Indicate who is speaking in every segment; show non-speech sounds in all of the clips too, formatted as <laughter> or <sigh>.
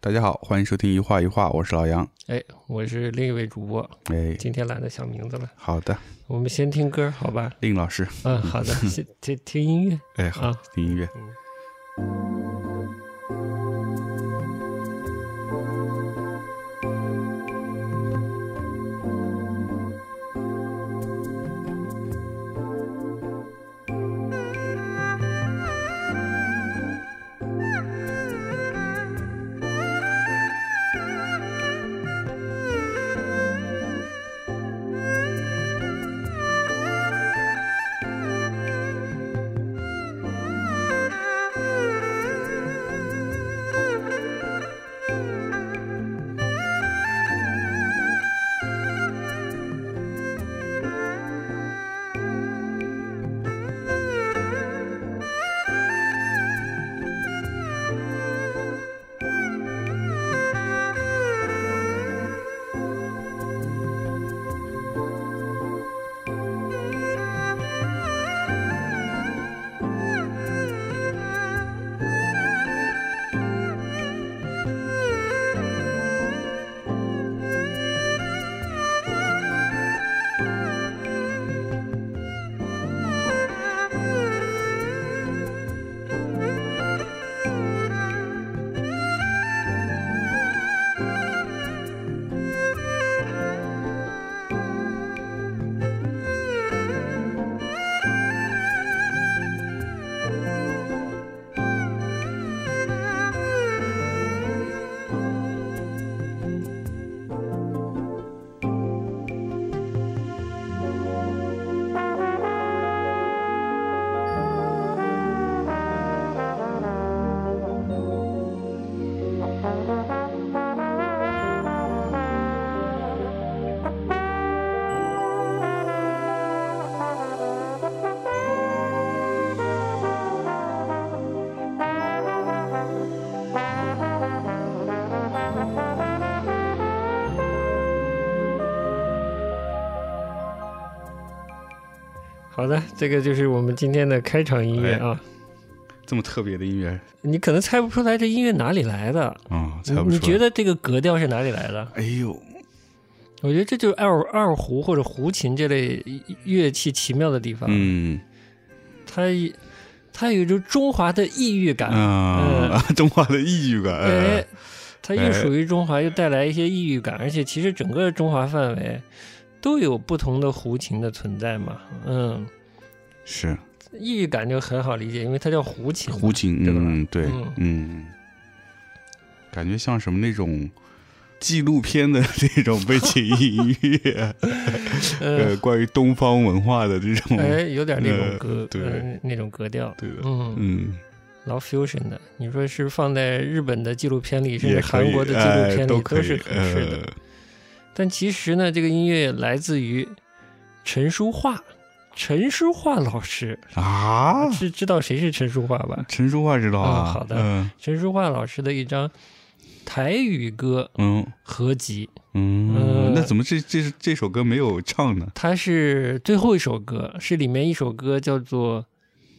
Speaker 1: 大家好，欢迎收听一画一画，我是老杨。
Speaker 2: 哎，我是另一位主播，
Speaker 1: 哎，
Speaker 2: 今天懒得想名字了。
Speaker 1: 好的，
Speaker 2: 我们先听歌，好吧？
Speaker 1: 令老师，
Speaker 2: 嗯，好的，先听听音乐
Speaker 1: 哎，好，
Speaker 2: 啊。
Speaker 1: 听音乐。
Speaker 2: 好的，这个就是我们今天的开场音乐
Speaker 1: 哎
Speaker 2: 啊。
Speaker 1: 这么特别的音乐
Speaker 2: 你可能猜不出来这音乐哪里来的，
Speaker 1: 啊、猜
Speaker 2: 你
Speaker 1: 不出来。
Speaker 2: 你觉？得这个格调是哪里来的？
Speaker 1: 哎呦，
Speaker 2: 我觉得这就是二二胡或者胡琴这类乐器奇妙的地方，
Speaker 1: 嗯
Speaker 2: 它它有一种中华的异域感。
Speaker 1: 啊，中华的异域感，
Speaker 2: 嗯哎
Speaker 1: 哎，，
Speaker 2: 它又属于中华，又带来一些异域感，而且其实整个中华范围都有不同的胡琴的存在嘛。嗯，
Speaker 1: 是
Speaker 2: 异域感就很好理解，因为它叫胡琴。
Speaker 1: 胡琴，
Speaker 2: 对吧
Speaker 1: 嗯，对，
Speaker 2: 嗯
Speaker 1: 嗯，感觉像什么那种纪录片的那种背景音乐，
Speaker 2: <laughs> 嗯
Speaker 1: 呃，，关于东方文化的这种，
Speaker 2: 哎，有点那种
Speaker 1: 嗯呃
Speaker 2: 格，
Speaker 1: 对
Speaker 2: 嗯那种格调。
Speaker 1: 对的，
Speaker 2: 嗯，
Speaker 1: 嗯，
Speaker 2: 老 fusion 的，你说是放在日本的纪录片里，甚
Speaker 1: 也
Speaker 2: 至
Speaker 1: 可以
Speaker 2: 韩国的纪
Speaker 1: 哎
Speaker 2: 录片里
Speaker 1: 都可以
Speaker 2: 是合适的。
Speaker 1: 呃
Speaker 2: 但其实呢，这个音乐来自于陈淑桦，陈淑桦老师，
Speaker 1: 啊，
Speaker 2: 知知道谁是陈淑桦吧？
Speaker 1: 陈淑桦知道啊，
Speaker 2: 啊好的
Speaker 1: 嗯
Speaker 2: 陈淑桦老师的一张台语歌
Speaker 1: 嗯
Speaker 2: 合集，
Speaker 1: 嗯
Speaker 2: 呃，
Speaker 1: 那怎么这这这首歌没有唱呢？
Speaker 2: 它是最后一首歌，是里面一首歌叫做《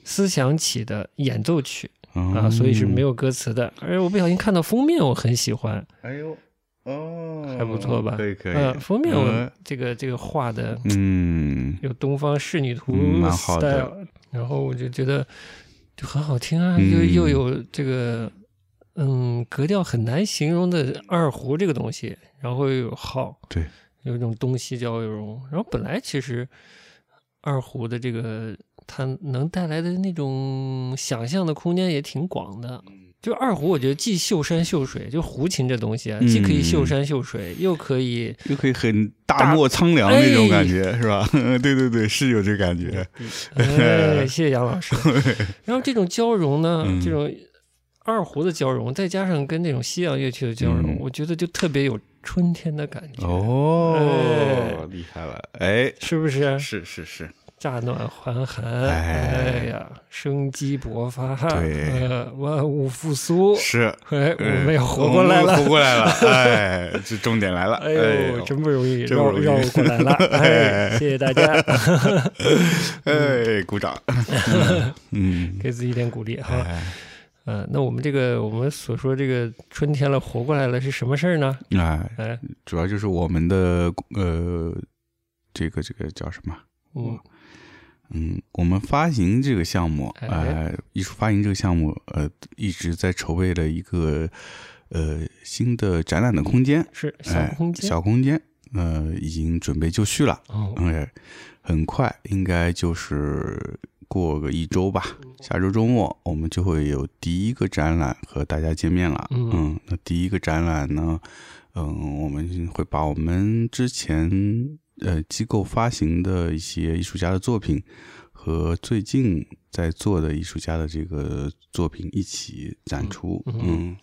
Speaker 2: 思想起》的演奏曲
Speaker 1: 嗯
Speaker 2: 啊，所以是没
Speaker 1: 有。
Speaker 2: 有歌词的。而我不小心看到封面，我很喜欢，
Speaker 1: 哎呦，哦，
Speaker 2: 还不错吧？
Speaker 1: 可以可以，
Speaker 2: 嗯，封面我
Speaker 1: 呃
Speaker 2: 这个这个画的
Speaker 1: 嗯，
Speaker 2: 有东方仕女图
Speaker 1: 嗯蛮好
Speaker 2: style，、
Speaker 1: 的
Speaker 2: 然后我就觉得就很好听啊，
Speaker 1: 嗯
Speaker 2: 又又有这个嗯格调很难形容的二胡这个东西，然后又有号，
Speaker 1: 对，
Speaker 2: 有一种东西交融。然后本来其实二胡的这个它能带来的那种想象的空间也挺广的。
Speaker 1: 嗯
Speaker 2: 就二胡，我觉得既秀山秀水，就胡琴这东西啊，既可以
Speaker 1: 嗯
Speaker 2: 秀山秀水，又
Speaker 1: <laughs>
Speaker 2: 可以
Speaker 1: 又可以很大漠苍凉那种
Speaker 2: 哎
Speaker 1: 感觉，是吧？ <laughs> 对对对，是有这感觉。
Speaker 2: 哎，谢谢杨
Speaker 1: <laughs>
Speaker 2: 老师。然后这种交融呢，
Speaker 1: 嗯
Speaker 2: 这种二胡的交融，再加上跟这种西洋乐器的交融，
Speaker 1: 嗯
Speaker 2: 我觉得就特别有春天的感觉，
Speaker 1: 哦
Speaker 2: 哎，
Speaker 1: 厉害了！哎，
Speaker 2: 是不是？啊
Speaker 1: 是是是，
Speaker 2: 乍暖还寒，
Speaker 1: 哎
Speaker 2: 哎呀，生机勃发，
Speaker 1: 对
Speaker 2: 呃，万物复苏，
Speaker 1: 是，
Speaker 2: 哎，我
Speaker 1: 呃
Speaker 2: 们要活过来
Speaker 1: 我们活
Speaker 2: 了。
Speaker 1: 过来
Speaker 2: <laughs>
Speaker 1: 了！哎，这重点来了！
Speaker 2: 哎
Speaker 1: 呦
Speaker 2: 呦，， <laughs> 真不容易，
Speaker 1: 真不
Speaker 2: 绕
Speaker 1: 容易
Speaker 2: 绕过来
Speaker 1: <laughs>
Speaker 2: 了，哎，谢谢大家，
Speaker 1: 哎，鼓掌！嗯， <laughs> 嗯
Speaker 2: 给自己一点鼓励哈。
Speaker 1: 哎
Speaker 2: 呃，那我们这个我们所说这个春天了活过来了是什么事儿呢？
Speaker 1: 哎，
Speaker 2: 哎，
Speaker 1: 主要就是我们的呃，这个这个叫什么？
Speaker 2: 嗯
Speaker 1: 嗯，我们发行这个项目，
Speaker 2: 哎
Speaker 1: 呃，艺术发行这个项目，呃，一直在筹备了一个呃新的展览的空间，
Speaker 2: 是小
Speaker 1: 哎，
Speaker 2: 空间，
Speaker 1: 小空间，呃，已经准备就绪了，
Speaker 2: 哦，
Speaker 1: 嗯，很快应该就是过个一周吧，
Speaker 2: 嗯
Speaker 1: 下周周末我们就会有第一个展览和大家见面了。
Speaker 2: 嗯
Speaker 1: 那第一个展览呢，嗯，我们会把我们之前呃机构发行的一些艺术家的作品和最近在做的艺术家的这个作品一起展出。
Speaker 2: 嗯
Speaker 1: 嗯。
Speaker 2: 嗯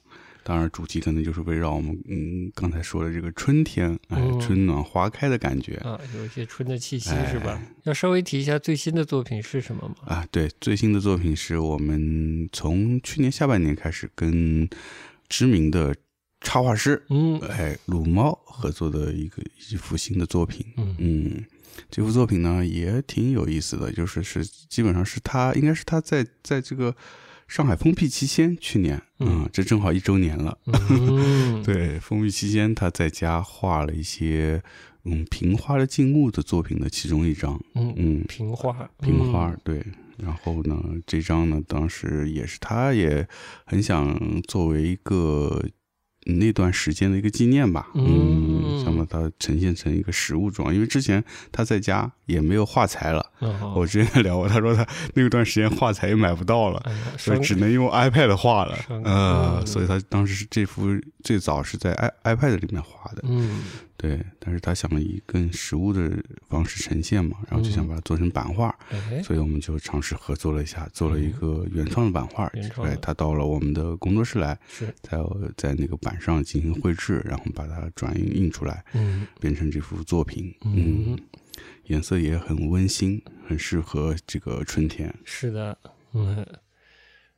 Speaker 1: 当然，主题可能就是围绕我们嗯刚才说的这个春天，哎，
Speaker 2: 嗯
Speaker 1: 春暖花开的感觉。
Speaker 2: 啊，有一些春的气息
Speaker 1: 哎
Speaker 2: 是吧？要稍微提一下最新的作品是什么吗？
Speaker 1: 啊，对，最新的作品是我们从去年下半年开始跟知名的插画师
Speaker 2: 嗯
Speaker 1: 哎鲁猫合作的一个一幅新的作品。
Speaker 2: 嗯
Speaker 1: 嗯，这幅作品呢也挺有意思的，就是是基本上是他应该是他在在这个上海封闭期间去年，
Speaker 2: 嗯
Speaker 1: 嗯，这正好一周年了。<laughs>
Speaker 2: 嗯，
Speaker 1: 对，封闭期间他在家画了一些嗯平花的静物的作品的其中一张，
Speaker 2: 嗯，
Speaker 1: 嗯，
Speaker 2: 平花，
Speaker 1: 平花，对。然后呢，这张呢，当时也是他也很想作为一个嗯那段时间的一个纪念吧，
Speaker 2: 嗯
Speaker 1: 想把它呈现成一个实物状，因为之前他在家也没有画材了。
Speaker 2: 嗯，好
Speaker 1: 我，之前聊过，他说他那段时间画材也买不到了。
Speaker 2: 哎呀，
Speaker 1: 所以
Speaker 2: 伤
Speaker 1: 只能用 iPad 画了
Speaker 2: 伤，感
Speaker 1: 呃，
Speaker 2: 嗯
Speaker 1: 所以他当时是这幅最早是在 i iPad 里面画的，
Speaker 2: 嗯
Speaker 1: 对，但是他想以更实物的方式呈现嘛，然后就
Speaker 2: 嗯
Speaker 1: 想把它做成版画，
Speaker 2: 哎
Speaker 1: 所以我们就尝试合作了一下，做了一个原创的版画。
Speaker 2: 原创的
Speaker 1: 对，他到了我们的工作室来，
Speaker 2: 是
Speaker 1: 在在那个板上进行绘制，然后把它转印印出来，
Speaker 2: 嗯
Speaker 1: 变成这幅作品。
Speaker 2: 嗯，
Speaker 1: 颜色也很温馨，很适合这个春天。
Speaker 2: 是的，嗯，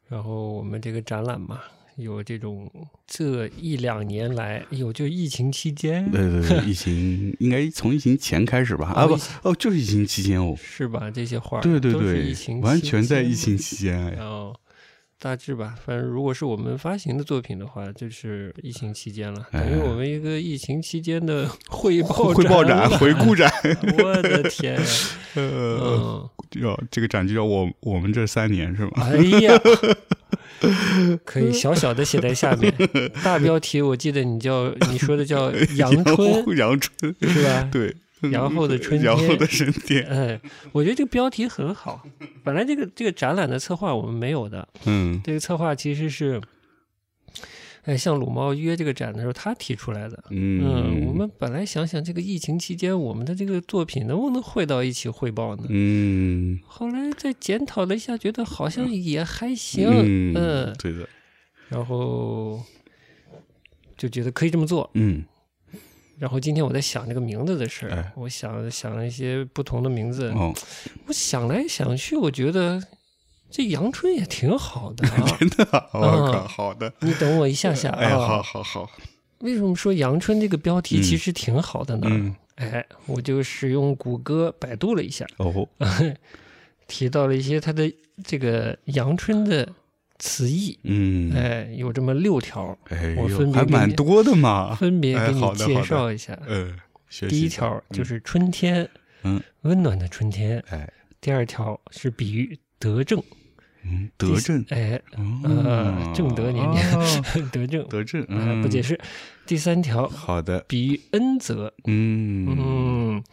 Speaker 2: 然后我们这个展览嘛。有这种这一两年来，有就疫情期间，
Speaker 1: 对对对，疫情应该从疫情前开始吧？
Speaker 2: 哦
Speaker 1: 啊不
Speaker 2: 疫情，
Speaker 1: 哦就是疫情期间哦。
Speaker 2: 是吧？这些画儿
Speaker 1: 对对
Speaker 2: 都是疫情
Speaker 1: 对，完
Speaker 2: 期
Speaker 1: 全在疫
Speaker 2: 间
Speaker 1: 情期间哎。
Speaker 2: 然后大致吧，反正如果是我们发行的作品的话，就是疫情期间了，等于
Speaker 1: 哎
Speaker 2: 我们一个疫情期间的 <laughs> 汇报
Speaker 1: 汇报展
Speaker 2: 展、
Speaker 1: 回顾展，
Speaker 2: 览。我的天
Speaker 1: <laughs>
Speaker 2: 呀、
Speaker 1: 呃，
Speaker 2: 嗯，
Speaker 1: 就要这个展就叫我我们这三年是吗？
Speaker 2: 哎
Speaker 1: <laughs>
Speaker 2: 呀，可以小小的写在下面，大标题我记得你叫你说
Speaker 1: <laughs>
Speaker 2: 的叫阳春
Speaker 1: 后阳春，
Speaker 2: 是吧？
Speaker 1: 对，
Speaker 2: <laughs> 然后的春
Speaker 1: 然后
Speaker 2: 天
Speaker 1: 的春
Speaker 2: <laughs>
Speaker 1: 天，
Speaker 2: 哎，我觉得这个标题很好。本来这个这个展览的策划我们没有的，
Speaker 1: 嗯
Speaker 2: 这个策划其实是，哎，像鲁猫约这个展的时候他提出来的。嗯，我们本来想想这个疫情期间我们的这个作品能不能汇到一起汇报呢？
Speaker 1: 嗯
Speaker 2: 后来再检讨了一下，觉得好像也还行，嗯，
Speaker 1: 嗯，对的，
Speaker 2: 然后就觉得可以这么做。
Speaker 1: 嗯
Speaker 2: 然后今天我在想这个名字的事儿，
Speaker 1: 哎
Speaker 2: 我想想了一些不同的名字，
Speaker 1: 哦，。
Speaker 2: 我想来想去，我觉得这阳春也挺好的啊
Speaker 1: <laughs> 真的啊，我靠，
Speaker 2: 嗯
Speaker 1: 好的，
Speaker 2: 你等我一下下啊。
Speaker 1: 哎，好好好，
Speaker 2: 为什么说阳春这个标题
Speaker 1: 嗯
Speaker 2: 其实挺好的呢？
Speaker 1: 嗯
Speaker 2: 哎，我就使用谷歌百度了一下， <laughs>
Speaker 1: 哦，
Speaker 2: 提到了一些它的这个阳春的词义，
Speaker 1: 嗯，
Speaker 2: 哎，有这么六条，
Speaker 1: 哎
Speaker 2: 我分
Speaker 1: 呦，
Speaker 2: 别
Speaker 1: 还
Speaker 2: 给
Speaker 1: 蛮
Speaker 2: 你
Speaker 1: 多的嘛，
Speaker 2: 分别给
Speaker 1: 哎
Speaker 2: 你
Speaker 1: 好的
Speaker 2: 介
Speaker 1: 好的
Speaker 2: 绍一下。
Speaker 1: 嗯，学
Speaker 2: 第
Speaker 1: 习
Speaker 2: 一
Speaker 1: 一下，
Speaker 2: 条就是春天，
Speaker 1: 嗯，
Speaker 2: 温暖的春天；
Speaker 1: 哎，
Speaker 2: 第二条是比喻德政，
Speaker 1: 嗯，
Speaker 2: 第
Speaker 1: 德政，
Speaker 2: 哎，
Speaker 1: 哦
Speaker 2: 呃，正德年
Speaker 1: 哦
Speaker 2: 年， <laughs> 德政，
Speaker 1: 德政，
Speaker 2: 哎
Speaker 1: 嗯，
Speaker 2: 不解，释。第三条
Speaker 1: 好的，
Speaker 2: 比喻恩泽，
Speaker 1: 嗯
Speaker 2: 嗯，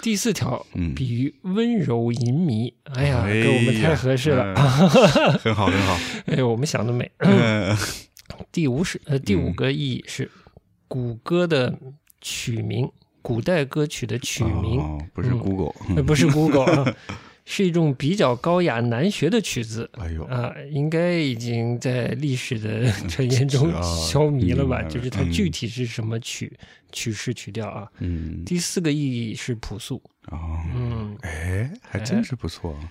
Speaker 2: 第四条
Speaker 1: 嗯，
Speaker 2: 比喻温柔淫靡，哎呀，
Speaker 1: 哎
Speaker 2: 跟我们太合适了，
Speaker 1: 呀，
Speaker 2: <laughs>
Speaker 1: 嗯很好很好，
Speaker 2: 哎呦，我们想的美。
Speaker 1: 嗯
Speaker 2: 第五是呃第五个意义是谷歌的曲名，古代歌曲的曲名，
Speaker 1: 哦不是
Speaker 2: 嗯
Speaker 1: Google，
Speaker 2: <laughs> 呃不是 Google
Speaker 1: <laughs>
Speaker 2: 啊，是一种比较高雅难学的曲子。
Speaker 1: 哎呦，
Speaker 2: 啊，应该已经在历史的 <laughs> 传言中
Speaker 1: 是啊
Speaker 2: 消弭了吧？
Speaker 1: 明白
Speaker 2: 就是
Speaker 1: 了
Speaker 2: 它
Speaker 1: 嗯
Speaker 2: 具体是什么曲、曲式、曲调啊？
Speaker 1: 嗯，
Speaker 2: 第四个意义是朴素。
Speaker 1: 哦，
Speaker 2: 嗯，
Speaker 1: 哎，还
Speaker 2: 哎
Speaker 1: 真是不错，啊，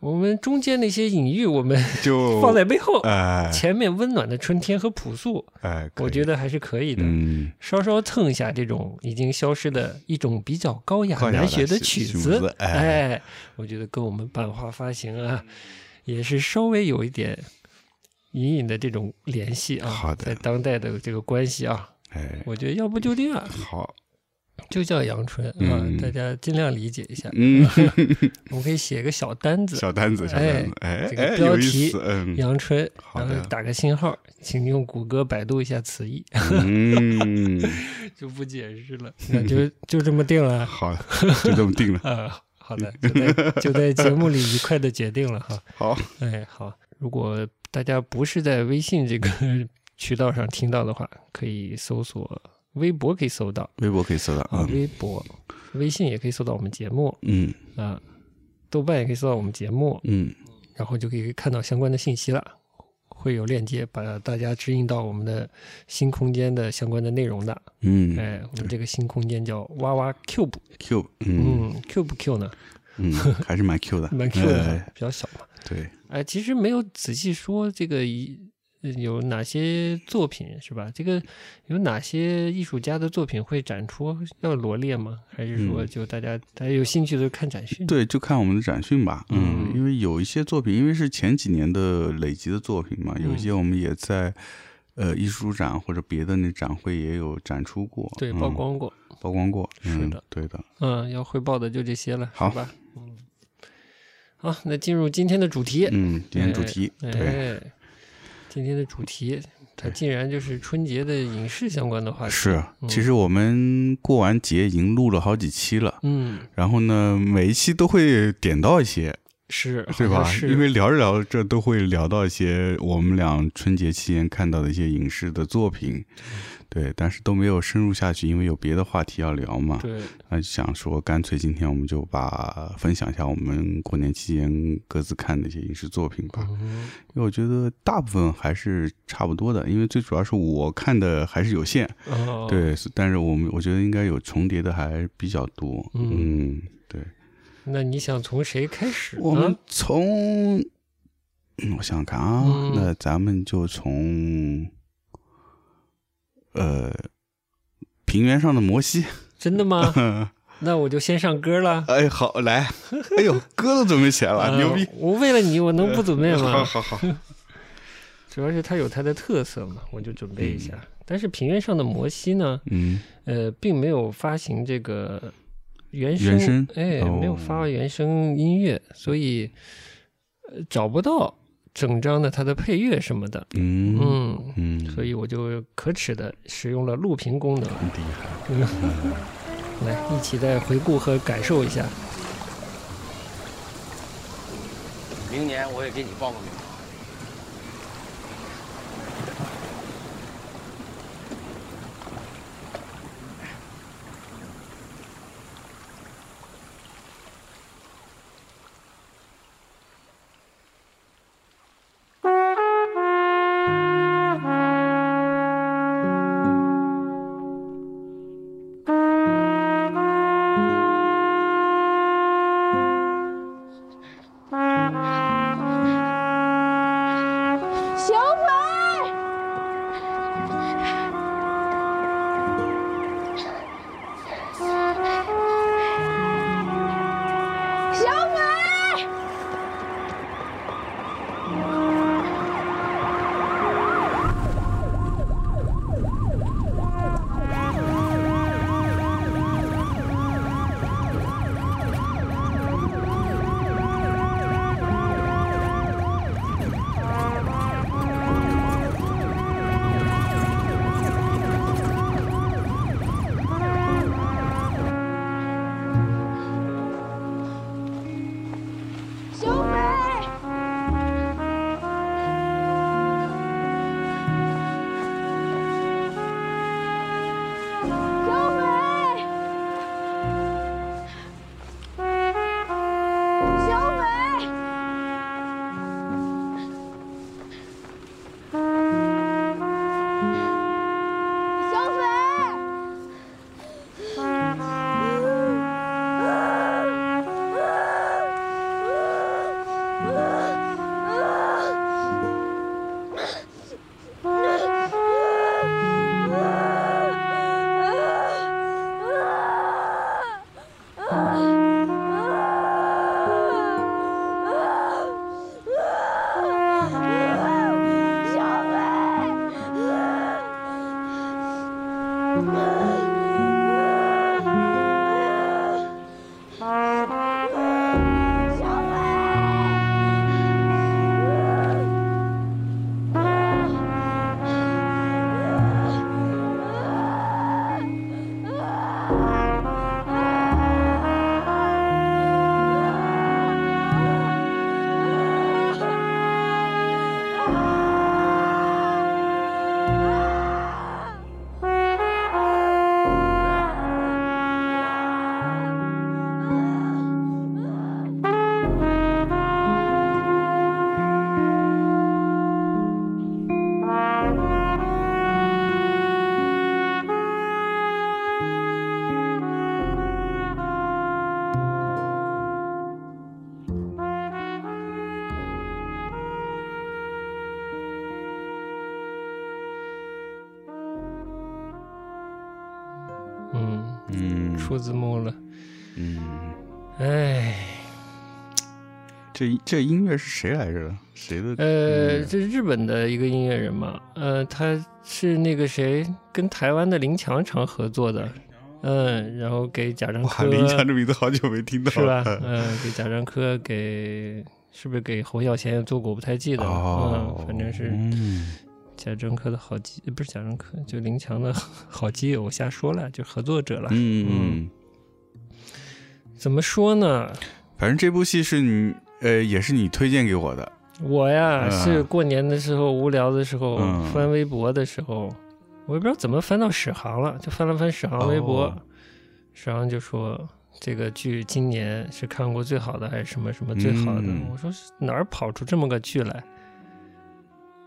Speaker 2: 我们中间那些隐喻，我们 <laughs>
Speaker 1: 就
Speaker 2: 放在背后，
Speaker 1: 哦哎
Speaker 2: 前面温暖的春天和朴素，
Speaker 1: 哎，可
Speaker 2: 我
Speaker 1: 以
Speaker 2: 觉得还是可以的。
Speaker 1: 嗯，
Speaker 2: 稍稍蹭一下这种已经消失的一种比较高雅
Speaker 1: 高雅
Speaker 2: 难
Speaker 1: 的
Speaker 2: 学的曲
Speaker 1: 曲
Speaker 2: 子，
Speaker 1: 曲子哎
Speaker 2: 嗯哎，我觉得跟我们版画发行啊，也是稍微有一点隐隐的这种联系啊，
Speaker 1: 好的
Speaker 2: 在当代的这个关系啊，
Speaker 1: 哎，
Speaker 2: 我觉得要不就这样，
Speaker 1: 好，
Speaker 2: 就叫阳春啊，
Speaker 1: 嗯
Speaker 2: 大家尽量理解一下。 <laughs>
Speaker 1: 嗯，
Speaker 2: 我们可以写个小单子，
Speaker 1: 小单子，小单子，哎
Speaker 2: 这个
Speaker 1: 哎，
Speaker 2: 标
Speaker 1: 有意
Speaker 2: 题
Speaker 1: 思，嗯
Speaker 2: 阳春，
Speaker 1: 好
Speaker 2: 然
Speaker 1: 的
Speaker 2: 后打个星号，请用谷歌百度一下词义，
Speaker 1: 嗯，
Speaker 2: <laughs> 就不解释了，那就就这么定 <laughs> 了
Speaker 1: 好，就这么定
Speaker 2: <laughs>
Speaker 1: 了，
Speaker 2: 啊。
Speaker 1: <laughs>
Speaker 2: 好的，就在就在节目里愉快的决定了哈。 <laughs>
Speaker 1: 好，
Speaker 2: 哎，好，如果大家不是在微信这个 <laughs> 渠道上听到的话，可以搜索微博可以搜到
Speaker 1: 微博可以搜到
Speaker 2: 啊
Speaker 1: 啊，，
Speaker 2: 微博、微信也可以搜到我们节目
Speaker 1: 嗯
Speaker 2: 啊，豆瓣也可以搜到我们节目，
Speaker 1: 嗯，
Speaker 2: 然后就可以看到相关的信息了，会有链接把大家指引到我们的新空间的相关的内容的。
Speaker 1: 嗯，
Speaker 2: 哎，我们这个新空间叫哇哇 Cube，
Speaker 1: Q，嗯
Speaker 2: 嗯，Q 不 Q 呢？
Speaker 1: 嗯，
Speaker 2: <laughs>
Speaker 1: 还是蛮 Q 的，
Speaker 2: 蛮 Q 的
Speaker 1: 哎
Speaker 2: 哈，比较小嘛。
Speaker 1: 对，
Speaker 2: 哎，其实没有仔细说这个一呃有哪些作品是吧？这个有哪些艺术家的作品会展出？要罗列吗？还是说
Speaker 1: 嗯
Speaker 2: 就大家、大家有兴趣的看展讯？
Speaker 1: 对，就看我们的展讯吧。嗯，
Speaker 2: 嗯
Speaker 1: 因为有一些作品，因为是前几年的累积的作品嘛，有
Speaker 2: 嗯
Speaker 1: 一些我们也在呃艺术展或者别的那展会也有展出过，
Speaker 2: 对，
Speaker 1: 嗯
Speaker 2: 曝光过。
Speaker 1: 曝光过，
Speaker 2: 是
Speaker 1: 嗯
Speaker 2: 的，
Speaker 1: 对的，
Speaker 2: 嗯，要汇报的就这些了，
Speaker 1: 好
Speaker 2: 是吧？嗯，好，那进入今天的主题。
Speaker 1: 嗯，今天主题
Speaker 2: 哎
Speaker 1: 对，
Speaker 2: 哎，今天的主题它
Speaker 1: 对
Speaker 2: 竟然就是春节的影视相关的话题。
Speaker 1: 是，
Speaker 2: 嗯
Speaker 1: 其实我们过完节已经录了好几期了。
Speaker 2: 嗯，
Speaker 1: 然后呢，每一期都会点到一些，
Speaker 2: 是，好
Speaker 1: 对
Speaker 2: 像
Speaker 1: 吧？
Speaker 2: 是
Speaker 1: 因为聊着聊着都会聊到一些我们俩春节期间看到的一些影视的作品，
Speaker 2: 嗯
Speaker 1: 对，但是都没有深入下去，因为有别的话题要聊嘛。
Speaker 2: 对，
Speaker 1: 那就想说，干脆今天我们就把分享一下我们过年期间各自看的一些影视作品吧，
Speaker 2: 嗯，
Speaker 1: 因为我觉得大部分还是差不多的，因为最主要是我看的还是有限，
Speaker 2: 哦，
Speaker 1: 对，是但是我们我觉得应该有重叠的还比较多，
Speaker 2: 嗯
Speaker 1: 嗯，对，
Speaker 2: 那你想从谁开始呢？
Speaker 1: 我们从，嗯我想想看啊，
Speaker 2: 嗯
Speaker 1: 那咱们就从，呃，平原上的摩西，
Speaker 2: 真的吗？
Speaker 1: <laughs>
Speaker 2: 那我就先上歌了。
Speaker 1: 哎，好来，哎呦，歌都准备起来了，
Speaker 2: 呃
Speaker 1: 啊牛逼！！
Speaker 2: 我为了你，我能不准
Speaker 1: <laughs>
Speaker 2: 备
Speaker 1: 好
Speaker 2: 吗？
Speaker 1: 好好，
Speaker 2: 主要是它有它的特色嘛，我就准备一下。但是平原上的摩西呢，
Speaker 1: 嗯，
Speaker 2: 呃，并没有发行这个原
Speaker 1: 原声
Speaker 2: 哎，
Speaker 1: 哦
Speaker 2: 没有发原声音乐，所以、呃找不到整张的它的配乐什么的。
Speaker 1: 嗯
Speaker 2: 嗯，
Speaker 1: 嗯，
Speaker 2: 所以我就可耻的使用了录屏功能。
Speaker 1: 很厉害，
Speaker 2: 来，一起再回顾和感受一下。
Speaker 3: 明年我也给你报个名。
Speaker 4: 啊。
Speaker 2: 嗯，
Speaker 1: 嗯
Speaker 2: 出字幕了，
Speaker 1: 嗯，
Speaker 2: 哎，
Speaker 1: 这这音乐是谁来着的？谁的？
Speaker 2: 呃，
Speaker 1: 嗯
Speaker 2: 这是日本的一个音乐人嘛，呃，他是那个谁跟台湾的林强常合作的，嗯，然后给贾樟
Speaker 1: 哇，
Speaker 2: 柯
Speaker 1: 林强这名字好久没听到
Speaker 2: 是吧
Speaker 1: 了，？
Speaker 2: 嗯，给贾樟柯给是不是给侯孝贤也做过？我不太记得了，
Speaker 1: 哦，
Speaker 2: 嗯，反正是
Speaker 1: 嗯
Speaker 2: 贾樟柯的好基，呃不是贾樟柯，就林强的好基友，我瞎说了，就合作者了。
Speaker 1: 嗯嗯，
Speaker 2: 怎么说呢？
Speaker 1: 反正这部戏是你呃，也是你推荐给我的，
Speaker 2: 我呀、
Speaker 1: 嗯
Speaker 2: 是过年的时候无聊的时候、
Speaker 1: 嗯
Speaker 2: 翻微博的时候，我也不知道怎么翻到史航了，就翻了翻史航微博，
Speaker 1: 哦
Speaker 2: 史航就说这个剧今年是看过最好的还是什么什么最好的？
Speaker 1: 嗯
Speaker 2: 我说是哪儿跑出这么个剧来？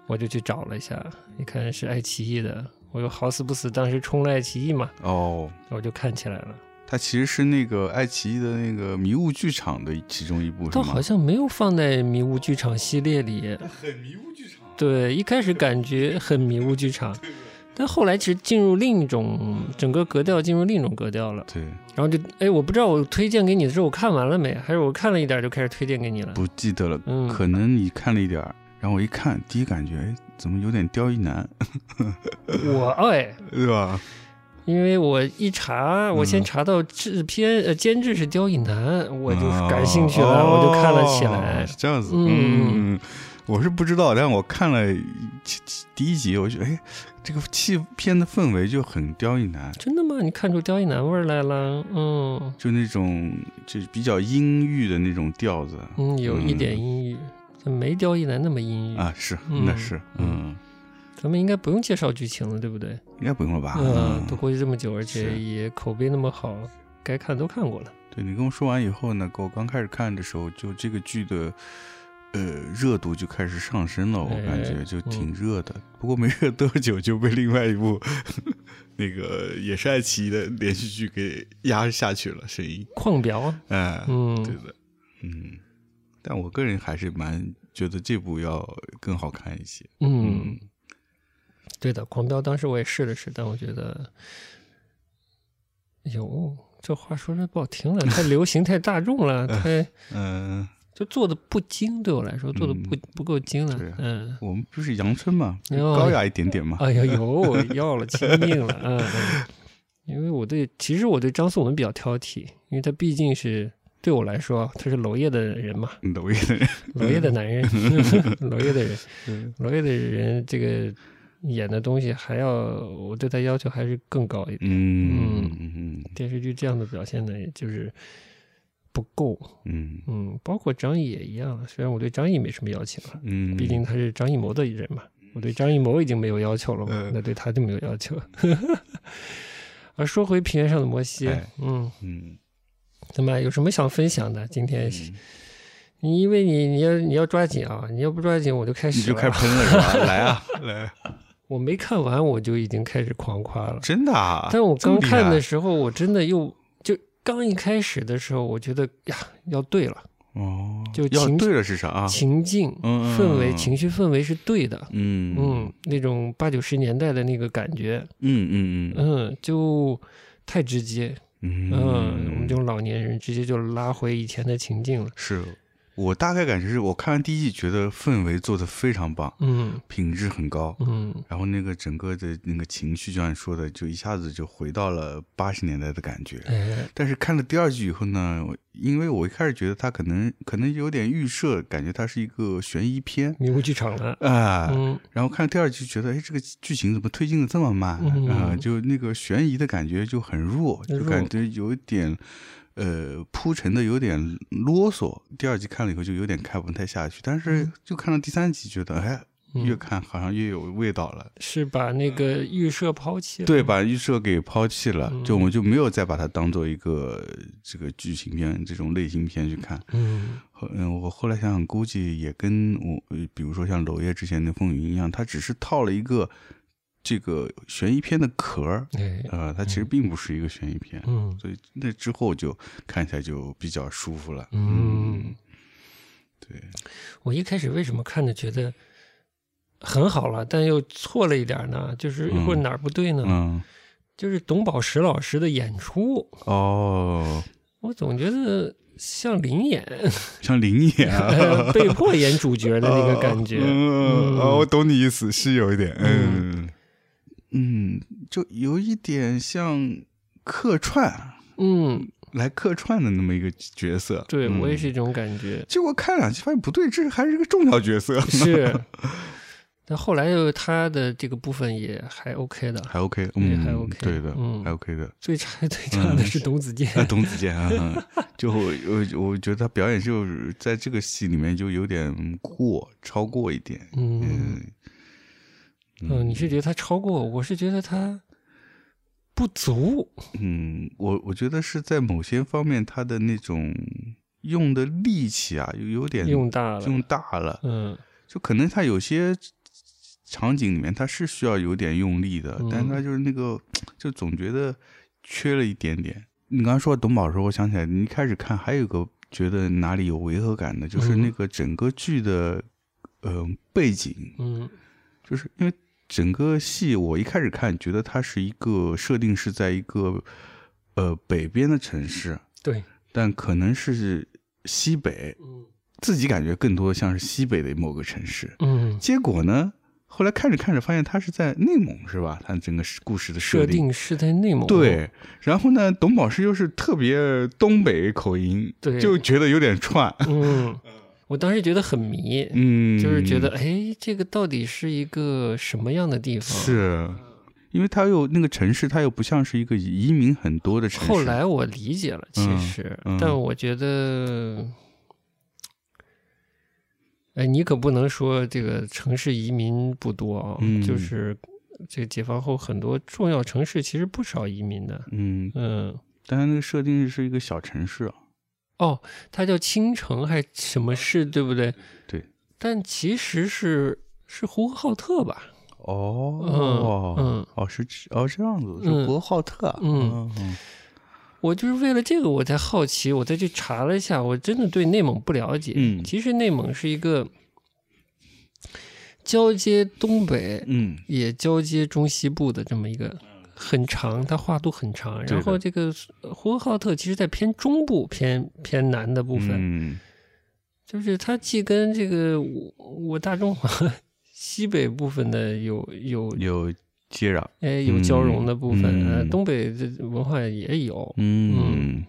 Speaker 2: 我就去找了一下，一看是爱奇艺的，我又好死不死当时冲了爱奇艺嘛，
Speaker 1: 哦。
Speaker 2: 我就看起来了。
Speaker 1: 它其实是那个爱奇艺的那个迷雾剧场的其中一部，是
Speaker 2: 倒
Speaker 1: 吗？
Speaker 2: 好像没有放在迷雾剧场系列里。
Speaker 1: 很迷雾剧场。啊
Speaker 2: 对，一开始感觉很迷雾
Speaker 1: <laughs>
Speaker 2: 剧场，但后来其实进入另一种整个格调，进入另一种格调了。
Speaker 1: 对，
Speaker 2: 然后就哎，我不知道我推荐给你的时候我看完了没，啊还是我看了一点就开始推荐给你了。
Speaker 1: 不记得了，
Speaker 2: 嗯，
Speaker 1: 可能你看了一点儿，然后我一看，第一感觉，哎，怎么有点刁亦男，
Speaker 2: 我哎，
Speaker 1: <laughs> 对吧？
Speaker 2: 因为我一查，我先
Speaker 1: 嗯
Speaker 2: 查到制片呃监制是刁亦男，我就
Speaker 1: 啊
Speaker 2: 感兴趣了，我就看了起来
Speaker 1: 哦。是这样子，
Speaker 2: 嗯
Speaker 1: 嗯，我是不知道，但我看了其其第一集，我就觉得哎，这个气片的氛围就很刁亦男，
Speaker 2: 真的吗？你看出刁亦男味儿来了？嗯
Speaker 1: 就那种就是比较阴郁的那种调子
Speaker 2: 嗯，有一点
Speaker 1: 嗯
Speaker 2: 阴郁，但没刁亦男那么阴郁。
Speaker 1: 啊，是，
Speaker 2: 嗯
Speaker 1: 那是，嗯，
Speaker 2: 咱们应该不用介绍剧情了，对不对？
Speaker 1: 应该不用了吧？
Speaker 2: 嗯，都过去这么久，而且
Speaker 1: 啊是
Speaker 2: 也口碑那么好，该看都看过了。
Speaker 1: 对你跟我说完以后呢，我刚开始看的时候，就这个剧的呃热度就开始上升了，我
Speaker 2: 哎
Speaker 1: 感觉就
Speaker 2: 嗯
Speaker 1: 挺热的。不过没热多久就被另外一部那个也是爱奇艺的连续剧给压下去了，声音，
Speaker 2: 矿表，
Speaker 1: 哎、对
Speaker 2: 啊嗯，
Speaker 1: 的，嗯。但我个人还是蛮觉得这部要更好看一些，
Speaker 2: 嗯，对的，狂飙当时我也试了试，但我觉得，哟，这话说的不好听了，太流行，太大
Speaker 1: <laughs>
Speaker 2: 众了，太
Speaker 1: 嗯、
Speaker 2: 就做的不精，对我来说做的不不够精了
Speaker 1: 对啊，
Speaker 2: 嗯。
Speaker 1: 我们不是阳春嘛，
Speaker 2: 哟
Speaker 1: 高雅一点点嘛，
Speaker 2: <laughs> 哎呀，有要了，亲命了，嗯，嗯因为我对其实我对张颂文比较挑剔，因为他毕竟是对我来说他是娄烨的人嘛，
Speaker 1: 抖音的人，
Speaker 2: 娄烨的男人，娄烨的人，娄烨的人，这个演的东西还要我对他要求还是更高一点。
Speaker 1: <laughs> 嗯嗯
Speaker 2: 电视剧这样的表现呢，也就是不够。
Speaker 1: 嗯
Speaker 2: 嗯，包括张译也一样，虽然我对张译没什么要求啊了，
Speaker 1: 嗯，
Speaker 2: 毕竟他是张艺谋的人嘛，我对张艺谋已经没有要求了嘛，
Speaker 1: 嗯
Speaker 2: 那对他就没有要求。而说回平原上的摩西，
Speaker 1: 哎
Speaker 2: 嗯，
Speaker 1: 嗯。
Speaker 2: 怎么有什么想分享的？今天
Speaker 1: 嗯
Speaker 2: 你因为你你要你要抓紧啊，你要不抓紧我就开
Speaker 1: 你
Speaker 2: 始
Speaker 1: 就
Speaker 2: 了。
Speaker 1: 开喷了是吧？来
Speaker 2: <laughs>
Speaker 1: 啊，来！
Speaker 2: 我没看完我就已经开始狂夸了。
Speaker 1: 真的啊？
Speaker 2: 但我刚看的
Speaker 1: 是
Speaker 2: 时候，我真的又就刚一开始的时候，我觉得呀要对了，
Speaker 1: 哦，
Speaker 2: 就
Speaker 1: 要
Speaker 2: 情
Speaker 1: 对了是啥啊？
Speaker 2: 情境、
Speaker 1: 嗯嗯
Speaker 2: 氛围、
Speaker 1: 嗯
Speaker 2: 情绪氛围是对的。
Speaker 1: 嗯
Speaker 2: 嗯，那种八九十年代的那个感觉，
Speaker 1: 嗯嗯嗯
Speaker 2: 嗯，就太直接，
Speaker 1: 嗯
Speaker 2: 嗯，我们这种老年人直接就拉回以前的情境了。
Speaker 1: 是。我大概感觉是我看完第一季，觉得氛围做的非常棒，
Speaker 2: 嗯
Speaker 1: 品质很高，
Speaker 2: 嗯
Speaker 1: 然后那个整个的那个情绪，就像你说的，就一下子就回到了八十年代的感觉。
Speaker 2: 哎
Speaker 1: 但是看了第二季以后呢，我因为我一开始觉得它可能可能有点预设，感觉它是一个悬疑片
Speaker 2: 迷雾剧场了，
Speaker 1: 啊、
Speaker 2: 嗯
Speaker 1: 然后看了第二季觉得，哎，这个剧情怎么推进的这么慢啊、
Speaker 2: 嗯
Speaker 1: 就那个悬疑的感觉就很弱，
Speaker 2: 弱
Speaker 1: 就感觉有点呃铺陈的有点啰嗦。第二季看了以后就有点看不太下去，但是就看到第三集觉得，哎，越
Speaker 2: 嗯，
Speaker 1: 看好像越有味道了。
Speaker 2: 是把那个预设抛弃了，
Speaker 1: 对，把预设给抛弃了，
Speaker 2: 嗯
Speaker 1: 就我们就没有再把它当做一个呃这个剧情片这种类型片去看。
Speaker 2: 嗯
Speaker 1: 后嗯，我后来想想，估计也跟我，呃比如说像娄烨之前的《风云》一样，它只是套了一个这个悬疑片的壳儿，
Speaker 2: 哎
Speaker 1: 呃，它其实并不是一个悬疑片，
Speaker 2: 嗯
Speaker 1: 所以那之后就看起来就比较舒服了。
Speaker 2: 嗯，
Speaker 1: 对，
Speaker 2: 我一开始为什么看着觉得很好了，但又错了一点呢？就是
Speaker 1: 嗯
Speaker 2: 或者哪儿不对呢？
Speaker 1: 嗯，
Speaker 2: 就是董宝石老师的演出，
Speaker 1: 哦，
Speaker 2: 我总觉得像林演、
Speaker 1: 像林演
Speaker 2: <laughs>
Speaker 1: 啊。<laughs>
Speaker 2: 呃被迫演主角的那个感觉。
Speaker 1: 嗯，
Speaker 2: 嗯
Speaker 1: 哦，我懂你意思，是有一点，
Speaker 2: 嗯
Speaker 1: 嗯嗯，就有一点像客串
Speaker 2: 嗯，
Speaker 1: 来客串的那么一个角色。
Speaker 2: 对
Speaker 1: 嗯。
Speaker 2: 我也是这种感觉
Speaker 1: 结果看两集发现不对，这还是个重要角色，
Speaker 2: 是，但后来又他的这个部分也还 OK 的，
Speaker 1: <laughs> 还 OK，
Speaker 2: 对
Speaker 1: 嗯，
Speaker 2: 还 OK，
Speaker 1: 对的，
Speaker 2: 嗯
Speaker 1: 还 OK 的。
Speaker 2: 最差最差
Speaker 1: 嗯
Speaker 2: 的是董子健。
Speaker 1: 那董子健啊， <laughs> 嗯就我我我觉得他表演就是在这个戏里面就有点过，超过一点，
Speaker 2: 嗯
Speaker 1: 嗯，
Speaker 2: 嗯，你是觉得他超过，我是觉得他不足。
Speaker 1: 嗯，我我觉得是在某些方面，他的那种用的力气啊，有有点
Speaker 2: 用大了
Speaker 1: 用大了，
Speaker 2: 嗯
Speaker 1: 就可能他有些场景里面他是需要有点用力的，但
Speaker 2: 嗯
Speaker 1: 他就是那个，就总觉得缺了一点点。你刚刚说董宝的时候，我想起来，你一开始看还有个觉得哪里有违和感的，就是
Speaker 2: 嗯
Speaker 1: 那个整个剧的，嗯、背景
Speaker 2: 嗯
Speaker 1: 就是因为整个戏，我一开始看觉得它是一个设定是在一个呃北边的城市，
Speaker 2: 对，
Speaker 1: 但可能是西北，
Speaker 2: 嗯
Speaker 1: 自己感觉更多像是西北的某个城市。
Speaker 2: 嗯，
Speaker 1: 结果呢，后来看着看着发现它是在内蒙，是吧？它整个故事的
Speaker 2: 设
Speaker 1: 设定。
Speaker 2: 定是在内蒙。
Speaker 1: 对，然后呢，董宝石又是特别东北口音，
Speaker 2: 对
Speaker 1: 就觉得有点
Speaker 2: <laughs>
Speaker 1: 串， <laughs>
Speaker 2: 嗯，我当时觉得很迷，
Speaker 1: 嗯，
Speaker 2: 就是觉得哎，这个到底是一个什么样的地方？。
Speaker 1: 是，因为它又那个城市，它又不像是一个移民很多的城市。
Speaker 2: 后来我理解了，其实，
Speaker 1: 嗯嗯
Speaker 2: 但我觉得，哎，你可不能说这个城市移民不多啊，
Speaker 1: 嗯
Speaker 2: 就是这个解放后很多重要城市其实不少移民的。
Speaker 1: 嗯，
Speaker 2: 嗯，
Speaker 1: 但它那个设定是一个小城市啊。
Speaker 2: 哦，它叫青城还是什么市，对不对？
Speaker 1: 对。
Speaker 2: 但其实是是呼和浩特吧？
Speaker 1: 哦
Speaker 2: 嗯嗯嗯
Speaker 1: 哦是这哦这样子，是
Speaker 2: 嗯
Speaker 1: 博浩特啊，
Speaker 2: 嗯
Speaker 1: 嗯
Speaker 2: 我就是为了这个我才好奇，我再去查了一下，我真的对内蒙不了解。
Speaker 1: 嗯
Speaker 2: 其实内蒙是一个交接东北
Speaker 1: 嗯
Speaker 2: 也交接中西部的这么一个很长，它跨度很长。
Speaker 1: 对的
Speaker 2: 然后这个呼和浩特其实在偏中部、偏偏南的部分，
Speaker 1: 嗯
Speaker 2: 就是它既跟这个我我大中华 <laughs> 西北部分的有有
Speaker 1: 有接壤，
Speaker 2: 哎有交融的部分，
Speaker 1: 嗯
Speaker 2: 呃，东北的文化也有，
Speaker 1: 嗯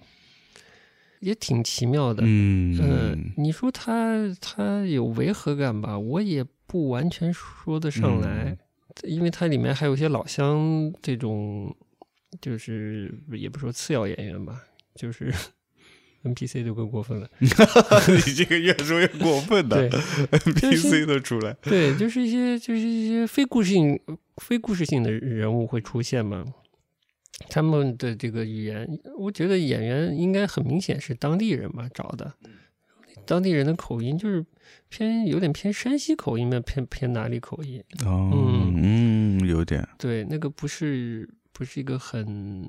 Speaker 2: 也挺奇妙的。
Speaker 1: 嗯 <laughs>
Speaker 2: 嗯，你说他他有违和感吧，我也不完全说得上
Speaker 1: 嗯
Speaker 2: 来，因为它里面还有一些老乡这种，就是也不说次要演员吧，就是 <laughs> NPC 就更过分了。
Speaker 1: 你这个越说越过分
Speaker 2: 对
Speaker 1: 的 NPC 都出 <laughs> 来，
Speaker 2: 对，就是一些就是一些非故事性非故事性的人物会出现嘛。他们的这个语言，我觉得演员应该很明显是当地人嘛找的，当地人的口音就是偏有点偏山西口音嘛，偏偏哪里口音？
Speaker 1: 哦嗯有点，
Speaker 2: 对，那个不是不是一个很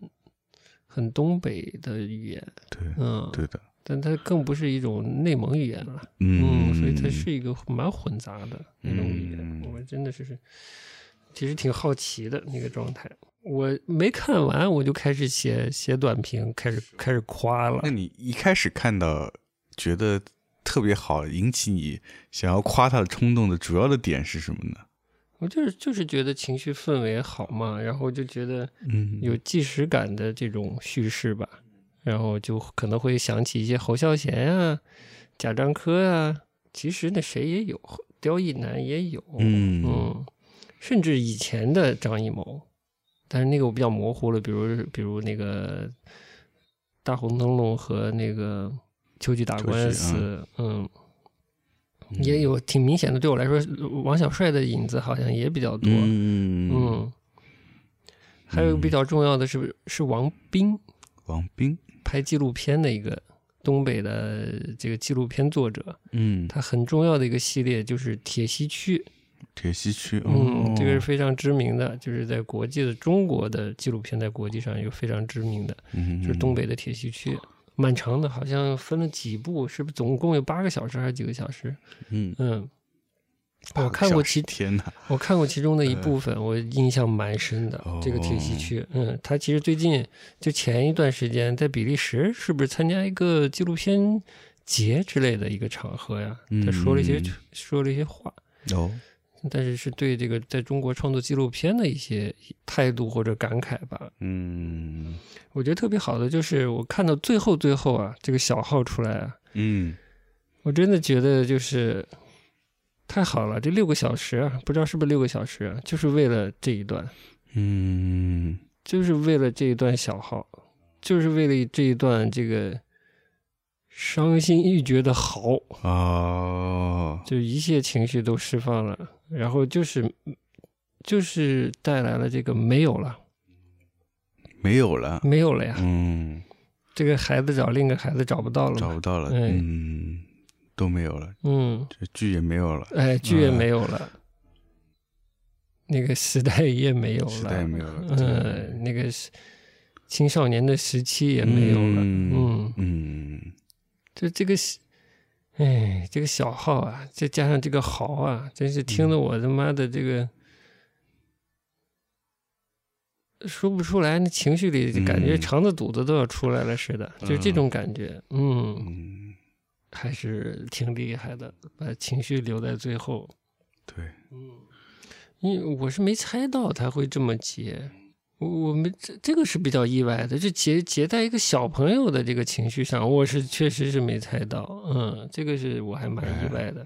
Speaker 2: 很东北的语言，
Speaker 1: 对
Speaker 2: 嗯，
Speaker 1: 对的，
Speaker 2: 但它更不是一种内蒙语言了，
Speaker 1: 嗯
Speaker 2: 嗯，所以它是一个蛮混杂的那种语言。
Speaker 1: 嗯
Speaker 2: 我真的是，其实挺好奇的那个状态。我没看完，我就开始写写短评，开始开始夸了
Speaker 1: 那。你一开始看到觉得特别好，引起你想要夸他的冲动的主要的点是什么呢？
Speaker 2: 我就是就是觉得情绪氛围好嘛，然后就觉得
Speaker 1: 嗯，
Speaker 2: 有即时感的这种叙事吧，然后就可能会想起一些侯孝贤啊、贾樟柯啊，其实那谁也有，刁亦男也有，
Speaker 1: 嗯
Speaker 2: 嗯甚至以前的张艺谋，但是那个我比较模糊了，比如比如那个《大红灯笼》和那个《秋菊打官司
Speaker 1: 秋》
Speaker 2: 嗯，
Speaker 1: 嗯
Speaker 2: 也有挺明显的。对我来说，王小帅的影子好像也比较多，
Speaker 1: 嗯嗯，
Speaker 2: 嗯，还有一个比较重要的是是王斌
Speaker 1: 王斌，
Speaker 2: 拍纪录片的一个东北的这个纪录片作者，
Speaker 1: 嗯，
Speaker 2: 他很重要的一个系列就是铁西区，
Speaker 1: 铁西区，
Speaker 2: 嗯
Speaker 1: 哦，
Speaker 2: 这个是非常知名的，就是在国际的中国的纪录片在国际上有非常知名的，
Speaker 1: 嗯
Speaker 2: 就是东北的铁西区。蛮长的，好像分了几部，是不是总共有八个小时还是几个小时？
Speaker 1: 嗯，
Speaker 2: 嗯，
Speaker 1: 八个
Speaker 2: 我看过
Speaker 1: 小
Speaker 2: 其
Speaker 1: 时天呐，
Speaker 2: 我看过其中的一部分，我印象蛮深的。
Speaker 1: 嗯哦
Speaker 2: 这个铁西区，嗯，他其实最近就前一段时间在比利时，是不是参加一个纪录片节之类的一个场合呀？
Speaker 1: 嗯
Speaker 2: 他说了一些、
Speaker 1: 嗯
Speaker 2: 说了一些话，
Speaker 1: 哦，
Speaker 2: 但是是对这个在中国创作纪录片的一些态度或者感慨吧。
Speaker 1: 嗯
Speaker 2: 我觉得特别好的就是我看到最后最后啊，这个小号出来啊，
Speaker 1: 嗯，
Speaker 2: 我真的觉得就是太好了，这六个小时啊，不知道是不是六个小时啊，就是为了这一段。
Speaker 1: 嗯，
Speaker 2: 就是为了这一段小号，就是为了这一段这个伤心欲绝的嚎，
Speaker 1: 哦，
Speaker 2: 就一切情绪都释放了，然后就是就是带来了这个没有了，
Speaker 1: 没有了，
Speaker 2: 没有了呀，
Speaker 1: 嗯，
Speaker 2: 这个孩子找另一个孩子找不到了
Speaker 1: 找
Speaker 2: 嘛，
Speaker 1: 不到了，
Speaker 2: 哎
Speaker 1: 嗯，都没有了，
Speaker 2: 嗯，
Speaker 1: 这剧也没有了，
Speaker 2: 哎，剧
Speaker 1: 嗯
Speaker 2: 也没有了。那个时代也没有了，
Speaker 1: 时代也没有了对
Speaker 2: 嗯，那个是青少年的时期也没有了，嗯
Speaker 1: 嗯嗯
Speaker 2: 就这个小，哎，这个小号啊，再加上这个豪啊，真是听得我他妈的这个、说不出来，那情绪里就感觉
Speaker 1: 嗯
Speaker 2: 肠子肚子都要出来了似的，就是这种感觉。嗯，
Speaker 1: 嗯，
Speaker 2: 还是挺厉害的，把情绪留在最后。
Speaker 1: 对，
Speaker 2: 因为我是没猜到他会这么结，我我们这这个是比较意外的，就结结在一个小朋友的这个情绪上，我是确实是没猜到，嗯，这个是我还蛮意外的，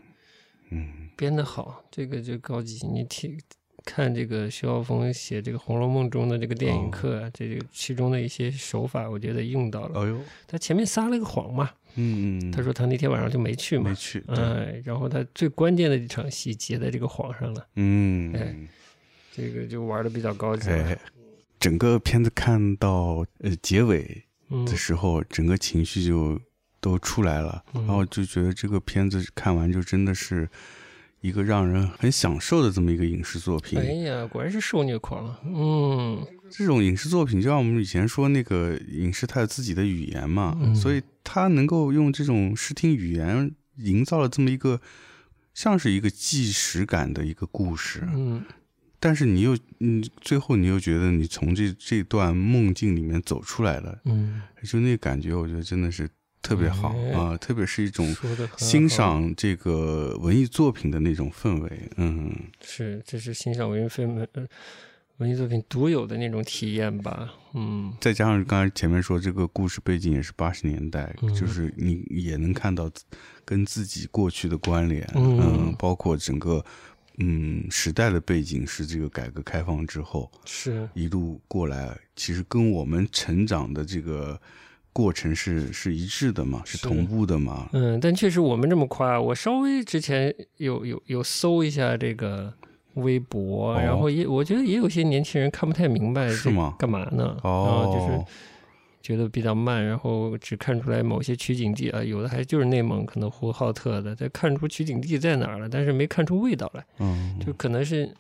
Speaker 1: 嗯
Speaker 2: 编得好，这个就高级，你听。看这个徐浩峰写这个《红楼梦》中的这个
Speaker 1: 哦
Speaker 2: 电影课啊，这个其中的一些手法，我觉得用到了。
Speaker 1: 哦呦，
Speaker 2: 他前面撒了个谎嘛，
Speaker 1: 嗯嗯，
Speaker 2: 他说他那天晚上就没去嘛
Speaker 1: 没，去，对
Speaker 2: 哎，然后他最关键的一场戏结在这个谎上了，哎
Speaker 1: 嗯，
Speaker 2: 这个就玩的比较高级了
Speaker 1: 哎。，整个片子看到呃结尾，
Speaker 2: 嗯
Speaker 1: 的时候，整个情绪就都出来了，
Speaker 2: 嗯
Speaker 1: 然后就觉得这个片子看完就真的是一个让人很享受的这么一个影视作品。
Speaker 2: 哎呀，果然是受虐狂啊！嗯
Speaker 1: 这种影视作品，就像我们以前说那个影视，它有自己的语言嘛，
Speaker 2: 嗯
Speaker 1: 所以它能够用这种视听语言营造了这么一个像是一个纪实感的一个故事，
Speaker 2: 嗯，
Speaker 1: 但是你又你最后你又觉得你从这这段梦境里面走出来了，
Speaker 2: 嗯，
Speaker 1: 就那感觉，我觉得真的是特别好啊、
Speaker 2: 哎
Speaker 1: 特别是一种
Speaker 2: 说的
Speaker 1: 欣赏这个文艺作品的那种氛围。嗯
Speaker 2: 是，这是欣赏文艺分文呃文艺作品独有的那种体验吧？嗯，
Speaker 1: 再加上刚才前面说这个故事背景也是八十年代，
Speaker 2: 嗯
Speaker 1: 就是你也能看到跟自己过去的关联，
Speaker 2: 嗯
Speaker 1: 包括整个嗯时代的背景是这个改革开放之后
Speaker 2: 是，
Speaker 1: 一路过来，其实跟我们成长的这个过程是是一致的嘛，是
Speaker 2: 是
Speaker 1: 同步的嘛，
Speaker 2: 嗯，但确实我们这么夸，我稍微之前有有有搜一下这个微博，
Speaker 1: 哦
Speaker 2: 然后也我觉得也有些年轻人看不太明白
Speaker 1: 是
Speaker 2: 这
Speaker 1: 吗
Speaker 2: 干嘛呢？然
Speaker 1: 哦，
Speaker 2: 后啊就是觉得比较慢，然后只看出来某些取景地啊，有的还就是内蒙可能呼和浩特的，但看出取景地在哪儿了，但是没看出味道来，
Speaker 1: 嗯，
Speaker 2: 就可能是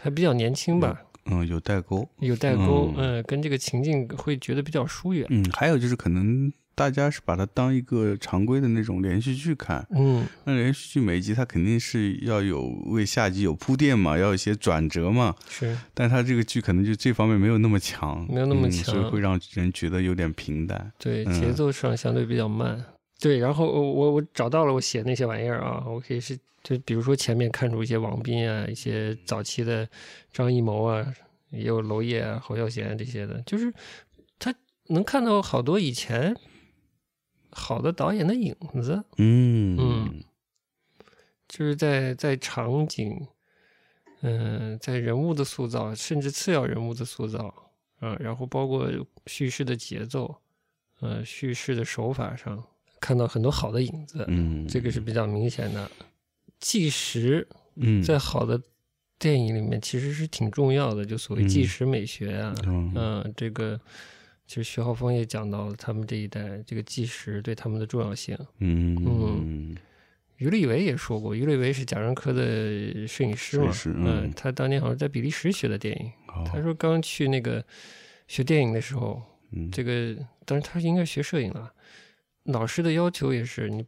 Speaker 2: 还比较年轻吧，
Speaker 1: 嗯，有代沟。
Speaker 2: 有代沟
Speaker 1: 嗯，
Speaker 2: 嗯、跟这个情境会觉得比较疏远，
Speaker 1: 嗯，还有就是可能大家是把它当一个常规的那种连续剧看，
Speaker 2: 嗯，
Speaker 1: 那连续剧每一集它肯定是要有为下集有铺垫嘛，要有一些转折嘛，
Speaker 2: 是，
Speaker 1: 但它这个剧可能就这方面没有那么强，
Speaker 2: 没有那么
Speaker 1: 嗯
Speaker 2: 强
Speaker 1: 所以会让人觉得有点平淡。
Speaker 2: 对，
Speaker 1: 嗯
Speaker 2: 节奏上相对比较慢，对，然后我我我找到了我写那些玩意儿啊，我可以是就比如说前面看出一些王斌啊，一些早期的张艺谋啊，也有娄烨啊、侯孝贤啊这些的，就是他能看到好多以前好的导演的影子，
Speaker 1: 嗯
Speaker 2: 嗯就是在在场景，嗯、在人物的塑造，甚至次要人物的塑造啊，然后包括叙事的节奏，呃，叙事的手法上，看到很多好的影子，
Speaker 1: 嗯，
Speaker 2: 这个是比较明显的。纪实
Speaker 1: 嗯
Speaker 2: 在好的电影里面其实是挺重要的，就所谓纪
Speaker 1: 嗯
Speaker 2: 实美学啊，
Speaker 1: 嗯
Speaker 2: 嗯、这个其实徐浩峰也讲到了他们这一代这个纪实对他们的重要性。
Speaker 1: 嗯
Speaker 2: 于立伟也说过，于立伟是贾樟柯的摄影师
Speaker 1: 摄
Speaker 2: 嘛，
Speaker 1: 影师嗯哦
Speaker 2: 嗯、他当年好像在比利时学的电影，
Speaker 1: 好
Speaker 2: 他说刚去那个学电影的时候，
Speaker 1: 嗯
Speaker 2: 这个当然他应该学摄影了，老师的要求也是你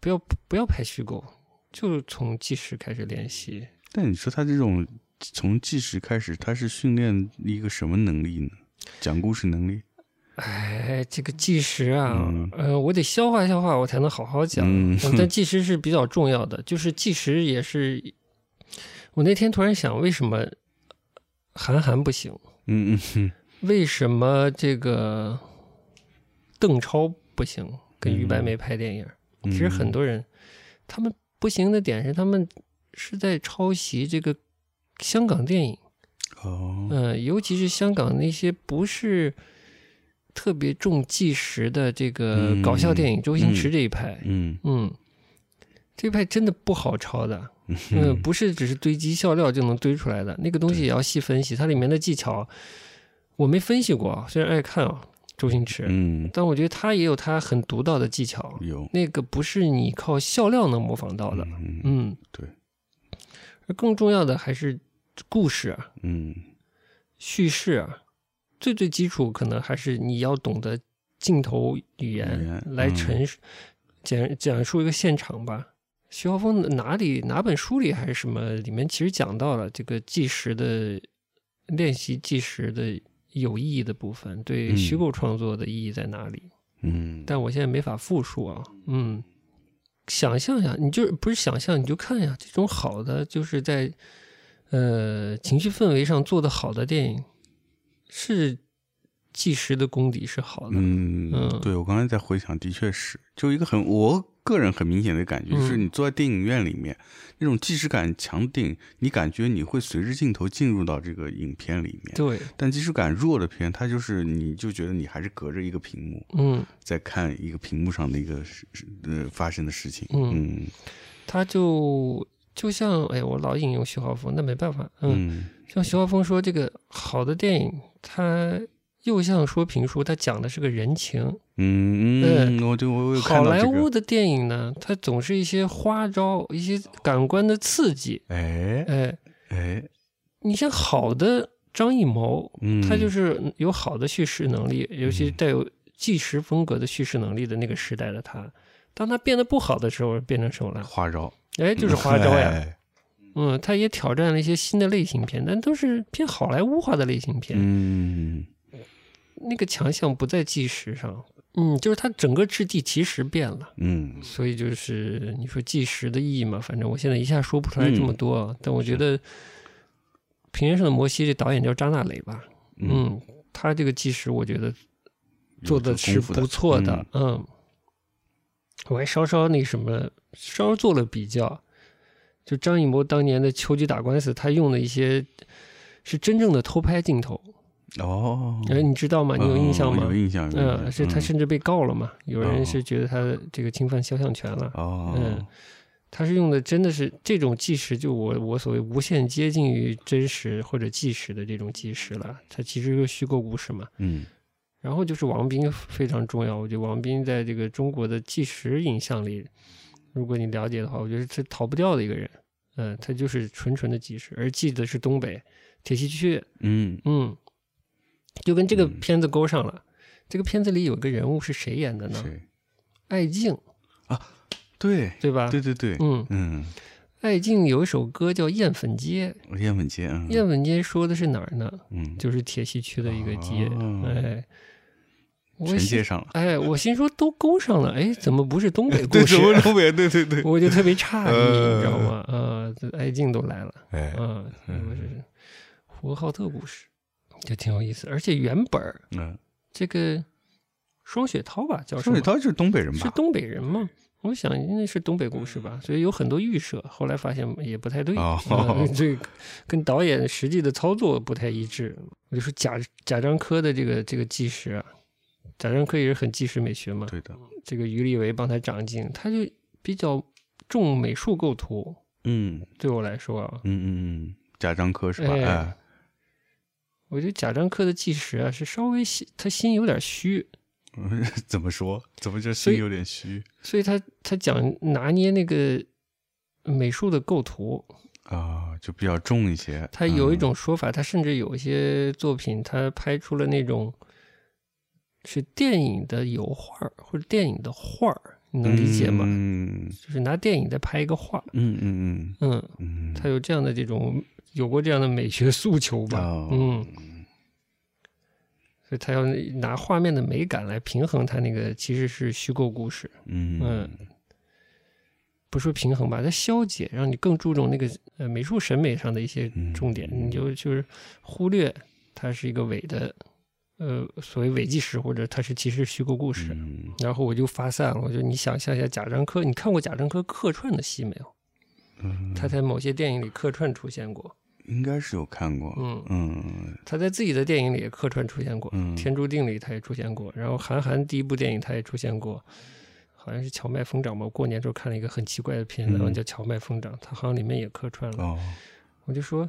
Speaker 2: 不要不要拍虚构，就从纪实开始练习，
Speaker 1: 但你说他这种从计时开始，他是训练一个什么能力呢？讲故事能力。
Speaker 2: 哎，这个计时啊，
Speaker 1: 嗯
Speaker 2: 呃，我得消化消化，我才能好好讲。
Speaker 1: 嗯 <laughs>
Speaker 2: 但计时是比较重要的，就是计时也是。我那天突然想，为什么韩寒不行？
Speaker 1: 嗯嗯嗯
Speaker 2: 为什么这个邓超不行？跟于白梅拍电影，
Speaker 1: 嗯
Speaker 2: 其实很多人他们不行的点是他们是在抄袭这个香港电影。
Speaker 1: 哦，
Speaker 2: 嗯、尤其是香港那些不是特别重纪实的这个
Speaker 1: 嗯
Speaker 2: 搞笑电影，周星驰
Speaker 1: 嗯
Speaker 2: 这一派，
Speaker 1: 嗯
Speaker 2: 嗯，这一派真的不好抄的，嗯，不是只是堆积笑料就能堆出来的，那个东西也要细分析，它里面的技巧我没分析过啊，虽然爱看啊周星驰，
Speaker 1: 嗯
Speaker 2: 但我觉得他也有他很独到的技巧，
Speaker 1: 有
Speaker 2: 那个不是你靠笑料能模仿到的，
Speaker 1: 嗯
Speaker 2: 嗯，
Speaker 1: 对，
Speaker 2: 而更重要的还是故事啊，
Speaker 1: 嗯
Speaker 2: 叙事啊，最最基础可能还是你要懂得镜头语
Speaker 1: 语
Speaker 2: 言
Speaker 1: 言嗯
Speaker 2: 来陈述、讲讲述一个现场吧。徐浩峰哪里哪本书里还是什么里面，其实讲到了这个计时的练习计时的有意义的部分，对
Speaker 1: 嗯
Speaker 2: 虚构创作的意义在哪里？
Speaker 1: 嗯，
Speaker 2: 但我现在没法复述啊，嗯，想象呀，你就不是想象，你就看呀，这种好的就是在呃情绪氛围上做的好的电影，是纪实的功底是好的，
Speaker 1: 嗯
Speaker 2: 嗯，
Speaker 1: 对我刚才在回想，的确是，就一个很我个人很明显的感觉，就是
Speaker 2: 嗯
Speaker 1: 你坐在电影院里面，那种即视感强的电影，你感觉你会随着镜头进入到这个影片里面。
Speaker 2: 对，
Speaker 1: 但即视感弱的片，它就是你就觉得你还是隔着一个屏幕
Speaker 2: 嗯，
Speaker 1: 在看一个屏幕上的一个事事呃发生的事情。嗯
Speaker 2: 嗯他就就像哎，我老引用徐浩峰，那没办法，嗯，
Speaker 1: 嗯
Speaker 2: 像徐浩峰说，这个好的电影，它又像说评书，它讲的是个人情，
Speaker 1: 嗯嗯，我就我有看
Speaker 2: 好
Speaker 1: 到
Speaker 2: 莱
Speaker 1: 这
Speaker 2: 坞
Speaker 1: 个，
Speaker 2: 的电影呢，它总是一些花招，一些感官的刺激。
Speaker 1: 哎
Speaker 2: 哎，
Speaker 1: 哎，
Speaker 2: 你像好的张艺谋，
Speaker 1: 嗯，
Speaker 2: 他就是有好的叙事能力，尤其带有纪实风格的叙事能力的那个时代的他，当他变得不好的时候，变成什么了？
Speaker 1: 花招，
Speaker 2: 哎，就是花招呀。
Speaker 1: <laughs> 哎，
Speaker 2: 嗯，他也挑战了一些新的类型片，但都是偏好莱坞化的类型片，
Speaker 1: 嗯
Speaker 2: 那个强项不在纪实上。嗯，就是他整个质地其实变了。
Speaker 1: 嗯
Speaker 2: 所以就是你说计时的意义嘛，反正我现在一下说不出来
Speaker 1: 嗯
Speaker 2: 这么多，啊，但我觉得《平原上的摩西》这导演叫张大磊吧，
Speaker 1: 嗯，
Speaker 2: 嗯，他这个计时我觉得
Speaker 1: 有
Speaker 2: 做
Speaker 1: 这
Speaker 2: 的
Speaker 1: 个
Speaker 2: 是
Speaker 1: 功夫
Speaker 2: 不错的，嗯我还稍稍那什么，稍稍做了比较，就张艺谋当年的《秋菊打官司》，他用的一些是真正的偷拍镜头，
Speaker 1: 嗯哦，
Speaker 2: 哎、你知道吗？你有印象
Speaker 1: 哦
Speaker 2: 吗？
Speaker 1: 有印象，有印
Speaker 2: 嗯，
Speaker 1: 象
Speaker 2: 是他甚至被告了嘛？有
Speaker 1: 哦
Speaker 2: 人是觉得他这个侵犯肖像权了，
Speaker 1: 哦，
Speaker 2: 嗯，他是用的真的是这种计时，就我我所谓无限接近于真实或者纪实的这种纪实了，它其实就是虚构故事嘛。
Speaker 1: 嗯
Speaker 2: 然后就是王斌非常重要，我觉得王斌在这个中国的纪实影像里，如果你了解的话，我觉得是逃不掉的一个人。嗯，他就是纯纯的纪实，而记的是东北铁西区，
Speaker 1: 嗯
Speaker 2: 嗯，就跟这个
Speaker 1: 嗯
Speaker 2: 片子勾上了。这个片子里有个人物是谁演的呢？
Speaker 1: 谁？
Speaker 2: 艾敬，
Speaker 1: 对
Speaker 2: 对吧？
Speaker 1: 对对对，
Speaker 2: 嗯，
Speaker 1: 嗯，
Speaker 2: 艾敬有一首歌叫《艳粉街》，
Speaker 1: 燕粉街，嗯
Speaker 2: 燕粉街说的是哪儿呢？
Speaker 1: 嗯，
Speaker 2: 就是铁西区的一个街，
Speaker 1: 哦
Speaker 2: 哎，我
Speaker 1: 全
Speaker 2: 心
Speaker 1: 接上了。
Speaker 2: 哎，我心说都勾上了，哎，怎么不
Speaker 1: <laughs>
Speaker 2: 是东北故
Speaker 1: 对，
Speaker 2: 事
Speaker 1: 怎
Speaker 2: 啊、
Speaker 1: 么东北？对对对，
Speaker 2: 我就特别诧异，
Speaker 1: 呃
Speaker 2: 你知道吗？啊，这哀静都来了，
Speaker 1: 哎，
Speaker 2: 啊，我是呼和浩特故事，就挺有意思。而且原本儿
Speaker 1: 嗯，
Speaker 2: 这个双雪涛吧，叫什
Speaker 1: 双
Speaker 2: 么
Speaker 1: 雪？涛就是东北人
Speaker 2: 是
Speaker 1: 吧？
Speaker 2: 东北人吗？我想应该是东北故事吧，所以有很多预设，后来发现也不太对，
Speaker 1: 哦
Speaker 2: 嗯这、个跟导演实际的操作不太一致。我就说贾贾樟柯的这个这个纪实啊，贾樟柯也是很纪实美学嘛，
Speaker 1: 对的，
Speaker 2: 这个于立维帮他长进，他就比较重美术构图，
Speaker 1: 嗯
Speaker 2: 对我来说啊，
Speaker 1: 嗯嗯嗯，贾樟柯是吧？
Speaker 2: 哎
Speaker 1: 哎，
Speaker 2: 我觉得贾樟柯的纪实啊是稍微心他心有点虚，
Speaker 1: 哎 <laughs> 怎么说？怎么就
Speaker 2: 所
Speaker 1: 心
Speaker 2: 以
Speaker 1: 有点虚
Speaker 2: 所以他他讲拿捏那个美术的构图，
Speaker 1: 啊？就比较重一些。
Speaker 2: 他有一
Speaker 1: 嗯
Speaker 2: 种说法，他甚至有一些作品，他拍出了那种是电影的油画儿或者电影的画儿，你能理解吗？
Speaker 1: 嗯
Speaker 2: 就是拿电影再拍一个画，
Speaker 1: 嗯嗯
Speaker 2: 嗯，
Speaker 1: 嗯嗯，
Speaker 2: 他有这样的这种有过这样的美学诉求吧，
Speaker 1: 哦
Speaker 2: 嗯，所以他要拿画面的美感来平衡他那个其实是虚构故事，
Speaker 1: 嗯
Speaker 2: 嗯，不说平衡吧，它消解，让你更注重那个呃美术审美上的一些重点，
Speaker 1: 嗯
Speaker 2: 你就就是忽略它是一个伪的，呃，所谓伪纪实或者它是其实虚构故事。
Speaker 1: 嗯
Speaker 2: 然后我就发散了，我就你想象一下贾樟柯，你看过贾樟柯客串的戏没有？
Speaker 1: 嗯，
Speaker 2: 他在某些电影里客串出现过，
Speaker 1: 应该是有看过。
Speaker 2: 嗯
Speaker 1: 嗯
Speaker 2: 他在自己的电影里也客串出现过，
Speaker 1: 嗯
Speaker 2: 天注定》里他也出现过，然后韩寒第一部电影他也出现过，好像是《荞麦疯长》吧。我过年时候看了一个很奇怪的片，
Speaker 1: 嗯
Speaker 2: 然后叫《荞麦疯长》，他好像里面也客串了。
Speaker 1: 哦，
Speaker 2: 我就说，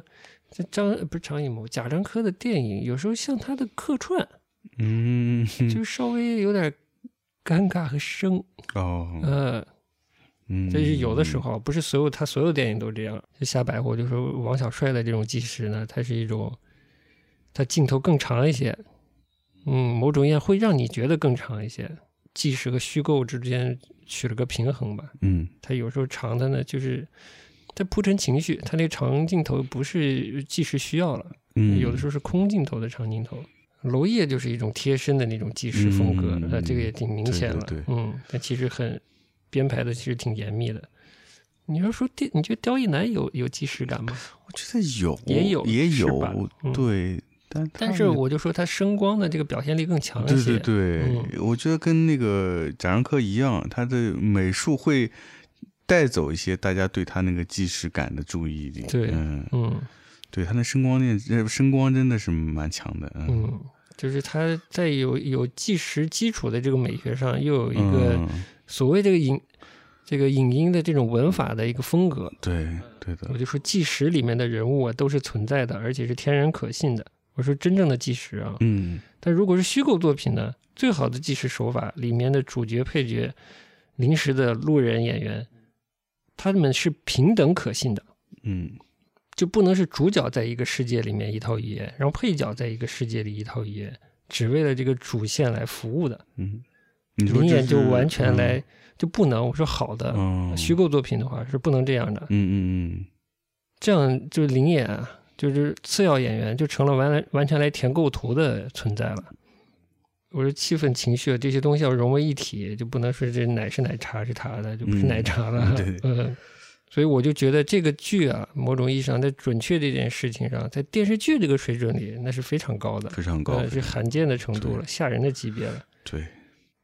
Speaker 2: 这张不是张艺谋，贾樟柯的电影有时候像他的客串，
Speaker 1: 嗯
Speaker 2: 就稍微有点尴尬和生，
Speaker 1: 哦，
Speaker 2: 呃，
Speaker 1: 嗯，
Speaker 2: 这是有的时候，不是所有他所有电影都这样。就瞎白活，就说王小帅的这种纪实呢，它是一种，它镜头更长一些，嗯，某种意义上会让你觉得更长一些，纪实和虚构之间取了个平衡吧。
Speaker 1: 嗯，
Speaker 2: 它有时候长的呢，就是它铺陈情绪，它那个长镜头不是纪实需要了，
Speaker 1: 嗯
Speaker 2: 有的时候是空镜头的长镜头。娄烨就是一种贴身的那种纪实风格，
Speaker 1: 嗯
Speaker 2: 那、这个也挺明显了。
Speaker 1: 对对
Speaker 2: 嗯，但其实很编排的，其实挺严密的。你要说刁，你觉得刁亦男有有纪实感吗？
Speaker 1: 我觉得有，
Speaker 2: 也有
Speaker 1: 也
Speaker 2: 是
Speaker 1: 有
Speaker 2: 吧，嗯
Speaker 1: 对，但他
Speaker 2: 但是我就说他声光的这个表现力更强一
Speaker 1: 对
Speaker 2: 些。
Speaker 1: 对
Speaker 2: 嗯
Speaker 1: 对，我觉得跟那个贾樟柯一样，他的美术会带走一些大家对他那个纪实感的注意力。
Speaker 2: 对
Speaker 1: 嗯，
Speaker 2: 嗯
Speaker 1: 对，他那声光电呃声光真的是蛮强的。嗯，
Speaker 2: 嗯，就是他在有有纪实基础的这个美学上，又有一个、
Speaker 1: 嗯
Speaker 2: 所谓这个影这个影音的这种文法的一个风格，
Speaker 1: 对对的
Speaker 2: 我，就说纪实里面的人物啊都是存在的，而且是天然可信的。我说真正的纪实啊，
Speaker 1: 嗯
Speaker 2: 但如果是虚构作品呢，最好的纪实手法里面的主角、配角、临时的路人演员，他们是平等可信的，
Speaker 1: 嗯
Speaker 2: 就不能是主角在一个世界里面一套一言，然后配角在一个世界里一套一言，只为了这个主线来服务的。
Speaker 1: 嗯，你说
Speaker 2: 明
Speaker 1: 这
Speaker 2: 眼就是完全来、就不能，我说好的，
Speaker 1: 嗯
Speaker 2: 虚构作品的话是不能这样的，
Speaker 1: 嗯嗯
Speaker 2: 这样就是灵演啊，就是次要演员就成了完完全来填构图的存在了。我说气氛、情绪啊这些东西要融为一体，就不能说这奶是奶茶是茶的，就不是
Speaker 1: 嗯
Speaker 2: 奶茶了。
Speaker 1: 对
Speaker 2: <laughs> 嗯，所以我就觉得这个剧啊，某种意义上在准确这件事情上，在电视剧这个水准里，那是非常高的
Speaker 1: 嗯，，非常高
Speaker 2: 呃，，是罕见的程度了，吓人的级别了。
Speaker 1: 对，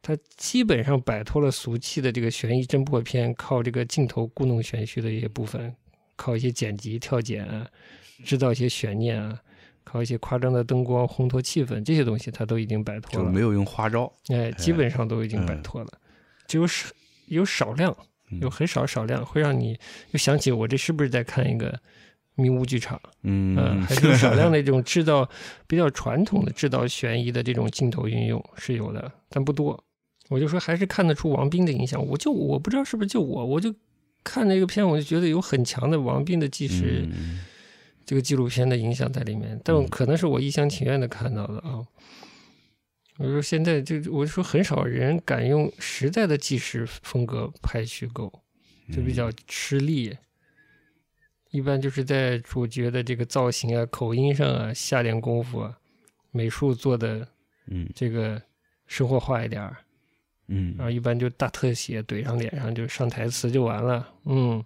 Speaker 2: 它基本上摆脱了俗气的这个悬疑侦破片，靠这个镜头故弄玄虚的一些部分，靠一些剪辑、跳剪啊，制造一些悬念啊，靠一些夸张的灯光烘托气氛，这些东西它都已经摆脱
Speaker 1: 就没嗯
Speaker 2: 了。
Speaker 1: 有用花招。
Speaker 2: 哎，基本上都已经摆脱了，只有少有少量，
Speaker 1: 嗯
Speaker 2: 有很少少量会让你又想起我这是不是在看一个迷雾剧场？嗯，
Speaker 1: 嗯
Speaker 2: 还是有少量的这种制造比较传统的制造悬疑的这种镜头运用是有的，但不多。我就说还是看得出王斌的影响。我就我不知道是不是就我，我就看这个片，我就觉得有很强的王斌的纪实、
Speaker 1: 嗯
Speaker 2: 这个纪录片的影响在里面，但
Speaker 1: 嗯
Speaker 2: 可能是我一厢情愿的看到的啊。我就说现在就我就说很少人敢用时代的纪实风格拍虚构，就比
Speaker 1: 嗯
Speaker 2: 较吃力。一般就是在主角的这个造型啊、口音上啊下点功夫啊，美术做的
Speaker 1: 嗯
Speaker 2: 这个生活化一点儿，
Speaker 1: 嗯
Speaker 2: 然后一般就大特写怼上脸上，就上台词就完了。嗯，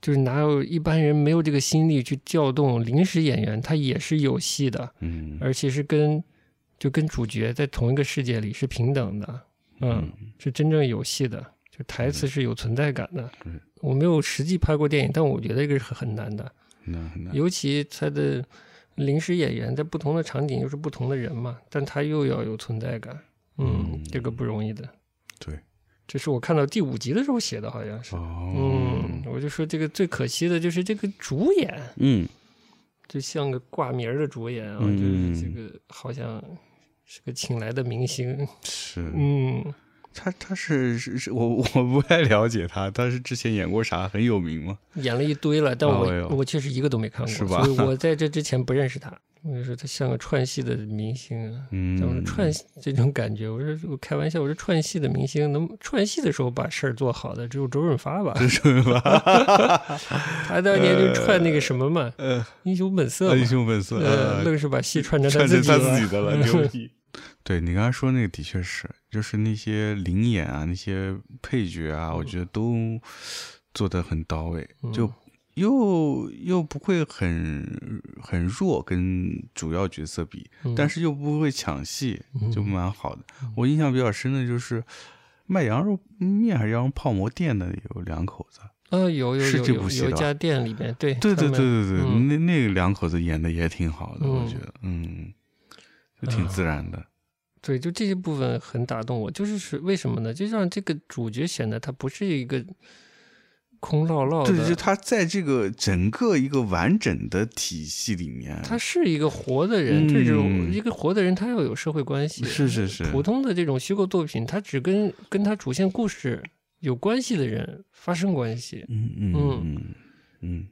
Speaker 2: 就是哪有一般人没有这个心力去调动临时演员，他也是有戏的，
Speaker 1: 嗯
Speaker 2: 而且是跟就跟主角在同一个世界里是平等的。嗯，是真正有戏的，就台词是有存在感的。
Speaker 1: 嗯
Speaker 2: 我没有实际拍过电影，但我觉得这个是很很难的，
Speaker 1: 那很难，
Speaker 2: 尤其他的临时演员在不同的场景又是不同的人嘛，但他又要有存在感，嗯，
Speaker 1: 嗯
Speaker 2: 这个不容易的。
Speaker 1: 对，
Speaker 2: 这是我看到第五集的时候写的，好像是。
Speaker 1: 哦，
Speaker 2: 嗯，我就说这个最可惜的就是这个主演，
Speaker 1: 嗯
Speaker 2: 就像个挂名儿的主演啊，
Speaker 1: 嗯
Speaker 2: 就是这个好像是个请来的明星，
Speaker 1: 是，
Speaker 2: 嗯，
Speaker 1: 他他是是是我我不太了解他，他是之前演过啥很有名吗？
Speaker 2: 演了一堆了，但我、
Speaker 1: 哎呦
Speaker 2: 我确实一个都没看过，
Speaker 1: 是吧 <laughs>
Speaker 2: 所以我在这之前不认识他。我就说他像个串戏的明星啊，
Speaker 1: 嗯，
Speaker 2: 咱们串戏这种感觉。我说我开玩笑，我说串戏的明星能串戏的时候把事儿做好的只有周润发吧？
Speaker 1: <laughs> 是吧？ <laughs>
Speaker 2: 他当年就串那个什么嘛， <laughs>
Speaker 1: 呃，
Speaker 2: 英雄本色》
Speaker 1: 英
Speaker 2: 嘛，
Speaker 1: 雄本色，
Speaker 2: 呃，
Speaker 1: 呃
Speaker 2: 愣是把戏串成
Speaker 1: 串成
Speaker 2: 自
Speaker 1: 他
Speaker 2: 了
Speaker 1: 自己的了，牛逼！ <laughs> 对你刚才说那个的确是，就是那些灵演啊，那些配角啊，我觉得都做的很到位，就
Speaker 2: 嗯
Speaker 1: 又又不会很很弱跟主要角色比，
Speaker 2: 嗯
Speaker 1: 但是又不会抢戏，就
Speaker 2: 嗯
Speaker 1: 蛮好的。我印象比较深的就是卖羊肉面还是羊肉泡馍店的有两口子，
Speaker 2: 啊，有有
Speaker 1: 是
Speaker 2: 有
Speaker 1: 这部
Speaker 2: 有
Speaker 1: 戏
Speaker 2: 有
Speaker 1: 的吧
Speaker 2: 家店里面，对
Speaker 1: 对对
Speaker 2: 他
Speaker 1: 对
Speaker 2: 们
Speaker 1: 对对，
Speaker 2: 嗯
Speaker 1: 那那两口子演的也挺好的，我
Speaker 2: 嗯
Speaker 1: 觉得，嗯，就挺自然的，
Speaker 2: 对，就这些部分很打动我，就是是为什么呢？就让这个主角显得他不是一个空落落的，
Speaker 1: 对，就他在这个整个一个完整的体系里面，
Speaker 2: 他是一个活的人，这种
Speaker 1: 嗯
Speaker 2: 一个活的人，他要有社会关系。
Speaker 1: 是是是，
Speaker 2: 普通的这种虚构作品，他只跟跟他主线故事有关系的人发生关系，
Speaker 1: 嗯嗯
Speaker 2: 嗯
Speaker 1: 嗯嗯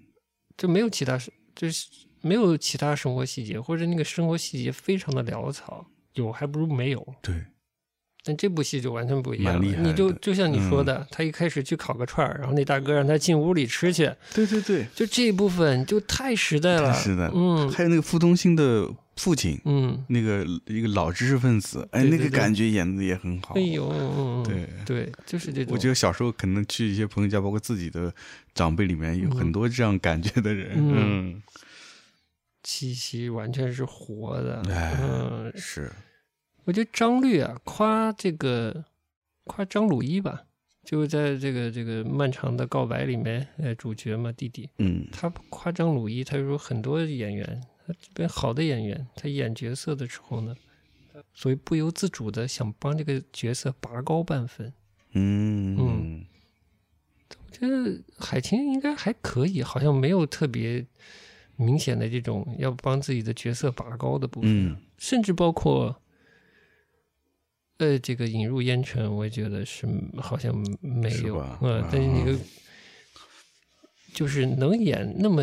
Speaker 2: 就没有其他生，就是没有其他生活细节，或者那个生活细节非常的潦草，有还不如没有。
Speaker 1: 对，
Speaker 2: 但这部戏就完全不一样
Speaker 1: 蛮厉
Speaker 2: 了，
Speaker 1: 害
Speaker 2: 你就
Speaker 1: 的嗯
Speaker 2: 就像你说的，他一开始去烤个串儿，然后那大哥让他进屋里吃去，
Speaker 1: 对对
Speaker 2: <laughs>
Speaker 1: 对，
Speaker 2: 就这一部分就太实在了，
Speaker 1: 太实在了
Speaker 2: 嗯
Speaker 1: 还有那个傅东兴的父亲，
Speaker 2: 嗯，
Speaker 1: 那个一个老知识分子，哎，
Speaker 2: 对
Speaker 1: 那
Speaker 2: 对
Speaker 1: 个
Speaker 2: 对
Speaker 1: 感觉演的也很好，
Speaker 2: 哎呦，嗯嗯
Speaker 1: 对
Speaker 2: 对，就是这种，
Speaker 1: 我觉得小时候可能去一些朋友家，包括自己的长辈里面，有很多这样感觉的人。
Speaker 2: 嗯，气息完全是活的，
Speaker 1: 哎
Speaker 2: 嗯，
Speaker 1: 是，
Speaker 2: 我觉得张律啊，夸这个夸张鲁一吧，就在这个这个漫长的告白里面，呃，主角嘛，弟弟，
Speaker 1: 嗯
Speaker 2: 他夸张鲁一，他就说很多演员，他这边好的演员，他演角色的时候呢，所以不由自主的想帮这个角色拔高半分。
Speaker 1: 嗯
Speaker 2: 嗯我觉得海清应该还可以，好像没有特别明显的这种要帮自己的角色拔高的部分，
Speaker 1: 嗯
Speaker 2: 甚至包括。呃，这个引入烟尘，我也觉得是好像没
Speaker 1: 是
Speaker 2: 有，
Speaker 1: 吧
Speaker 2: 嗯，但是那个
Speaker 1: 啊
Speaker 2: 就是能演那么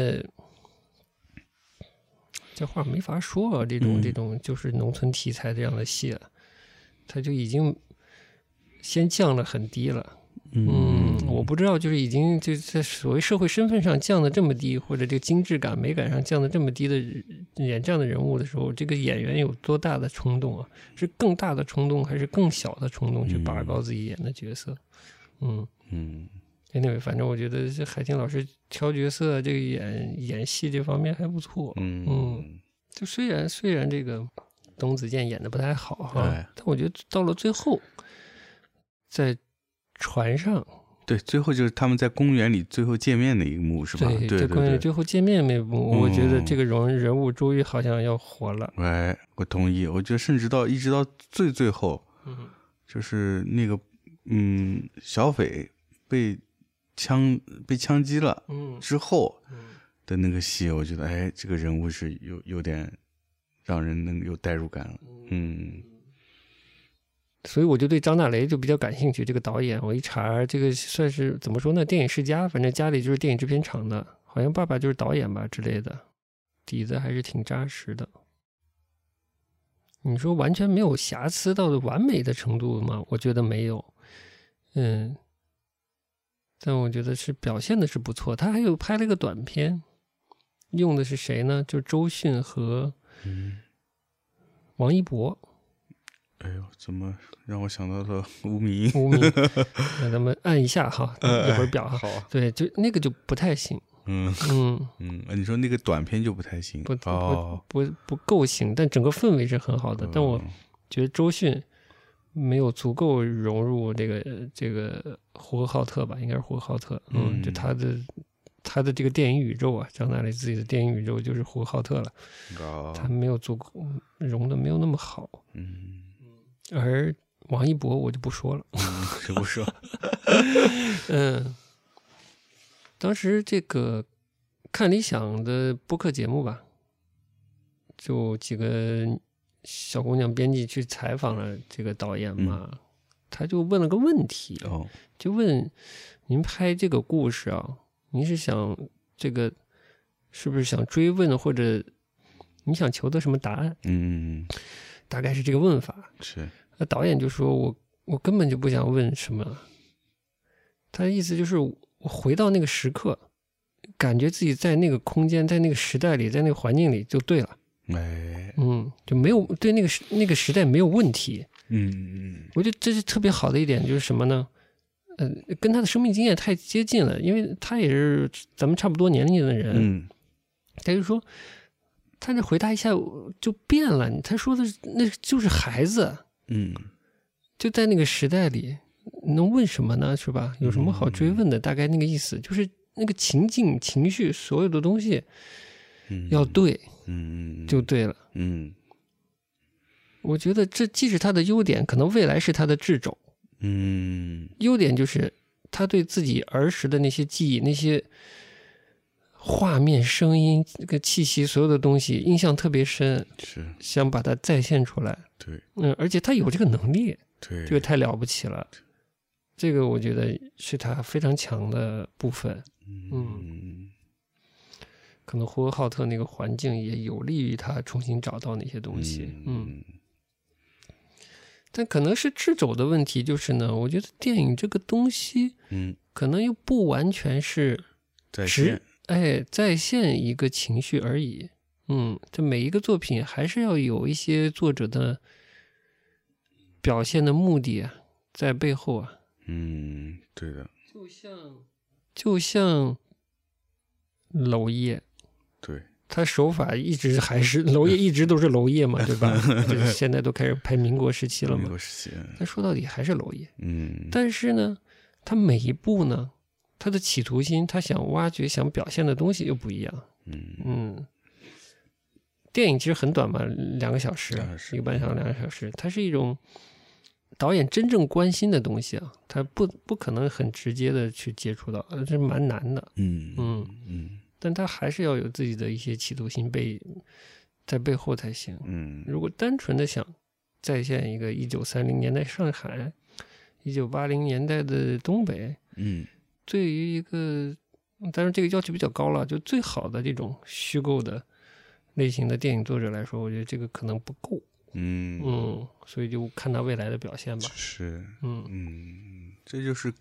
Speaker 2: 这话没法说啊，这
Speaker 1: 嗯
Speaker 2: 种这种就是农村题材这样的戏啊，他就已经先降了很低了。嗯，我不知道，就是已经就在所谓社会身份上降的这么低，或者这个精致感、美感上降的这么低的演这样的人物的时候，这个演员有多大的冲动啊？是更大的冲动，还是更小的冲动去拔高自己演的角色？嗯
Speaker 1: 嗯
Speaker 2: Anyway，反正我觉得这海清老师挑角色、这个演演戏这方面还不错。
Speaker 1: 嗯
Speaker 2: 嗯就虽然虽然这个董子健演的不太好哈，
Speaker 1: 哎
Speaker 2: 但我觉得到了最后，在船上，
Speaker 1: 对，最后就是他们在公园里最后见面的一幕是吧？对
Speaker 2: 在关于
Speaker 1: 对对。
Speaker 2: 最后见面那幕，我觉得
Speaker 1: 嗯
Speaker 2: 这个人人物终于好像要活了。
Speaker 1: 哎，我同意。我觉得甚至到一直到最最后，
Speaker 2: 嗯
Speaker 1: 就是那个嗯，小斐被枪被枪击了
Speaker 2: 嗯
Speaker 1: 之后，
Speaker 2: 嗯
Speaker 1: 的那个戏，我觉得哎，这个人物是有有点让人能有代入感了。嗯
Speaker 2: 所以我就对张大雷就比较感兴趣。这个导演，我一查，这个算是怎么说呢？电影世家，反正家里就是电影制片厂的，好像爸爸就是导演吧之类的，底子还是挺扎实的。你说完全没有瑕疵到完美的程度吗？我觉得没有，嗯，但我觉得是表现的是不错。他还有拍了一个短片，用的是谁呢？就周迅和
Speaker 1: 嗯，
Speaker 2: 王一博。
Speaker 1: 哎、哎呦，怎么让我想到了 <laughs> 无名？
Speaker 2: 无名，那咱们按一下哈，
Speaker 1: 呃
Speaker 2: 一会儿表哈。
Speaker 1: 好啊，
Speaker 2: 对，就那个就不太行，
Speaker 1: 嗯
Speaker 2: 嗯，
Speaker 1: 嗯，呃你说那个短片就不太行
Speaker 2: 不不
Speaker 1: 哦，
Speaker 2: 不不够行，但整个氛围是很好的。但我
Speaker 1: 嗯
Speaker 2: 觉得周迅没有足够融入这个呃这个呼和浩特吧，应该是呼和浩特，嗯，
Speaker 1: 嗯
Speaker 2: 就他的他的这个电影宇宙啊，张大雷自己的电影宇宙就是呼和浩特了，
Speaker 1: 高
Speaker 2: 他没有足够融的没有那么好，
Speaker 1: 嗯，
Speaker 2: 而。王一博我就不说了，
Speaker 1: 谁不说？
Speaker 2: 嗯，当时这个看理想的播客节目吧，就几个小姑娘编辑去采访了这个导演嘛，他就问了个问题，
Speaker 1: 哦，
Speaker 2: 就问您拍这个故事啊，您是想这个是不是想追问或者你想求得什么答案？
Speaker 1: 嗯，
Speaker 2: 大概是这个问法。
Speaker 1: 是，
Speaker 2: 那导演就说我我根本就不想问什么，他的意思就是我回到那个时刻，感觉自己在那个空间，在那个时代里，在那个环境里就对了，
Speaker 1: 哎，
Speaker 2: 嗯，就没有对那个时那个时代没有问题。
Speaker 1: 嗯嗯
Speaker 2: 我觉得这是特别好的一点，就是什么呢？呃，跟他的生命经验太接近了，因为他也是咱们差不多年龄的人，
Speaker 1: 嗯，
Speaker 2: 他就说，他这回答一下就变了。他说的是那就是孩子，
Speaker 1: 嗯
Speaker 2: 就在那个时代里，能问什么呢？是吧？有什么好追
Speaker 1: 嗯
Speaker 2: 问的？大概那个意思就是那个情境、情绪，所有的东西
Speaker 1: 嗯，
Speaker 2: 要对
Speaker 1: 嗯，嗯嗯
Speaker 2: 就对了。
Speaker 1: 嗯
Speaker 2: 我觉得这既是他的优点，可能未来是他的掣肘。
Speaker 1: 嗯
Speaker 2: 优点就是他对自己儿时的那些记忆、那些画面、声音、这个气息，所有的东西印象特别深，
Speaker 1: 是
Speaker 2: 想把它再现出来。
Speaker 1: 对
Speaker 2: 嗯，而且他有这个能力。
Speaker 1: 对
Speaker 2: 这个太了不起了，这个我觉得是他非常强的部分。
Speaker 1: 嗯
Speaker 2: 可能呼和浩特那个环境也有利于他重新找到那些东西。嗯，但可能是制肘的问题，就是呢，我觉得电影这个东西
Speaker 1: 嗯，
Speaker 2: 可能又不完全是
Speaker 1: 再
Speaker 2: 只
Speaker 1: 见，
Speaker 2: 哎再现一个情绪而已。嗯，这每一个作品还是要有一些作者的表现的目的啊，在背后啊。
Speaker 1: 嗯，对的
Speaker 2: 就像就像娄烨，
Speaker 1: 对，
Speaker 2: 他手法一直还是娄烨，一直都是娄烨嘛，对吧？
Speaker 1: <laughs>
Speaker 2: 就是现在都开始拍民国时期了
Speaker 1: 美
Speaker 2: 嘛
Speaker 1: 国。时期，
Speaker 2: 但说到底还是娄烨，
Speaker 1: 嗯，
Speaker 2: 但是呢，他每一步呢，他的企图心，他想挖掘、想表现的东西又不一样。
Speaker 1: 嗯
Speaker 2: 嗯，电影其实很短嘛，两个小时
Speaker 1: 两个小，时
Speaker 2: 一个半小时，两个小时，它是一种导演真正关心的东西啊，他不不可能很直接的去接触到，呃这蛮难的。
Speaker 1: 嗯
Speaker 2: 嗯，
Speaker 1: 嗯
Speaker 2: 但他还是要有自己的一些企图心背在背后才行。
Speaker 1: 嗯
Speaker 2: 如果单纯的想再现一个一九三零年代上海，一九八零年代的东北，
Speaker 1: 嗯
Speaker 2: 对于一个，当然这个要求比较高了，就最好的这种虚构的类型的电影作者来说，我觉得这个可能不够，
Speaker 1: 嗯，
Speaker 2: 嗯，所以就看他未来的表现吧，
Speaker 1: 是，
Speaker 2: 嗯
Speaker 1: 嗯，这就是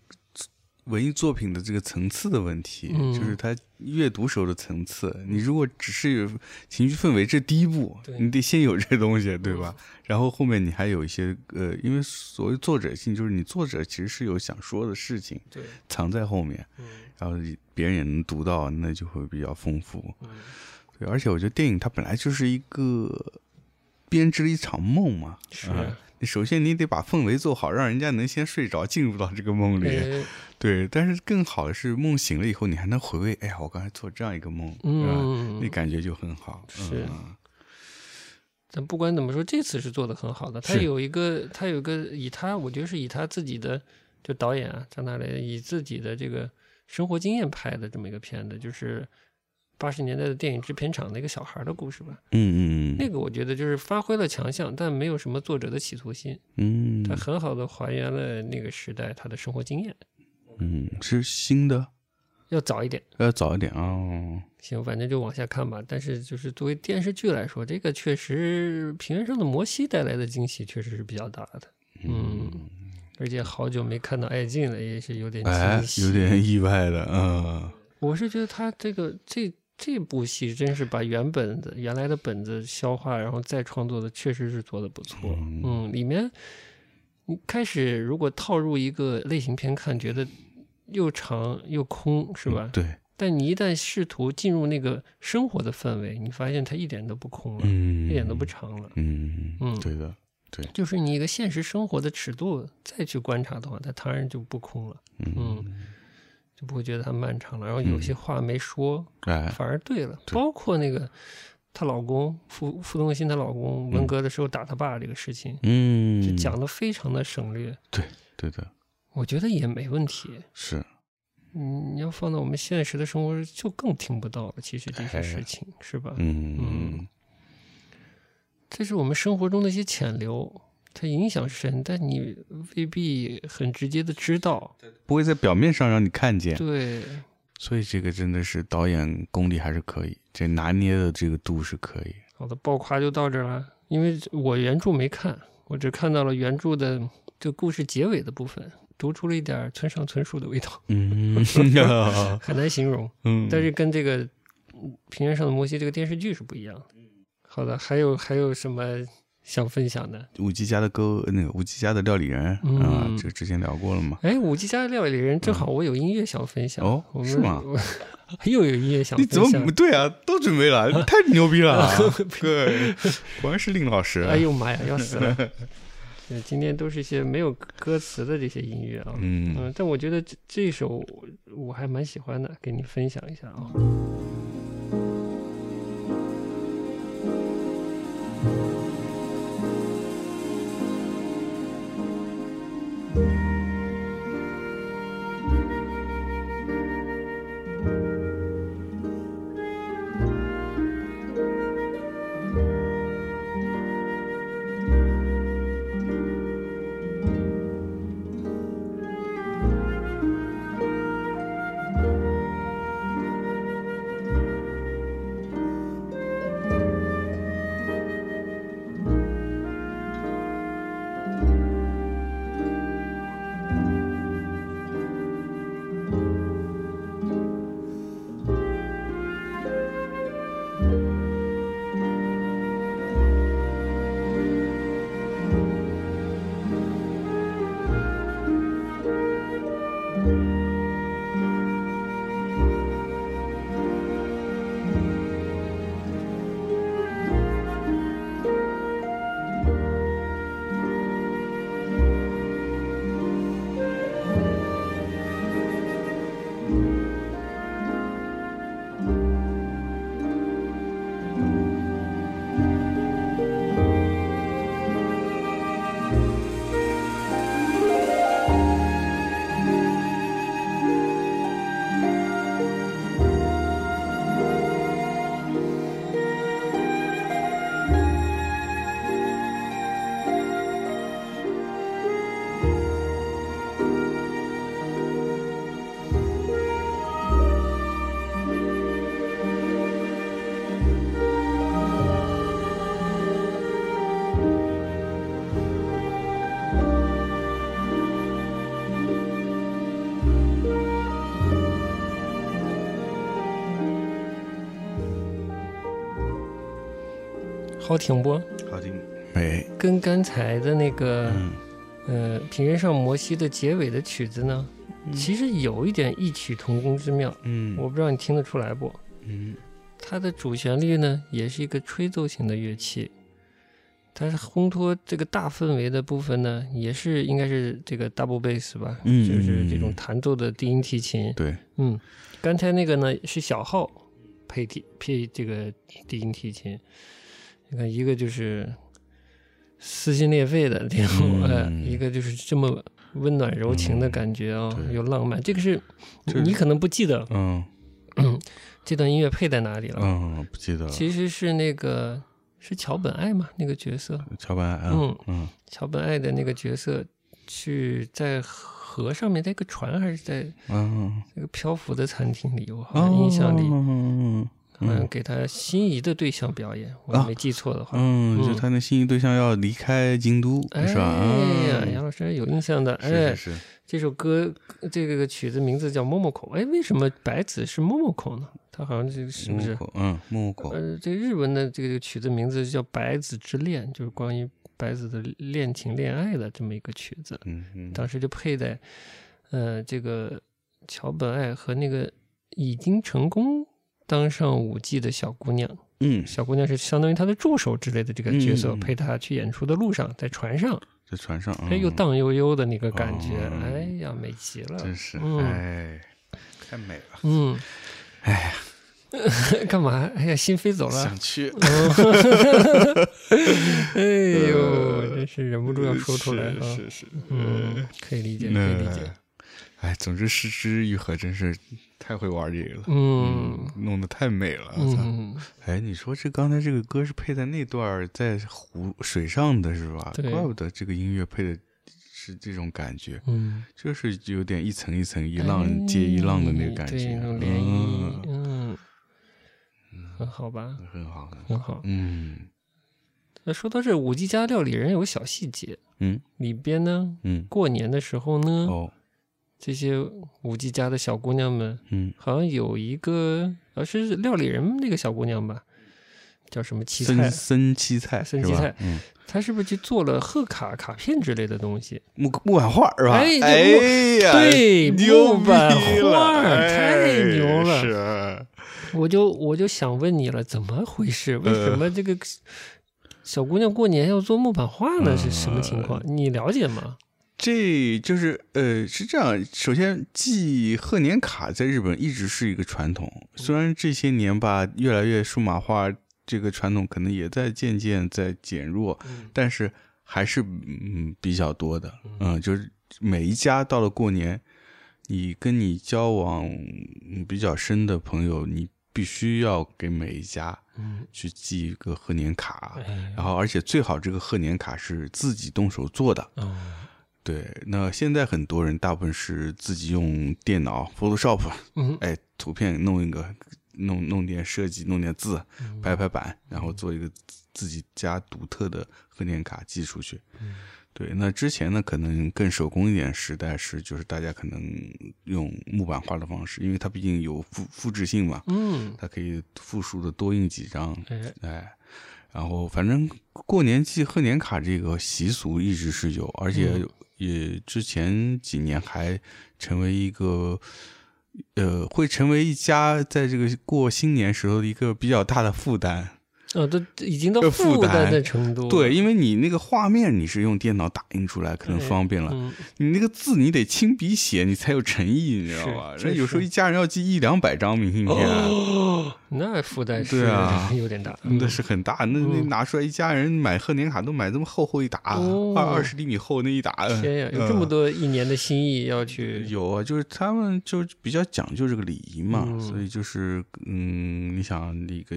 Speaker 1: 文艺作品的这个层次的问题，
Speaker 2: 嗯
Speaker 1: 就是它阅读时候的层次。你如果只是有情绪氛围，这第一步
Speaker 2: 对，嗯
Speaker 1: 你得先有这东西，对吧？然后后面你还有一些呃，因为所谓作者性，就是你作者其实是有想说的事情
Speaker 2: 对，
Speaker 1: 藏在后面，
Speaker 2: 嗯
Speaker 1: 然后别人也能读到，那就会比较丰富。
Speaker 2: 嗯
Speaker 1: 对，而且我觉得电影它本来就是一个编织了一场梦嘛，
Speaker 2: 是
Speaker 1: 啊首先你得把氛围做好，让人家能先睡着，进入到这个梦里。
Speaker 2: 哎
Speaker 1: 对，但是更好的是梦醒了以后，你还能回味，哎呀，我刚才做这样一个梦，是吧，那
Speaker 2: 嗯，
Speaker 1: 感觉就很好。
Speaker 2: 是
Speaker 1: 嗯
Speaker 2: 但不管怎么说，这次是做的很好的，他
Speaker 1: 是
Speaker 2: 有一个，他有一个以他，我觉得是以他自己的，就导演啊张大雷以自己的这个生活经验拍的这么一个片子，就是八十年代的电影制片厂的一个小孩儿的故事吧。
Speaker 1: 嗯嗯
Speaker 2: 那个我觉得就是发挥了强项，但没有什么作者的企图心，
Speaker 1: 嗯
Speaker 2: 它
Speaker 1: 嗯
Speaker 2: 很好的还原了那个时代他的生活经验。
Speaker 1: 嗯，是新的，
Speaker 2: 要早一点，
Speaker 1: 要早一点啊。哦
Speaker 2: 行，反正就往下看吧。但是就是作为电视剧来说，这个确实《平原上的摩西》带来的惊喜确实是比较大的，嗯，而且好久没看到艾进了，也是有点
Speaker 1: 哎
Speaker 2: 惊，喜。
Speaker 1: 有点意外的，嗯
Speaker 2: 我是觉得他这个这这部戏真是把原本的原来的本子消化，然后再创作的，确实是做的不错。
Speaker 1: 嗯
Speaker 2: 嗯，里面你开始如果套入一个类型片看，觉得又长又空，是吧？
Speaker 1: 对，
Speaker 2: 但你一旦试图进入那个生活的氛围，你发现它一点都不空了，
Speaker 1: 嗯，
Speaker 2: 一点都不长了。
Speaker 1: 嗯
Speaker 2: 嗯
Speaker 1: 对的，
Speaker 2: 就是你一个现实生活的尺度再去观察的话，它当然就不空了，嗯，就不会觉得它漫长了。然后有些话没说，
Speaker 1: 嗯哎，
Speaker 2: 反而对了，
Speaker 1: 对
Speaker 2: 包括那个她老公傅傅东心，她老公文革的时候打她爸这个事情，
Speaker 1: 嗯，
Speaker 2: 就讲的非常的省略，
Speaker 1: 对的，
Speaker 2: 我觉得也没问题。
Speaker 1: 是，
Speaker 2: 嗯，你要放到我们现实的生活，就更听不到了。其实这些
Speaker 1: 哎
Speaker 2: 事情、是吧？
Speaker 1: 嗯
Speaker 2: 嗯这是我们生活中的一些潜流，它影响深，但你未必很直接的知道。
Speaker 1: 不会在表面上让你看见，
Speaker 2: 对，
Speaker 1: 所以这个真的是导演功力还是可以，这拿捏的这个度是
Speaker 2: <laughs>
Speaker 1: 可以，
Speaker 2: 好的，爆夸就到这儿了。因为我原著没看，我只看到了原著的这故事结尾的部分，读出了一点村上春树的味道，
Speaker 1: 嗯
Speaker 2: 很难形容。
Speaker 1: 嗯
Speaker 2: 但是跟这个《嗯平原上的摩西》这个电视剧是不一样的。好的，还有还有什么想分享的？
Speaker 1: 五 G 家的歌，那个五 G 家的料理人啊
Speaker 2: 嗯，
Speaker 1: 这之前聊过了嘛？
Speaker 2: 哎，五 G 家的料理人，正好我有音乐想分享。
Speaker 1: 嗯哦
Speaker 2: 我们 <laughs>
Speaker 1: 是吗？
Speaker 2: 我又有音乐想
Speaker 1: 你
Speaker 2: 分
Speaker 1: 怎
Speaker 2: 享。
Speaker 1: 么不对啊？都准备
Speaker 2: <laughs>
Speaker 1: 了，太牛逼了！对，果然是令老师。
Speaker 2: 哎呦妈呀，要死了！
Speaker 1: <laughs>
Speaker 2: 对今天都是一些没有歌词的这些音乐啊。
Speaker 1: 嗯
Speaker 2: 嗯，但我觉得这这首我我还蛮喜欢的，给你分享一下啊。
Speaker 1: 嗯
Speaker 2: 好听不？
Speaker 1: 好听。哎，
Speaker 2: 跟刚才的那个、
Speaker 1: 嗯
Speaker 2: 呃《平原上摩西》的结尾的曲子呢，其实有一点异曲同工之妙，
Speaker 1: 嗯
Speaker 2: 我不知道你听得出来不？
Speaker 1: 嗯
Speaker 2: 它的主旋律呢，也是一个吹奏型的乐器，它是烘托这个大氛围的部分呢，也是应该是这个 double bass 吧，
Speaker 1: 嗯
Speaker 2: 就是这种弹奏的低音提琴。
Speaker 1: 对，
Speaker 2: 嗯，刚才那个呢是小号配提配这个低音提琴，你看一个就是撕心裂肺的这种， <laughs> 呃，
Speaker 1: 嗯
Speaker 2: 一个就是这么温暖柔情的感觉啊、
Speaker 1: 对
Speaker 2: 有浪漫。这个是
Speaker 1: 这
Speaker 2: 你可能不记得
Speaker 1: 嗯
Speaker 2: 这段音乐配在哪里了，
Speaker 1: 嗯，不记得了。
Speaker 2: 其实是那个是桥本爱嘛，那个角色，
Speaker 1: 乔板，嗯
Speaker 2: 嗯
Speaker 1: 嗯
Speaker 2: 桥本爱的那个角色去在河上面，在一个船还是在
Speaker 1: 嗯，
Speaker 2: 那个漂浮的餐厅里，我好
Speaker 1: 哦
Speaker 2: 像印象里。
Speaker 1: 嗯
Speaker 2: 好像给他心仪的对象表演，我
Speaker 1: 啊
Speaker 2: 没记错的话，
Speaker 1: 嗯，就他那心仪对象要离开京都，
Speaker 2: 哎
Speaker 1: 是吧？
Speaker 2: 呀，
Speaker 1: 嗯
Speaker 2: 杨老师还有印象的，哎，
Speaker 1: 是是是，
Speaker 2: 这首歌这个曲子名字叫《Momoko》，哎，为什么白子是 Momoko 呢？他好像这个是不
Speaker 1: 木
Speaker 2: 是？
Speaker 1: 口，嗯，木口，
Speaker 2: 呃，这个日文的这个这个曲子名字叫《白子之恋》，就是关于白子的恋情、恋爱的这么一个曲子。
Speaker 1: 嗯嗯，
Speaker 2: 当时就配在，呃，这个桥本爱和那个已经成功当上舞伎的小姑娘，
Speaker 1: 嗯，
Speaker 2: 小姑娘是相当于她的助手之类的这个角色，
Speaker 1: 嗯嗯嗯
Speaker 2: 陪她去演出的路上，在船上，
Speaker 1: 这船上，
Speaker 2: 哎，又
Speaker 1: 嗯，
Speaker 2: 荡悠悠的那个感觉，
Speaker 1: 哦
Speaker 2: 哎呀，美极了，
Speaker 1: 真是，
Speaker 2: 嗯
Speaker 1: 哎，太美了，
Speaker 2: 嗯，哎呀， <laughs> 干嘛？哎呀，心飞走了
Speaker 1: 想。去， <laughs>
Speaker 2: 哎呦，真是忍不住要
Speaker 1: 呃
Speaker 2: 说出来
Speaker 1: 是
Speaker 2: 啊！
Speaker 1: 是是，
Speaker 2: 嗯，可以理解，可以理
Speaker 1: 那
Speaker 2: 解。，
Speaker 1: 哎，总之失之愈合真是太会玩这个了，
Speaker 2: 嗯
Speaker 1: 弄得太美了，我操！
Speaker 2: 嗯，
Speaker 1: 哎，你说这刚才这个歌是配在那段儿在湖水上的是吧？
Speaker 2: 对
Speaker 1: 怪不得这个音乐配的是这种感觉，
Speaker 2: 嗯，哎
Speaker 1: 就是有点一层一层、一浪接一浪的那个感
Speaker 2: 哎对，
Speaker 1: 觉，
Speaker 2: 那种涟
Speaker 1: 嗯
Speaker 2: 漪，，嗯，很好吧，
Speaker 1: 嗯很好，很好
Speaker 2: 很好。
Speaker 1: 嗯
Speaker 2: 那说到这，五 G 家料理人有个小细节，
Speaker 1: 嗯
Speaker 2: 里边呢，
Speaker 1: 嗯，
Speaker 2: 过年的时候呢，
Speaker 1: 哦，
Speaker 2: 这些五 G 家的小姑娘们，
Speaker 1: 嗯，
Speaker 2: 好像有一个，呃、是料理人那个小姑娘吧，叫什么七菜
Speaker 1: 生，生七菜
Speaker 2: 生
Speaker 1: 是
Speaker 2: 七
Speaker 1: 吧
Speaker 2: 菜？
Speaker 1: 嗯，
Speaker 2: 她是不是去做了贺卡、卡片之类的东西？
Speaker 1: 木木碗画是吧？
Speaker 2: 哎这木
Speaker 1: 呀，
Speaker 2: 对
Speaker 1: 牛
Speaker 2: 木碗
Speaker 1: 逼了
Speaker 2: 画太
Speaker 1: 哎
Speaker 2: 牛了
Speaker 1: 是，
Speaker 2: 我就我就想问你了，怎么回事？为
Speaker 1: 呃
Speaker 2: 什么这个小姑娘过年要做木板画呢？是什么情况？
Speaker 1: 呃
Speaker 2: 你了解吗？
Speaker 1: 这就是呃，是这样。首先，寄贺年卡在日本一直是一个传统，虽然这些年吧，越来越数码化，这个传统可能也在渐渐在减弱，但是还是嗯比较多的。嗯，就是每一家到了过年，你跟你交往嗯比较深的朋友，你必须要给每一家
Speaker 2: 嗯，
Speaker 1: 去寄一个贺年卡，
Speaker 2: 哎
Speaker 1: 然后而且最好这个贺年卡是自己动手做的。
Speaker 2: 哦，
Speaker 1: 对，那现在很多人大部分是自己用电脑 Photoshop，
Speaker 2: 嗯
Speaker 1: 哎，图片弄一个，弄弄点设计，弄点字，拍拍板，然后做一个自自己家独特的贺年卡寄出去。对，那之前呢，可能更手工一点时代是，就是大家可能用木板画的方式，因为它毕竟有复复制性嘛，
Speaker 2: 嗯，
Speaker 1: 它可以复数的多印几张，
Speaker 2: 哎，
Speaker 1: 哎，然后反正过年寄贺年卡这个习俗一直是有，而且
Speaker 2: 嗯
Speaker 1: 也之前几年还成为一个，呃，会成为一家在这个过新年时候的一个比较大的负担。
Speaker 2: 哦，都都已经到
Speaker 1: 这负
Speaker 2: 负担
Speaker 1: 担
Speaker 2: 的程度，
Speaker 1: 对，，因为你那个画面你是用电脑打印出来，可能
Speaker 2: 哎
Speaker 1: 方便了。
Speaker 2: 嗯，
Speaker 1: 你那个字你得亲笔写，你才有诚意，你知道
Speaker 2: 是
Speaker 1: 吧？
Speaker 2: 真
Speaker 1: 人有时候
Speaker 2: 是
Speaker 1: 一家人要寄一两百张明信片。啊
Speaker 2: 哦，那负担是
Speaker 1: 对啊
Speaker 2: <laughs> 有点大，
Speaker 1: 那是很大，那那
Speaker 2: 嗯
Speaker 1: 拿出来一家人买贺年卡都买这么厚厚一沓，
Speaker 2: 哦
Speaker 1: 二二十厘米厚那一沓。
Speaker 2: 天呀，有这么
Speaker 1: 嗯
Speaker 2: 多一年的心意要去，
Speaker 1: 有啊，就是他们就比较讲究这个礼仪嘛，
Speaker 2: 嗯
Speaker 1: 所以就是嗯，你想那个，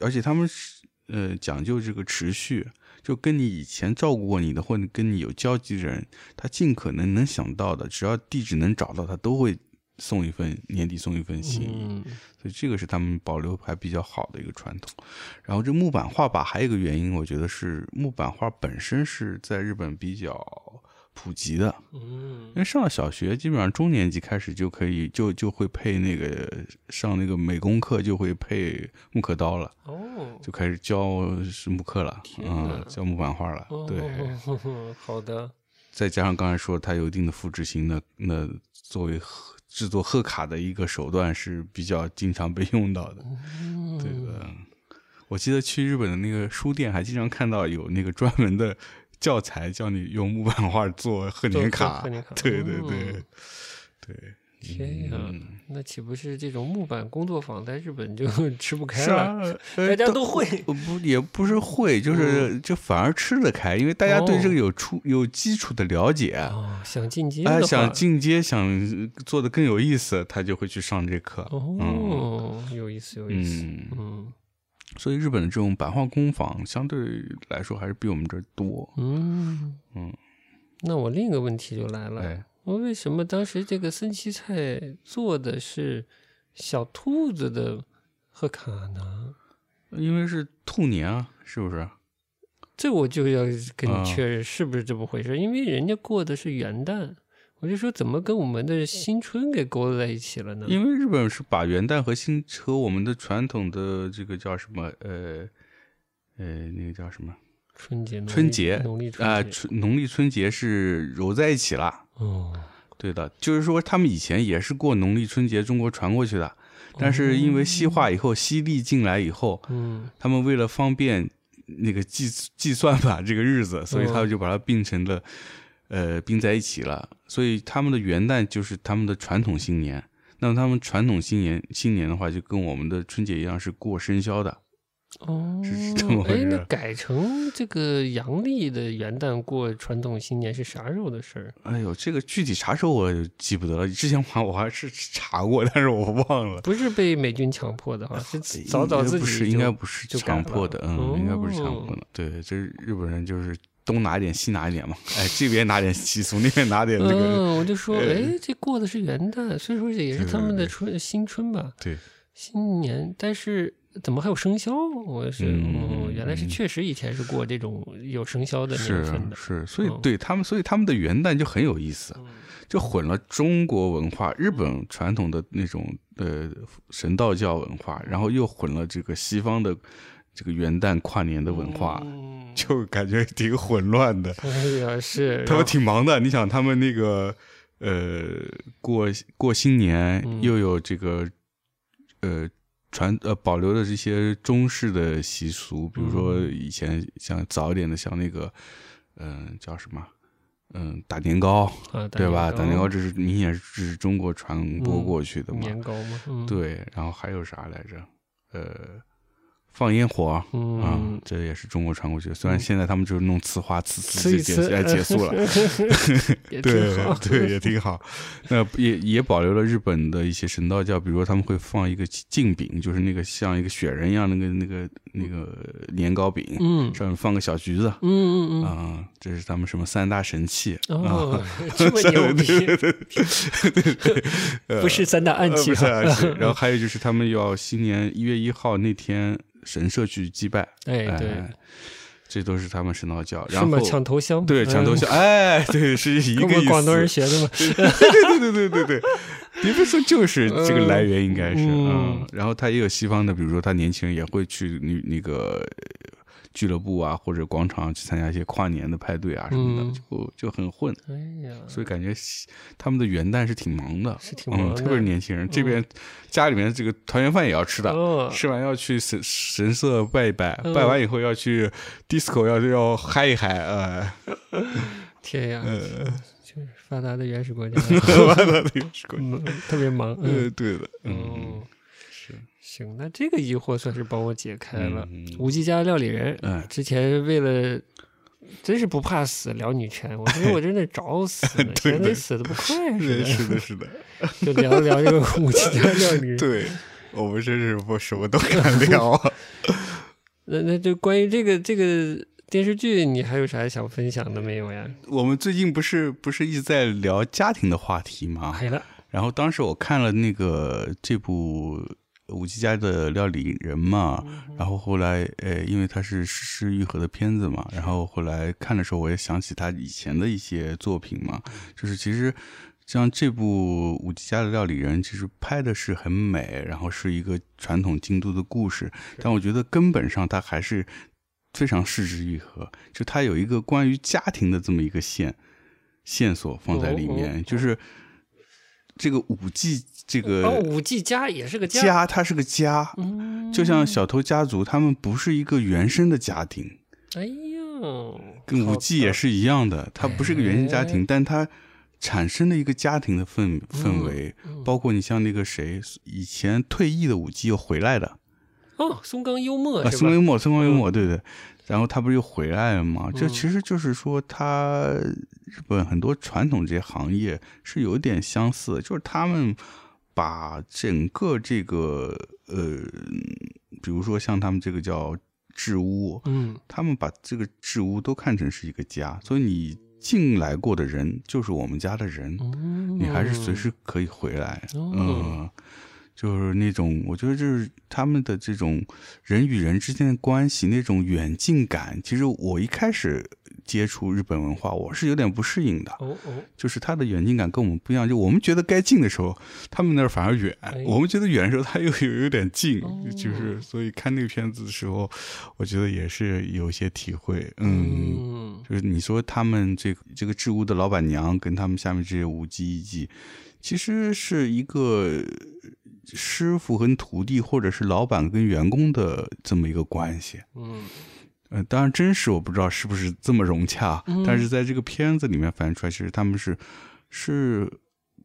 Speaker 1: 而且他们是呃讲究这个持续，就跟你以前照顾过你的或者跟你有交集的人，他尽可能能想到的，只要地址能找到，他都会送一份年底送一份心意。
Speaker 2: 嗯，
Speaker 1: 所以这个是他们保留还比较好的一个传统。然后这木板画吧，还有一个原因，我觉得是木板画本身是在日本比较普及的，
Speaker 2: 嗯
Speaker 1: 因，为上了小学，基本上中年级开始就可以就就会配那个上那个美工课就会配木刻刀了，
Speaker 2: 哦，
Speaker 1: 就开始教是木刻了，
Speaker 2: 天哪
Speaker 1: 嗯，教木板画了，对。
Speaker 2: 哦， <laughs> 好的，
Speaker 1: 再加上刚才说它有一定的复制性，那那作为贺制作贺卡的一个手段是比较经常被用到的。
Speaker 2: 嗯，
Speaker 1: 对的，我记得去日本的那个书店还经常看到有那个专门的教材，教你用木板画做贺
Speaker 2: 做
Speaker 1: 年
Speaker 2: 贺
Speaker 1: 卡。
Speaker 2: 贺年卡
Speaker 1: 对对对、
Speaker 2: 嗯
Speaker 1: 对，
Speaker 2: 天呀，
Speaker 1: 嗯
Speaker 2: 那岂不是这种木板工作坊在日本就 <laughs> 吃不开
Speaker 1: 是啊
Speaker 2: 了？，
Speaker 1: 呃
Speaker 2: <laughs> 大家
Speaker 1: 但
Speaker 2: 都会嗯
Speaker 1: 呃不也不是会，就是、就反而吃得开，因为大家对这个有出、有基础的了解。啊
Speaker 2: 哦，想进阶的
Speaker 1: 哎，
Speaker 2: 话，
Speaker 1: 想进阶，想做的更有意思，他就会去上这课。
Speaker 2: 哦，有意思，有意思，
Speaker 1: 嗯，
Speaker 2: 嗯
Speaker 1: 所以日本的这种版画工坊相对来说还是比我们这儿多。
Speaker 2: 嗯
Speaker 1: 嗯，
Speaker 2: 那我另一个问题就来了，
Speaker 1: 哎，
Speaker 2: 我为什么当时这个森七菜做的是小兔子的贺卡呢？
Speaker 1: 因为是兔年啊，是不是？
Speaker 2: 这我就要跟
Speaker 1: 啊
Speaker 2: 你确认是不是这么回事，因为人家过的是元旦，我就说怎么跟我们的新春给勾搭在一起了呢？
Speaker 1: 因为日本是把元旦和新和我们的传统的这个叫什么呃呃那个叫什么
Speaker 2: 春节，农历
Speaker 1: 春节
Speaker 2: 农历春
Speaker 1: 啊、
Speaker 2: 节，
Speaker 1: 春农历春节是揉在一起了。
Speaker 2: 哦，
Speaker 1: 对的，就是说他们以前也是过农历春节，中国传过去的，但是因为西化以后，西历进来以后，
Speaker 2: 嗯，
Speaker 1: 他们为了方便那个计计算吧这个日子，所以他们就把它并成了，呃，并在一起了。所以他们的元旦就是他们的传统新年。那么他们传统新年新年的话，就跟我们的春节一样是过生肖的。
Speaker 2: 哦，
Speaker 1: 是这么回
Speaker 2: 哎，
Speaker 1: 事
Speaker 2: 那改成这个阳历的元旦过传统新年是啥时候的事儿？
Speaker 1: 哎呦，这个具体啥时候我记不得了，之前我我还是查过，但是我忘了。
Speaker 2: 不是被美军强迫的哈，
Speaker 1: <laughs>
Speaker 2: 是早早
Speaker 1: 呃应该
Speaker 2: 自己
Speaker 1: 不是，
Speaker 2: 就
Speaker 1: 应该不是
Speaker 2: 就
Speaker 1: 强迫的，
Speaker 2: 改了哦
Speaker 1: 嗯，应该不是强迫的。对，这日本人就是东拿一点西拿一点嘛，哎，这边拿点习俗，那边拿点那个，
Speaker 2: 嗯，我就说，
Speaker 1: 呃
Speaker 2: 哎，这过的是元旦，所以说也是
Speaker 1: 对
Speaker 2: 他们
Speaker 1: 对
Speaker 2: 的
Speaker 1: 对
Speaker 2: 春新春吧，
Speaker 1: 对。
Speaker 2: 新年。但是怎么还有生肖？我是，
Speaker 1: 嗯
Speaker 2: 哦，原来是确实以前是过这种有生肖的年
Speaker 1: 是
Speaker 2: 份的。
Speaker 1: 是，所以
Speaker 2: 嗯
Speaker 1: 对他们，所以他们的元旦就很有意思，就混了中国文化、日本传统的那种呃神道教文化，然后又混了这个西方的这个元旦跨年的文化，
Speaker 2: 嗯，
Speaker 1: 就感觉挺混乱的。
Speaker 2: 哎呀，是
Speaker 1: 他
Speaker 2: 然后
Speaker 1: 们挺忙的，你想他们那个呃过过新年，
Speaker 2: 嗯
Speaker 1: 又有这个呃传呃保留的这些中式的习俗，比如说
Speaker 2: 嗯
Speaker 1: 以前像早一点的像那个嗯、呃叫什么嗯、打年糕
Speaker 2: 啊，打
Speaker 1: 对吧？
Speaker 2: 糕
Speaker 1: 打年糕这是明显是是中国传播
Speaker 2: 嗯
Speaker 1: 过去的嘛，
Speaker 2: 年糕嘛，嗯，
Speaker 1: 对，然后还有啥来着？呃。放烟火啊、
Speaker 2: 嗯，
Speaker 1: 这也是中国传过去的。虽然
Speaker 2: 嗯
Speaker 1: 现在他们就是弄呲花，呲
Speaker 2: 吃
Speaker 1: 呲就
Speaker 2: 一
Speaker 1: 结
Speaker 2: 吃
Speaker 1: 哎结束了，，
Speaker 2: <laughs> 也
Speaker 1: 对
Speaker 2: 挺好。
Speaker 1: 对，也挺好。那也也保留了日本的一些神道教，比如说他们会放一个镜饼，就是那个像一个雪人一样那个那个那个年糕饼，
Speaker 2: 嗯
Speaker 1: 上面放个小橘子。
Speaker 2: 嗯嗯嗯，
Speaker 1: 啊、这是他们什么三大神器啊？
Speaker 2: 哦， <laughs> 这么牛逼，不是三大暗
Speaker 1: 呃
Speaker 2: 器
Speaker 1: 不是
Speaker 2: 哈，
Speaker 1: 暗器。然后还有就是他们要新年一月一号那天神社去祭拜，
Speaker 2: 哎
Speaker 1: 哎，
Speaker 2: 对，
Speaker 1: 这都是他们神道教。
Speaker 2: 是
Speaker 1: 然
Speaker 2: 吗？
Speaker 1: 后
Speaker 2: 抢头香，
Speaker 1: 对抢头
Speaker 2: 嗯
Speaker 1: 像，哎，对，是一
Speaker 2: 跟
Speaker 1: 个
Speaker 2: 我
Speaker 1: 意
Speaker 2: 们
Speaker 1: 思。
Speaker 2: 广东人学
Speaker 1: <laughs>
Speaker 2: 的嘛。
Speaker 1: 对对对对对对，你不说就是这个来源应该是
Speaker 2: 嗯
Speaker 1: 嗯，然后他也有西方的，比如说他年轻人也会去那那个呃俱乐部啊或者广场去参加一些跨年的派对啊什么的，就就很混，
Speaker 2: 哎呀，
Speaker 1: 所以感觉西他们的元旦是挺忙的，
Speaker 2: 是挺忙
Speaker 1: 嗯，
Speaker 2: 的
Speaker 1: 特别是年轻人这边家里面这个团圆饭也要吃的。
Speaker 2: 哦，
Speaker 1: 吃完要去神神社拜一拜，
Speaker 2: 嗯
Speaker 1: 拜完以后要去 disco 要要嗨一嗨， <laughs> 呃，
Speaker 2: 天呀，就是发达的原始
Speaker 1: <laughs>
Speaker 2: 国家，
Speaker 1: 完了那个是 <laughs> 过年
Speaker 2: 嗯特别忙。嗯，
Speaker 1: 呃，对的，嗯，
Speaker 2: 哦，是。行，那这个疑惑算是帮我解开了。
Speaker 1: 嗯
Speaker 2: 无极家料理人，
Speaker 1: 嗯
Speaker 2: 之前为了真是不怕死聊女权，我觉得我真的找死了，
Speaker 1: <laughs> 对
Speaker 2: 嫌
Speaker 1: 对
Speaker 2: 你死的不快
Speaker 1: 对，
Speaker 2: 似
Speaker 1: 是的，是的，
Speaker 2: 的，就聊一聊这个无极家料 <laughs> 理人。
Speaker 1: 对，我们真是不什么都敢聊 <laughs> 啊。
Speaker 2: 那那就关于这个这个电视剧，你还有啥想分享的没有呀？
Speaker 1: 我们最近不是不是一直在聊家庭的话题吗？
Speaker 2: 没了，
Speaker 1: 然后当时我看了那个这部《五七家的料理人》嘛，
Speaker 2: 嗯
Speaker 1: 然后后来呃，因为它是施施愈合的片子嘛，然后后来看的时候，我也想起他以前的一些作品嘛，
Speaker 2: 嗯
Speaker 1: 就是其实。像这部《五七家的料理人》，其实拍的是很美，然后是一个传统京都的故事，但我觉得根本上它还是非常失之愈合，就它有一个关于家庭的这么一个线线索放在里面，
Speaker 2: 哦哦
Speaker 1: 就是这个五 G 这个
Speaker 2: 哦，五 G 家也是个家，
Speaker 1: 呃家，它是个家，
Speaker 2: 嗯，
Speaker 1: 就像小偷家族，他们不是一个原生的家庭，
Speaker 2: 哎呦，
Speaker 1: 跟
Speaker 2: 好哎
Speaker 1: 五 G 也
Speaker 2: 的
Speaker 1: 是一样的，它不是一个原生家庭，但它产生了一个家庭的氛氛围，
Speaker 2: 嗯
Speaker 1: 包括你像那个谁，以前退役的五 G 又回来的，
Speaker 2: 哦，松冈幽默
Speaker 1: 啊，
Speaker 2: 是
Speaker 1: 松冈
Speaker 2: 吧？
Speaker 1: 幽默，松冈幽默，对对。然后他不是又回来了吗？这
Speaker 2: 嗯
Speaker 1: 其实就是说，他日本很多传统这些行业是有点相似的，就是他们把整个这个呃，比如说像他们这个叫置屋，
Speaker 2: 嗯，
Speaker 1: 他们把这个置屋都看成是一个家，所以你进来过的人就是我们家的人，
Speaker 2: 嗯
Speaker 1: 你还是随时可以回来，
Speaker 2: 哦
Speaker 1: 嗯。就是那种，我觉得就是他们的这种人与人之间的关系那种远近感。其实我一开始接触日本文化，我是有点不适应的，
Speaker 2: 哦哦，
Speaker 1: 就是它的远近感跟我们不一样。就我们觉得该近的时候，他们那儿反而远；
Speaker 2: 哎
Speaker 1: 我们觉得远的时候，他又有有点近。
Speaker 2: 哦
Speaker 1: 就是所以看那个片子的时候，我觉得也是有一些体会。嗯
Speaker 2: 嗯，
Speaker 1: 就是你说他们这个这个置屋的老板娘跟他们下面这些舞姬艺妓，其实是一个师傅跟徒弟，或者是老板跟员工的这么一个关系。
Speaker 2: 嗯，
Speaker 1: 呃，当然真实我不知道是不是这么融洽，
Speaker 2: 嗯
Speaker 1: 但是在这个片子里面反映出来，其实他们是是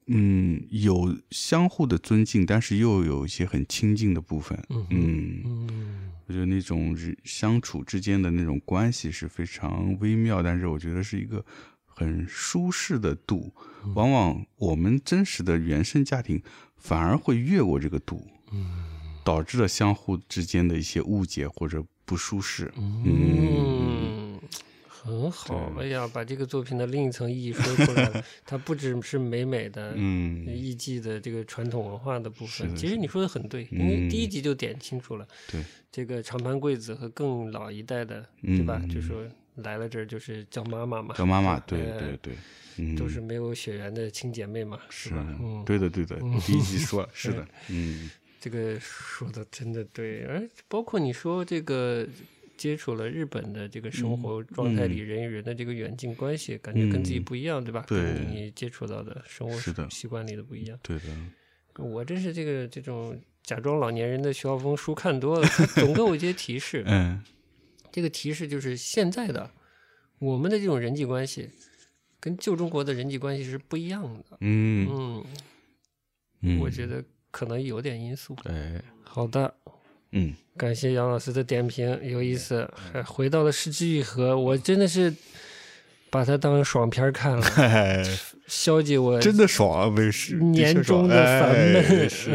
Speaker 1: 嗯有相互的尊敬，但是又有一些很亲近的部分。
Speaker 2: 嗯
Speaker 1: 嗯
Speaker 2: 嗯，
Speaker 1: 我觉得那种人相处之间的那种关系是非常微妙，但是我觉得是一个很舒适的度。
Speaker 2: 嗯
Speaker 1: 往往我们真实的原生家庭反而会越过这个度，
Speaker 2: 嗯
Speaker 1: 导致了相互之间的一些误解或者不舒适。
Speaker 2: 嗯，很好。
Speaker 1: 对
Speaker 2: 哎呀，把这个作品的另一层意义说出
Speaker 1: <laughs>
Speaker 2: 来了，它不只是美美的。
Speaker 1: 嗯，
Speaker 2: 艺妓的这个传统文化的部
Speaker 1: 是的
Speaker 2: 分，其实
Speaker 1: 是
Speaker 2: 你说的很对，因为
Speaker 1: 嗯
Speaker 2: 第一集就点清楚了
Speaker 1: 对，
Speaker 2: 这个长盘贵子和更老一代的，对吧？
Speaker 1: 嗯
Speaker 2: 就说来了这儿就是叫妈妈嘛，
Speaker 1: 叫妈妈，对
Speaker 2: 哎
Speaker 1: 对对，嗯，
Speaker 2: 都是没有血缘的亲姐妹嘛，是
Speaker 1: 是啊
Speaker 2: 吧？嗯，，哎
Speaker 1: 对的对的，第一集
Speaker 2: <laughs>
Speaker 1: 说了，是的，嗯
Speaker 2: 这个说的真的对，而包括你说这个接触了日本的这个
Speaker 1: 嗯
Speaker 2: 生活状态里人与人的这个远近关系，感觉跟自己
Speaker 1: 嗯
Speaker 2: 不一样，对吧？
Speaker 1: 对
Speaker 2: 跟你接触到的生活
Speaker 1: 是的
Speaker 2: 习惯里的不一样。
Speaker 1: 对的，
Speaker 2: 我真是这个这种假装老年人的徐浩峰书看
Speaker 1: <laughs>
Speaker 2: 多了，他总给我一些提示。
Speaker 1: 嗯
Speaker 2: 这个提示就是现在的我们的这种人际关系，跟旧中国的人际关系是不一样的。
Speaker 1: 嗯
Speaker 2: 嗯，
Speaker 1: 嗯，
Speaker 2: 我觉得可能有点因素。
Speaker 1: 哎，
Speaker 2: 好的， <laughs>
Speaker 1: 嗯。
Speaker 2: 感谢杨老师的点评，有意思。还回到了《失之愈合》，我真的是把它当爽片儿看
Speaker 1: <laughs>
Speaker 2: 了，
Speaker 1: 哎，
Speaker 2: 消解我
Speaker 1: 真的爽啊！没事，
Speaker 2: 年
Speaker 1: 确爽
Speaker 2: 终的烦闷嗯
Speaker 1: 哎是，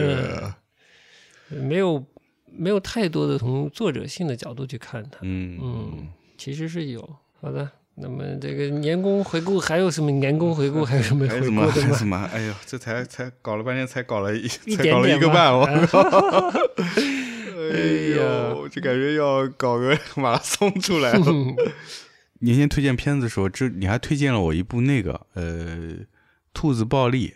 Speaker 2: 没有没有太多的从作者性的角度去看它，
Speaker 1: 嗯
Speaker 2: 嗯，其实是有。好的，那么这个年功回顾还有什么年功回顾还有什么
Speaker 1: 嗯还
Speaker 2: 回
Speaker 1: 有什
Speaker 2: 顾
Speaker 1: 么？还
Speaker 2: 的
Speaker 1: 有
Speaker 2: 吗
Speaker 1: 什？么？哎呦，这才才搞了半天，才搞了一，<laughs>
Speaker 2: 一
Speaker 1: 才搞
Speaker 2: 点
Speaker 1: 了
Speaker 2: 点
Speaker 1: 一个
Speaker 2: 吧
Speaker 1: 半，我
Speaker 2: 哎
Speaker 1: 靠！ <laughs>
Speaker 2: <laughs> 哎
Speaker 1: 哎呦，就感觉要搞个 <laughs> 马拉松出来了。
Speaker 2: <laughs> 嗯
Speaker 1: 年前推荐片子的时候，这你还推荐了我一部那个呃，《兔子暴力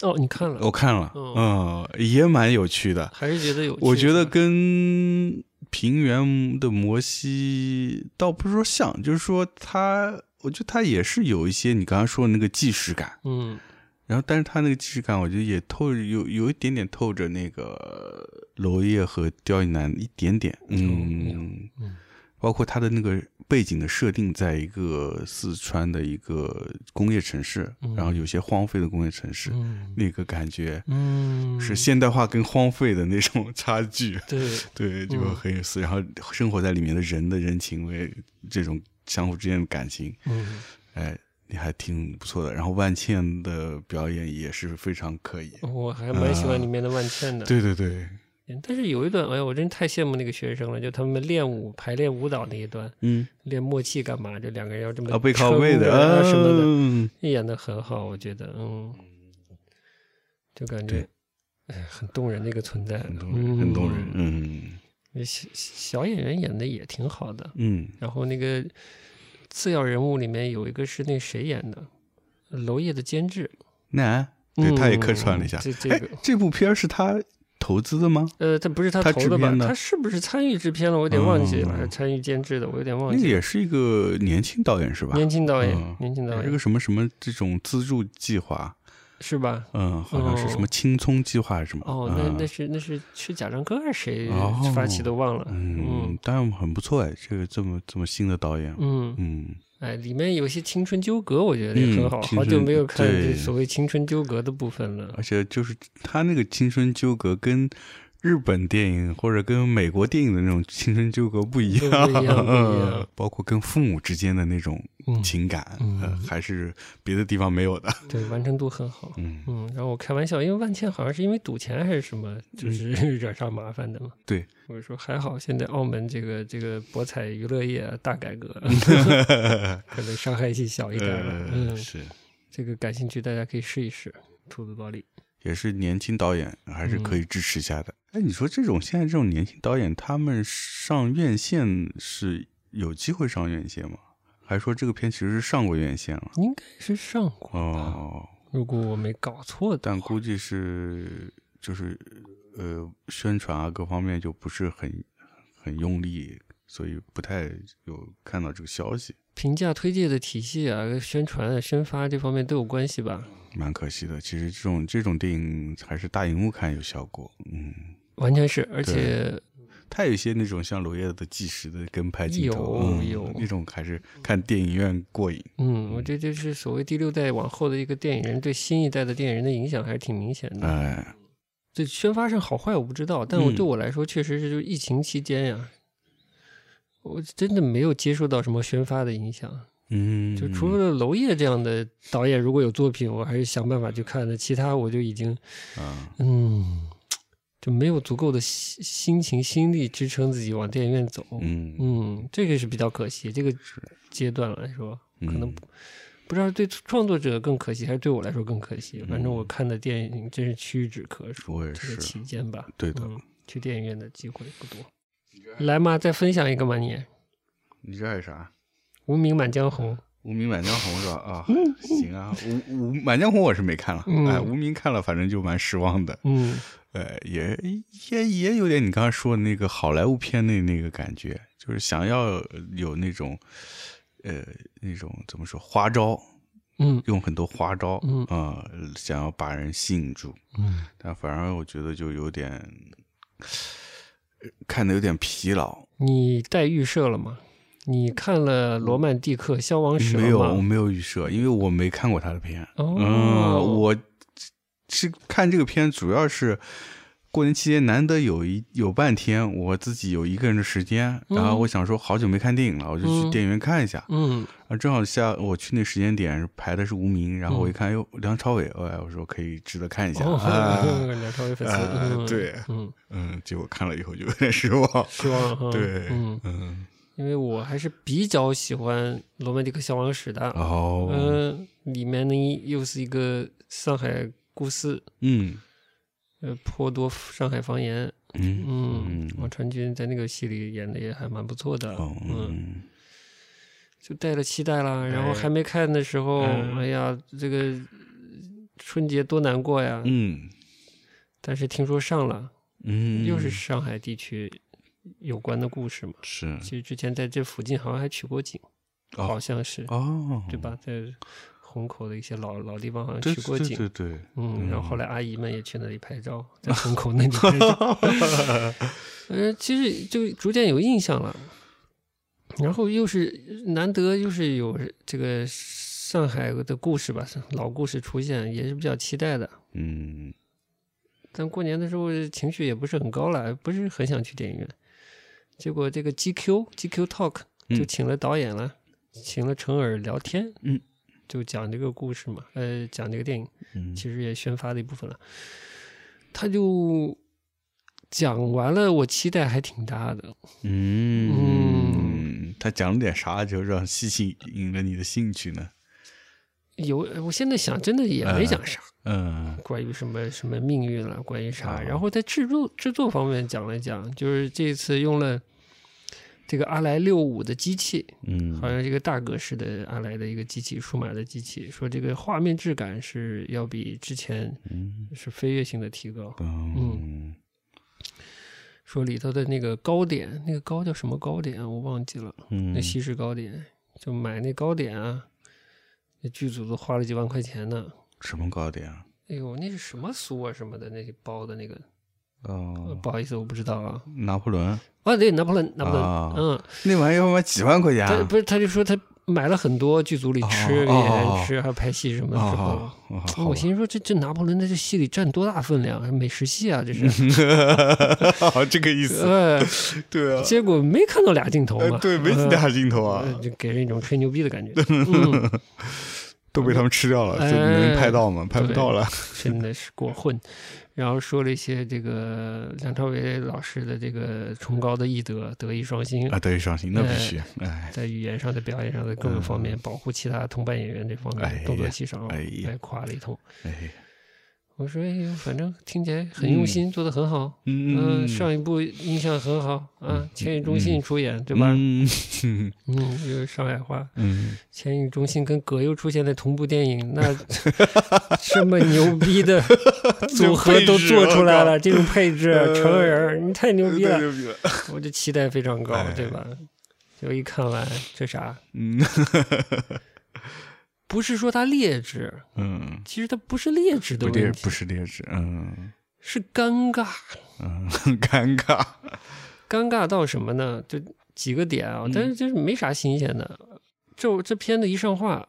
Speaker 2: 哦，你看》，了，
Speaker 1: 我看了，嗯，也蛮有趣的。
Speaker 2: 还是觉得有趣是吧？
Speaker 1: 我觉得跟平原的摩西倒不是说像，就是说它，我觉得它也是有一些你刚刚说的那个既视感，
Speaker 2: 嗯
Speaker 1: 然后但是它那个既视感，我觉得也透有有一点点透着那个娄烨和刁亦男一点点，嗯，
Speaker 2: 哦嗯
Speaker 1: 包括它的那个背景的设定，在一个四川的一个工业城市，
Speaker 2: 嗯
Speaker 1: 然后有些荒废的工业城市，
Speaker 2: 嗯
Speaker 1: 那个感觉
Speaker 2: 嗯，
Speaker 1: 是现代化跟荒废的那种 <laughs> 差距，
Speaker 2: 对，
Speaker 1: 对，就
Speaker 2: 嗯
Speaker 1: 很有意思。然后生活在里面的人的人情味，这种相互之间的感情，
Speaker 2: 嗯
Speaker 1: 哎，你还挺不错的。然后万茜的表演也是非常可以。
Speaker 2: 我还蛮喜欢里面的万茜的。
Speaker 1: 对对对，
Speaker 2: 但是有一段，哎呀，我真太羡慕那个学生了，就他们练舞、排练舞蹈那一段，
Speaker 1: 嗯，
Speaker 2: 练默契干嘛？就两个人要这么
Speaker 1: 啊，背靠背
Speaker 2: 撑
Speaker 1: 的
Speaker 2: 着啊什么的，
Speaker 1: 嗯
Speaker 2: 演的很好，我觉得，嗯，就感觉
Speaker 1: 对，
Speaker 2: 哎，很动人的一个存在，
Speaker 1: 很动人，很动人。
Speaker 2: 嗯
Speaker 1: 嗯
Speaker 2: 小小演员演的也挺好的，
Speaker 1: 嗯，
Speaker 2: 然后那个次要人物里面有一个是那谁演的，娄烨的监制，
Speaker 1: 那对
Speaker 2: 嗯
Speaker 1: 他也客串了一下。
Speaker 2: 这这
Speaker 1: 哎
Speaker 2: 个，
Speaker 1: 这部片儿是他投资的吗？
Speaker 2: 呃，他不是他
Speaker 1: 他
Speaker 2: 投
Speaker 1: 制
Speaker 2: 的吧
Speaker 1: 片？的
Speaker 2: 他是不是参与制片了？我有点忘记了，
Speaker 1: 嗯
Speaker 2: 还是参与监制的，我有点忘
Speaker 1: 那个
Speaker 2: 记了。
Speaker 1: 也是一个年轻导演是吧？
Speaker 2: 年轻导演，
Speaker 1: 嗯
Speaker 2: 年轻导演，
Speaker 1: 这个什么什么这种资助计划，
Speaker 2: 是吧？
Speaker 1: 嗯，好像是什么青葱计划还是什么？
Speaker 2: 哦，那
Speaker 1: 嗯
Speaker 2: 那是那是是贾樟柯还是谁
Speaker 1: 哦
Speaker 2: 发起的？忘了。
Speaker 1: 嗯，当然很不错哎，这个这么这么新的导演，
Speaker 2: 嗯，
Speaker 1: 嗯，
Speaker 2: 哎，里面有些青春纠葛，我觉得也很好。
Speaker 1: 嗯
Speaker 2: 好久没有看
Speaker 1: 青春
Speaker 2: 这
Speaker 1: 对
Speaker 2: 所谓青春纠葛的部分了
Speaker 1: 而。且就是他那个青春纠葛跟日本电影或者跟美国电影的那种青春纠葛不一样，嗯
Speaker 2: 不一
Speaker 1: <laughs>
Speaker 2: 样不一样
Speaker 1: 包括跟父母之间的那种
Speaker 2: 嗯，
Speaker 1: 情感，
Speaker 2: 嗯
Speaker 1: 呃，还是别的地方没有的，
Speaker 2: 对，完成度很好。
Speaker 1: 嗯，
Speaker 2: 嗯，然后我开玩笑，因为万茜好像是因为赌钱还是什么，就是 <laughs> 惹上麻烦的嘛。
Speaker 1: 嗯对，
Speaker 2: 我就说还好，现在澳门这个这个博彩娱乐业啊大
Speaker 1: <laughs>
Speaker 2: 改革，可能伤害性小一点了。
Speaker 1: 呃，
Speaker 2: 嗯，
Speaker 1: 是。
Speaker 2: 这个感兴趣大家可以试一试《兔子暴力》。
Speaker 1: 也是年轻导演，还是可以支持一下的。哎，你说这种现在这种年轻导演，他们上院线是有机会上院线吗？还是说这个片其实是上过院线了？
Speaker 2: 应该是上过吧，
Speaker 1: 哦，
Speaker 2: 如果我没搞错的。
Speaker 1: 但估计是就是呃，宣传啊各方面就不是很很用力，所以不太有看到这个消息，
Speaker 2: 评价推介的体系啊、宣传啊、宣发这方面都有关系吧？
Speaker 1: 蛮可惜的。其实这种这种电影还是大荧幕看有效果，嗯。
Speaker 2: 完全是，而且
Speaker 1: 它有一些那种像娄烨的纪实的跟拍镜头，
Speaker 2: 有
Speaker 1: 嗯
Speaker 2: 有
Speaker 1: 那种还是看电影院过瘾。
Speaker 2: 嗯，我觉得这是所谓第六代往后的一个电影人对新一代的电影人的影响还是挺明显的。
Speaker 1: 哎，
Speaker 2: 这宣发上好坏我不知道，但我
Speaker 1: 嗯
Speaker 2: 对我来说确实是就是疫情期间呀，我真的没有接受到什么宣发的影响。
Speaker 1: 嗯，
Speaker 2: 就除了娄烨这样的导演，如果有作品，我还是想办法去看的。其他我就已经
Speaker 1: 啊，
Speaker 2: 嗯，就没有足够的心心情、心力支撑自己往电影院走。
Speaker 1: 嗯
Speaker 2: 嗯，这个是比较可惜，这个阶段来说，可能
Speaker 1: 嗯
Speaker 2: 不知道是对创作者更可惜，还是对我来说更可惜。反正我
Speaker 1: 嗯
Speaker 2: 看的电影真是屈指可数。
Speaker 1: 我也
Speaker 2: 这个
Speaker 1: 是
Speaker 2: 期间吧，
Speaker 1: 对的
Speaker 2: 嗯，去电影院的机会不多。来嘛，再分享一个嘛你，《
Speaker 1: 你这还有啥？
Speaker 2: 无名满江红》
Speaker 1: 无名满江红是吧？
Speaker 2: <laughs>
Speaker 1: 啊，行啊，无无满江红我是没看了，
Speaker 2: 嗯
Speaker 1: 哎，无名看了，反正就蛮失望的，
Speaker 2: 嗯，
Speaker 1: 呃，也也也有点你刚才说的那个好莱坞片那那个感觉，就是想要有那种，呃，那种怎么说花招，
Speaker 2: 嗯
Speaker 1: 用很多花招，
Speaker 2: 嗯
Speaker 1: 啊、想要把人吸引住，
Speaker 2: 嗯
Speaker 1: 但反而我觉得就有点呃看的有点疲劳。
Speaker 2: 你带预设了吗？你看了《罗曼蒂克消亡史》了
Speaker 1: 没有，
Speaker 2: 吗
Speaker 1: 我没有预设，因为我没看过他的片。
Speaker 2: 哦，
Speaker 1: 嗯，我是看这个片，主要是过年期间难得有一有半天我自己有一个人的时间，
Speaker 2: 嗯
Speaker 1: 然后我想说好久没看电影了，我就
Speaker 2: 嗯
Speaker 1: 去电影院看一下。
Speaker 2: 嗯
Speaker 1: 啊，正好下我去那时间点排的是无名，然后我一看，哟，梁朝伟，哎，我说可以值得看一下。
Speaker 2: 嗯哦， <laughs>
Speaker 1: 啊
Speaker 2: 梁朝伟粉丝，
Speaker 1: 啊
Speaker 2: 嗯
Speaker 1: 对
Speaker 2: 嗯，
Speaker 1: 嗯，结果看了以后就有点失望。
Speaker 2: 失望了哈，
Speaker 1: 对，
Speaker 2: 嗯，
Speaker 1: 嗯，
Speaker 2: 因为我还是比较喜欢《罗曼蒂克消亡史》的，
Speaker 1: 哦，
Speaker 2: 嗯，里面呢又是一个上海故事，
Speaker 1: 嗯
Speaker 2: 呃，颇多上海方言，
Speaker 1: 嗯
Speaker 2: 嗯，王传君在那个戏里演的也还蛮不错的，
Speaker 1: 哦
Speaker 2: 嗯，就带了期待啦，然后
Speaker 1: 哎
Speaker 2: 还没看的时候，
Speaker 1: 嗯
Speaker 2: 哎呀，这个春节多难过呀，
Speaker 1: 嗯
Speaker 2: 但是听说上了，
Speaker 1: 嗯，
Speaker 2: 又是上海地区有关的故事嘛。
Speaker 1: 是
Speaker 2: 其实之前在这附近好像还取过景，
Speaker 1: 哦
Speaker 2: 好像是、
Speaker 1: 哦，
Speaker 2: 对？吧？在虹口的一些老老地方好像
Speaker 1: 对
Speaker 2: 取过
Speaker 1: 对
Speaker 2: 景，
Speaker 1: 对对，
Speaker 2: 嗯，然后后来阿姨们也去那里拍照，在虹口那里拍
Speaker 1: <laughs>
Speaker 2: 照。呃，其实就逐渐有印象了，然后又是难得又是有这个上海的故事吧，老故事出现也是比较期待的。
Speaker 1: 嗯
Speaker 2: 但过年的时候情绪也不是很高了，不是很想去电影院。结果这个 GQ GQ Talk
Speaker 1: 嗯
Speaker 2: 就请了导演了，请了程耳聊天，
Speaker 1: 嗯，
Speaker 2: 就讲这个故事嘛，呃，讲这个电影，
Speaker 1: 嗯，
Speaker 2: 其实也宣发的一部分了。他就讲完了，我期待还挺大的，
Speaker 1: 嗯，他讲了点啥，就让吸引了你的兴趣呢？
Speaker 2: 有我现在想，真的也没讲啥。
Speaker 1: 嗯
Speaker 2: 关于什么什么命运了，关于啥？
Speaker 1: 啊
Speaker 2: 然后在制作制作方面讲了讲，就是这次用了这个阿莱六五的机器，
Speaker 1: 嗯，
Speaker 2: 好像这个大格式的阿莱的一个机器，数码的机器，说这个画面质感是要比之前
Speaker 1: 嗯
Speaker 2: 是飞跃性的提高，
Speaker 1: 嗯
Speaker 2: 说里头的那个糕点，那个糕叫什么糕点啊我忘记了，
Speaker 1: 嗯
Speaker 2: 那西式糕点，就买那糕点啊，那剧组都花了几万块钱呢。
Speaker 1: 什么糕点啊？
Speaker 2: 哎呦，那是什么酥啊什么的，那个包的那个，呃
Speaker 1: 哦，
Speaker 2: 不好意思，我不知道啊。
Speaker 1: 拿破仑
Speaker 2: 啊，对，拿破仑，拿破仑，
Speaker 1: 啊
Speaker 2: 嗯，
Speaker 1: 那玩意要卖几万块钱
Speaker 2: 他
Speaker 1: 啊
Speaker 2: 不？是，他就说他买了很多剧组里吃给
Speaker 1: 哦哦哦
Speaker 2: 演员吃，还有拍戏什么的之后。哦
Speaker 1: 啊，
Speaker 2: 我心说这这拿破仑在这戏里占多大分量？美食戏啊，
Speaker 1: <laughs>
Speaker 2: 这是。
Speaker 1: 哦，这个意
Speaker 2: <laughs>
Speaker 1: 思，
Speaker 2: 呃，
Speaker 1: 对啊，
Speaker 2: 结果没看到俩镜头
Speaker 1: 呃
Speaker 2: 嘛，
Speaker 1: 对，没几大镜头
Speaker 2: <laughs>
Speaker 1: 啊，
Speaker 2: 呃就给人一种吹牛逼的
Speaker 1: <laughs>
Speaker 2: 感觉。嗯，
Speaker 1: 都被他们吃掉了，
Speaker 2: 哎
Speaker 1: 所以能拍到吗？拍不
Speaker 2: 对
Speaker 1: 到了。
Speaker 2: 真的是给我混。然后说了一些这个梁朝伟老师的这个崇高的艺德，德艺双馨
Speaker 1: 啊，，德艺双馨，那必须，哎，
Speaker 2: 在语言上、在表演上的各个方面，保护其他同伴演员这方
Speaker 1: 嗯哎
Speaker 2: 面，
Speaker 1: 呀
Speaker 2: 动作戏上
Speaker 1: 哎呀
Speaker 2: 来夸了一通。
Speaker 1: 哎，
Speaker 2: 我说，哎呦，反正听起来很用心，做的很好。嗯、上一部印象很好啊，千与中信出演、对吧？
Speaker 1: 嗯 <laughs>
Speaker 2: 嗯，这个上海话，
Speaker 1: 嗯，
Speaker 2: 千与中信跟葛优出现在同部电影，那 <laughs> 这么牛逼的组合都做出来了，这种配置，
Speaker 1: 呃
Speaker 2: 成人儿，你 <laughs> 太牛逼
Speaker 1: 太
Speaker 2: 了，
Speaker 1: 牛逼了，
Speaker 2: 我这期待非常高，
Speaker 1: 哎
Speaker 2: 对吧？就一看完，这啥？
Speaker 1: 嗯 <laughs>
Speaker 2: 不是说它劣质，
Speaker 1: 嗯，
Speaker 2: 其实它不是劣质的
Speaker 1: 不
Speaker 2: 问
Speaker 1: 劣
Speaker 2: 题，
Speaker 1: 不是劣质，嗯 <laughs>
Speaker 2: 是尴尬，
Speaker 1: 嗯，很尴尬，
Speaker 2: 尴尬到什么呢？就几个点啊
Speaker 1: 嗯，
Speaker 2: 但是就是没啥新鲜的。这这片子一上画，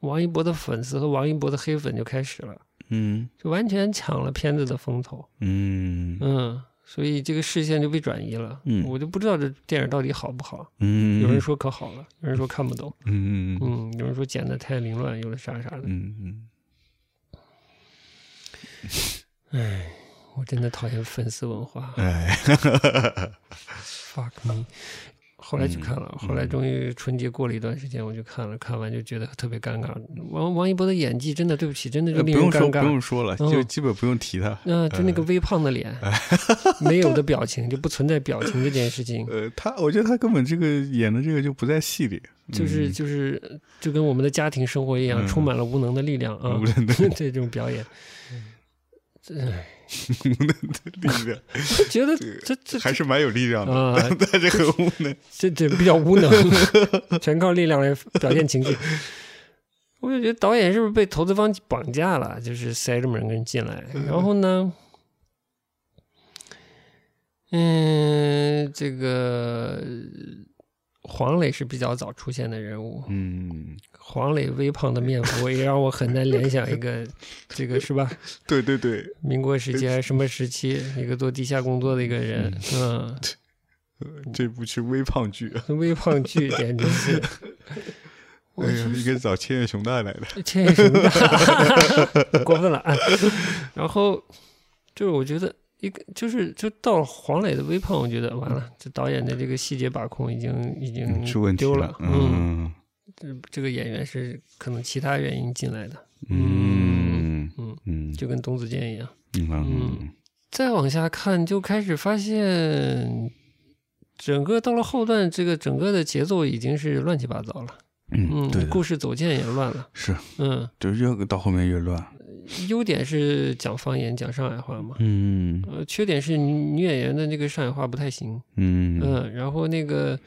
Speaker 2: 王一博的粉丝和王一博的黑粉就开始了，
Speaker 1: 嗯
Speaker 2: 就完全抢了片子的风头。
Speaker 1: 嗯
Speaker 2: 嗯，所以这个视线就被转移了。
Speaker 1: 嗯
Speaker 2: 我就不知道这电影到底好不好。
Speaker 1: 嗯，
Speaker 2: 有人说可好了，有人说看不懂，
Speaker 1: 嗯，嗯
Speaker 2: 嗯，有人说剪的太凌乱，有的啥啥的。
Speaker 1: 嗯嗯
Speaker 2: 唉，我真的讨厌粉丝文化。
Speaker 1: 嗯，哎， <laughs>
Speaker 2: fuck me。后来去看了，
Speaker 1: 嗯
Speaker 2: 后来终于春节过了一段时间，我就看了，看完就觉得特别尴尬。王王一博的演技真的，对不起，真的就
Speaker 1: 不
Speaker 2: 令人
Speaker 1: 用
Speaker 2: 尴
Speaker 1: 呃说不呃
Speaker 2: 尬。
Speaker 1: 用说了，
Speaker 2: 嗯
Speaker 1: 就基本不用提他，
Speaker 2: 嗯、就那个微胖的
Speaker 1: <laughs>
Speaker 2: 脸，没有的表情，就不存在表情这件事情，
Speaker 1: 呃，他我觉得他根本这个演的这个就不在戏里，
Speaker 2: 就是
Speaker 1: 嗯
Speaker 2: 就是就跟我们的家庭生活一样，
Speaker 1: 嗯
Speaker 2: 充满了无能的力量啊
Speaker 1: 无能的，
Speaker 2: <laughs> 对这种表演，唉
Speaker 1: 无能的力量，
Speaker 2: 我觉得这这
Speaker 1: 还是蛮有力量的，
Speaker 2: 啊，
Speaker 1: 但是很无能。
Speaker 2: 这这比较无能， <laughs> 全靠力量来表现情绪。我就觉得导演是不是被投资方绑架了，就是塞这么人进来，然后呢，嗯，这个黄磊是比较早出现的人物，
Speaker 1: <laughs> 嗯，
Speaker 2: 黄磊微胖的面部也让我很难联想一个这个是吧？
Speaker 1: 对对对，
Speaker 2: 民国时期还是什么时期，一个做地下工作的一个人，嗯，
Speaker 1: 呃这部是微胖剧，啊
Speaker 2: 微胖剧简直是，我
Speaker 1: 哎呀，
Speaker 2: 说
Speaker 1: 应该找千叶熊大来的。
Speaker 2: 这有什么的？过分了啊！ <laughs> 然后就是我觉得一个就是就到了黄磊的微胖，我觉得完了，这导演的这个细节把控已经已经
Speaker 1: 嗯出问题
Speaker 2: 嗯丢了。
Speaker 1: 嗯
Speaker 2: 嗯，这这个演员是可能其他原因进来的，
Speaker 1: 嗯
Speaker 2: 嗯，
Speaker 1: 嗯
Speaker 2: 就跟董子健一样。
Speaker 1: 嗯
Speaker 2: 再往下看，就开始发现。整个到了后段，这个整个的节奏已经是乱七八糟了，
Speaker 1: 嗯，对的，
Speaker 2: 故事走线也乱了，
Speaker 1: 是，
Speaker 2: 嗯，
Speaker 1: 就越到后面越乱。
Speaker 2: 优点是讲方言，讲上海话嘛，
Speaker 1: 嗯
Speaker 2: 呃，缺点是女女演员的那个上海话不太行，
Speaker 1: 嗯
Speaker 2: 嗯，然后那个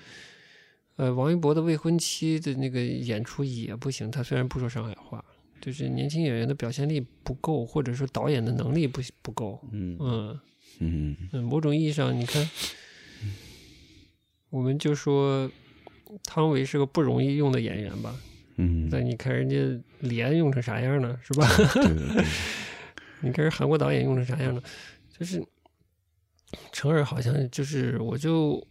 Speaker 2: 呃王一博的未婚妻的那个演出也不行，他虽然不说上海话，就是年轻演员的表现力不够，或者说导演的能力不不够，
Speaker 1: 嗯
Speaker 2: 嗯
Speaker 1: 嗯
Speaker 2: 嗯，某种意义上，你看，我们就说汤唯是个不容易用的演员吧，
Speaker 1: 嗯，
Speaker 2: 但你看人家李安用成啥样呢，是吧？
Speaker 1: 对的对，
Speaker 2: 你看人韩国导演用成啥样了？就是成尔好像就是我就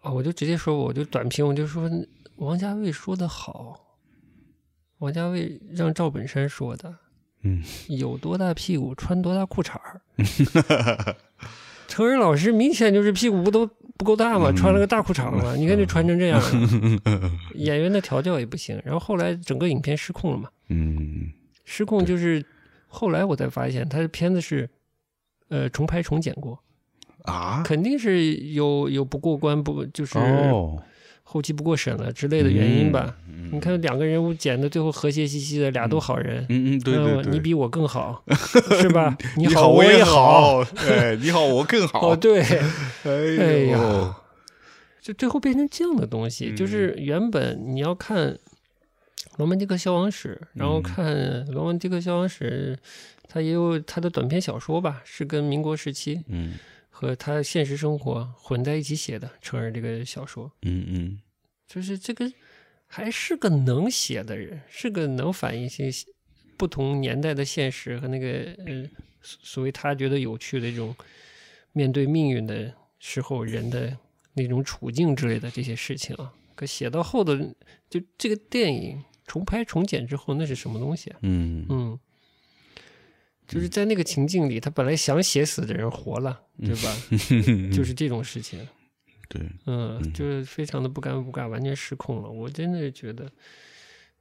Speaker 2: 啊，我就直接说，我就短评，我就说王家卫说的好，王家卫让赵本山说的，
Speaker 1: 嗯，
Speaker 2: 有多大屁股穿多大裤衩儿。 <laughs> 成人老师明显就是屁股不都不够大嘛，穿了个大裤衩嘛，你看就穿成这样了演员的调教也不行，然后后来整个影片失控了嘛， <laughs>
Speaker 1: 嗯
Speaker 2: 失控就是后来我才发现，他的片子是呃重拍重剪过，
Speaker 1: 啊，
Speaker 2: 肯定是有有不过关不就是
Speaker 1: 哦，嗯
Speaker 2: 后期不过审了之类的原因吧。你看两个人物剪的最后和谐兮兮的，俩都好人。
Speaker 1: 嗯嗯，对
Speaker 2: 嗯
Speaker 1: 对
Speaker 2: 我
Speaker 1: 对，
Speaker 2: 你比我更好，
Speaker 1: <laughs>
Speaker 2: 是吧？你
Speaker 1: 好，
Speaker 2: 我
Speaker 1: 也
Speaker 2: 好。，
Speaker 1: 哎，你好，我更好 <laughs>
Speaker 2: 哦，。对，
Speaker 1: 哎
Speaker 2: 哎
Speaker 1: 呦
Speaker 2: 呀，，就最后变成这样的东西，
Speaker 1: 嗯
Speaker 2: 就是原本你要看《罗曼蒂克消亡史》，然后
Speaker 1: 嗯
Speaker 2: 看《罗曼蒂克消亡史》，它也有它的短篇小说吧，是跟民国时期
Speaker 1: 嗯
Speaker 2: 和他现实生活混在一起写的，成人这个小说，
Speaker 1: 嗯嗯
Speaker 2: 就是这个还是个能写的人，是个能反映一些不同年代的现实和那个呃所所谓他觉得有趣的这种面对命运的时候人的那种处境之类的这些事情啊。可写到后头，就这个电影重拍重剪之后，那是什么东西啊？
Speaker 1: 嗯
Speaker 2: 嗯，就是在那个情境里，他本来想写死的人活了，对吧？
Speaker 1: <laughs> 嗯，
Speaker 2: 就是这种事情，
Speaker 1: 对，
Speaker 2: 嗯，就是非常的不尴不尬，完全失控了。我真的觉得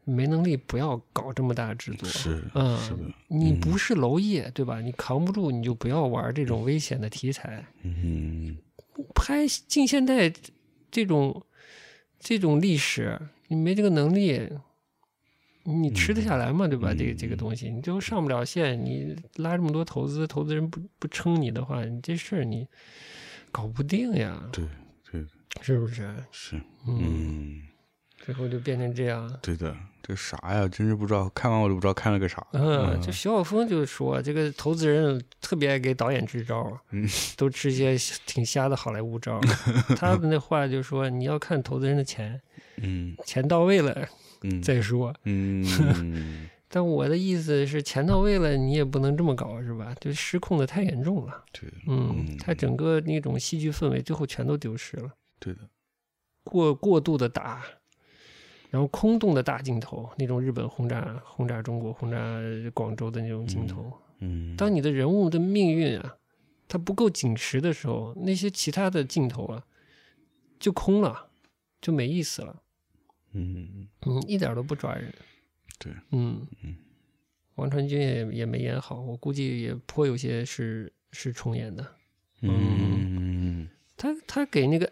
Speaker 2: 没能力不要搞搞这么大制作。
Speaker 1: 是
Speaker 2: 嗯
Speaker 1: 是的，
Speaker 2: 你
Speaker 1: 嗯
Speaker 2: 不是娄烨对吧？你扛不住你就不要玩这种危险的题材。
Speaker 1: 嗯
Speaker 2: 拍近现代这种这种历史，你没这个能力，你吃得下来
Speaker 1: 嗯
Speaker 2: 吗？对吧？这个这个东西，你就上不了线，你拉这么多投资，投资人不不撑你的话，你这事儿你搞不定呀，
Speaker 1: 对对
Speaker 2: 是不是？
Speaker 1: 是
Speaker 2: 嗯，
Speaker 1: 嗯
Speaker 2: 最后就变成这样。啊
Speaker 1: 对的，这啥呀？真是不知道，看完我都不知道看了个啥。
Speaker 2: 嗯，就徐晓峰就说，这个投资人特别爱给导演支招，
Speaker 1: 嗯，
Speaker 2: 都吃一些挺瞎的好莱
Speaker 1: <laughs>
Speaker 2: 坞招儿。他们的话就说，你要看投资人的钱，
Speaker 1: 嗯
Speaker 2: 钱到位了
Speaker 1: 嗯
Speaker 2: 再说。
Speaker 1: 嗯
Speaker 2: <laughs> 但我的意思是，钱到位了，你也不能这么搞，是吧？就失控的太严重了。
Speaker 1: 对
Speaker 2: 嗯
Speaker 1: 嗯，
Speaker 2: 它整个那种戏剧氛围最后全都丢失了，
Speaker 1: 对的，
Speaker 2: 过过度的打，然后空洞的大镜头，那种日本轰炸轰炸中国、轰炸广州的那种镜头。
Speaker 1: 嗯
Speaker 2: 当你的人物的命运啊，它不够紧实的时候，那些其他的镜头啊，就空了，就没意思了。
Speaker 1: 嗯
Speaker 2: 嗯，一点儿都不抓人。
Speaker 1: 对，
Speaker 2: 嗯
Speaker 1: 嗯，
Speaker 2: 王传君也也没演好，我估计也颇有些是是重演的。
Speaker 1: 嗯
Speaker 2: 他他给那个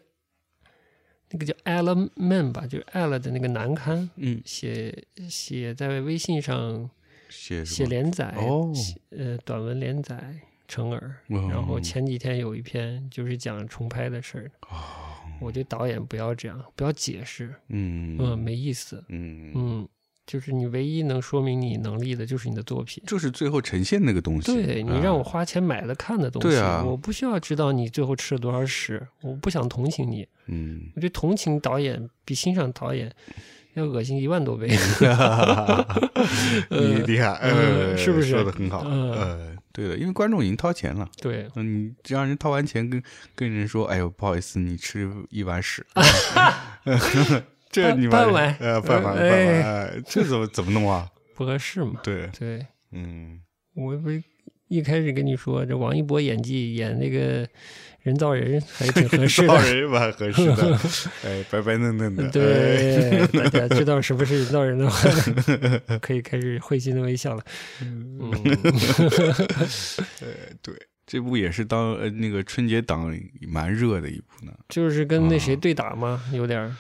Speaker 2: 那个叫 Alan Man 吧，就是 Alan 的那个男刊
Speaker 1: 嗯，
Speaker 2: 写写在微信上
Speaker 1: 写
Speaker 2: 写
Speaker 1: 什么？
Speaker 2: 连载，
Speaker 1: 哦
Speaker 2: 写呃短文连载成耳。
Speaker 1: 哦
Speaker 2: 然后前几天有一篇就是讲重拍的事儿，
Speaker 1: 哦
Speaker 2: 我觉得导演不要这样，不要解释，
Speaker 1: 嗯
Speaker 2: 嗯，没意思。
Speaker 1: 嗯，
Speaker 2: 嗯，就是你唯一能说明你能力的就是你的作品。
Speaker 1: 就是最后呈现那个东西。
Speaker 2: 对你
Speaker 1: 啊
Speaker 2: 让我花钱买了看的东
Speaker 1: 对
Speaker 2: 西，
Speaker 1: 啊
Speaker 2: 我不需要知道你最后吃了多少屎，我不想同情你。
Speaker 1: 嗯，
Speaker 2: 我觉得同情导演比欣赏导演要恶心一
Speaker 1: <laughs>
Speaker 2: 万多倍。
Speaker 1: 你厉害，
Speaker 2: <laughs> 呃
Speaker 1: 呃，
Speaker 2: 是不是
Speaker 1: 说的很好？
Speaker 2: 呃
Speaker 1: 呃，对的，因为观众已经掏钱了。
Speaker 2: 对，
Speaker 1: 那你让人掏完钱跟跟人说，哎呦，不好意思，你吃一碗屎，这
Speaker 2: <laughs> 半
Speaker 1: 你妈
Speaker 2: 半碗
Speaker 1: 呃，半碗，半
Speaker 2: 哎
Speaker 1: 碗，哎这怎么怎么弄啊？
Speaker 2: 不合适嘛。
Speaker 1: 对，
Speaker 2: 对，
Speaker 1: 嗯，
Speaker 2: 我不是一开始跟你说，这王一博演技演那个人造人还挺合适的
Speaker 1: 造。人蛮合适
Speaker 2: <laughs>
Speaker 1: 的，哎，白白嫩嫩的，哎，
Speaker 2: 对，大家知道什么是人造人的话，
Speaker 1: <laughs>
Speaker 2: 可以开始会心的微笑了。嗯，
Speaker 1: 呃对，这部也是当呃那个春节档蛮热的一部呢，
Speaker 2: 就是跟那
Speaker 1: 啊
Speaker 2: 谁对打嘛，有点儿，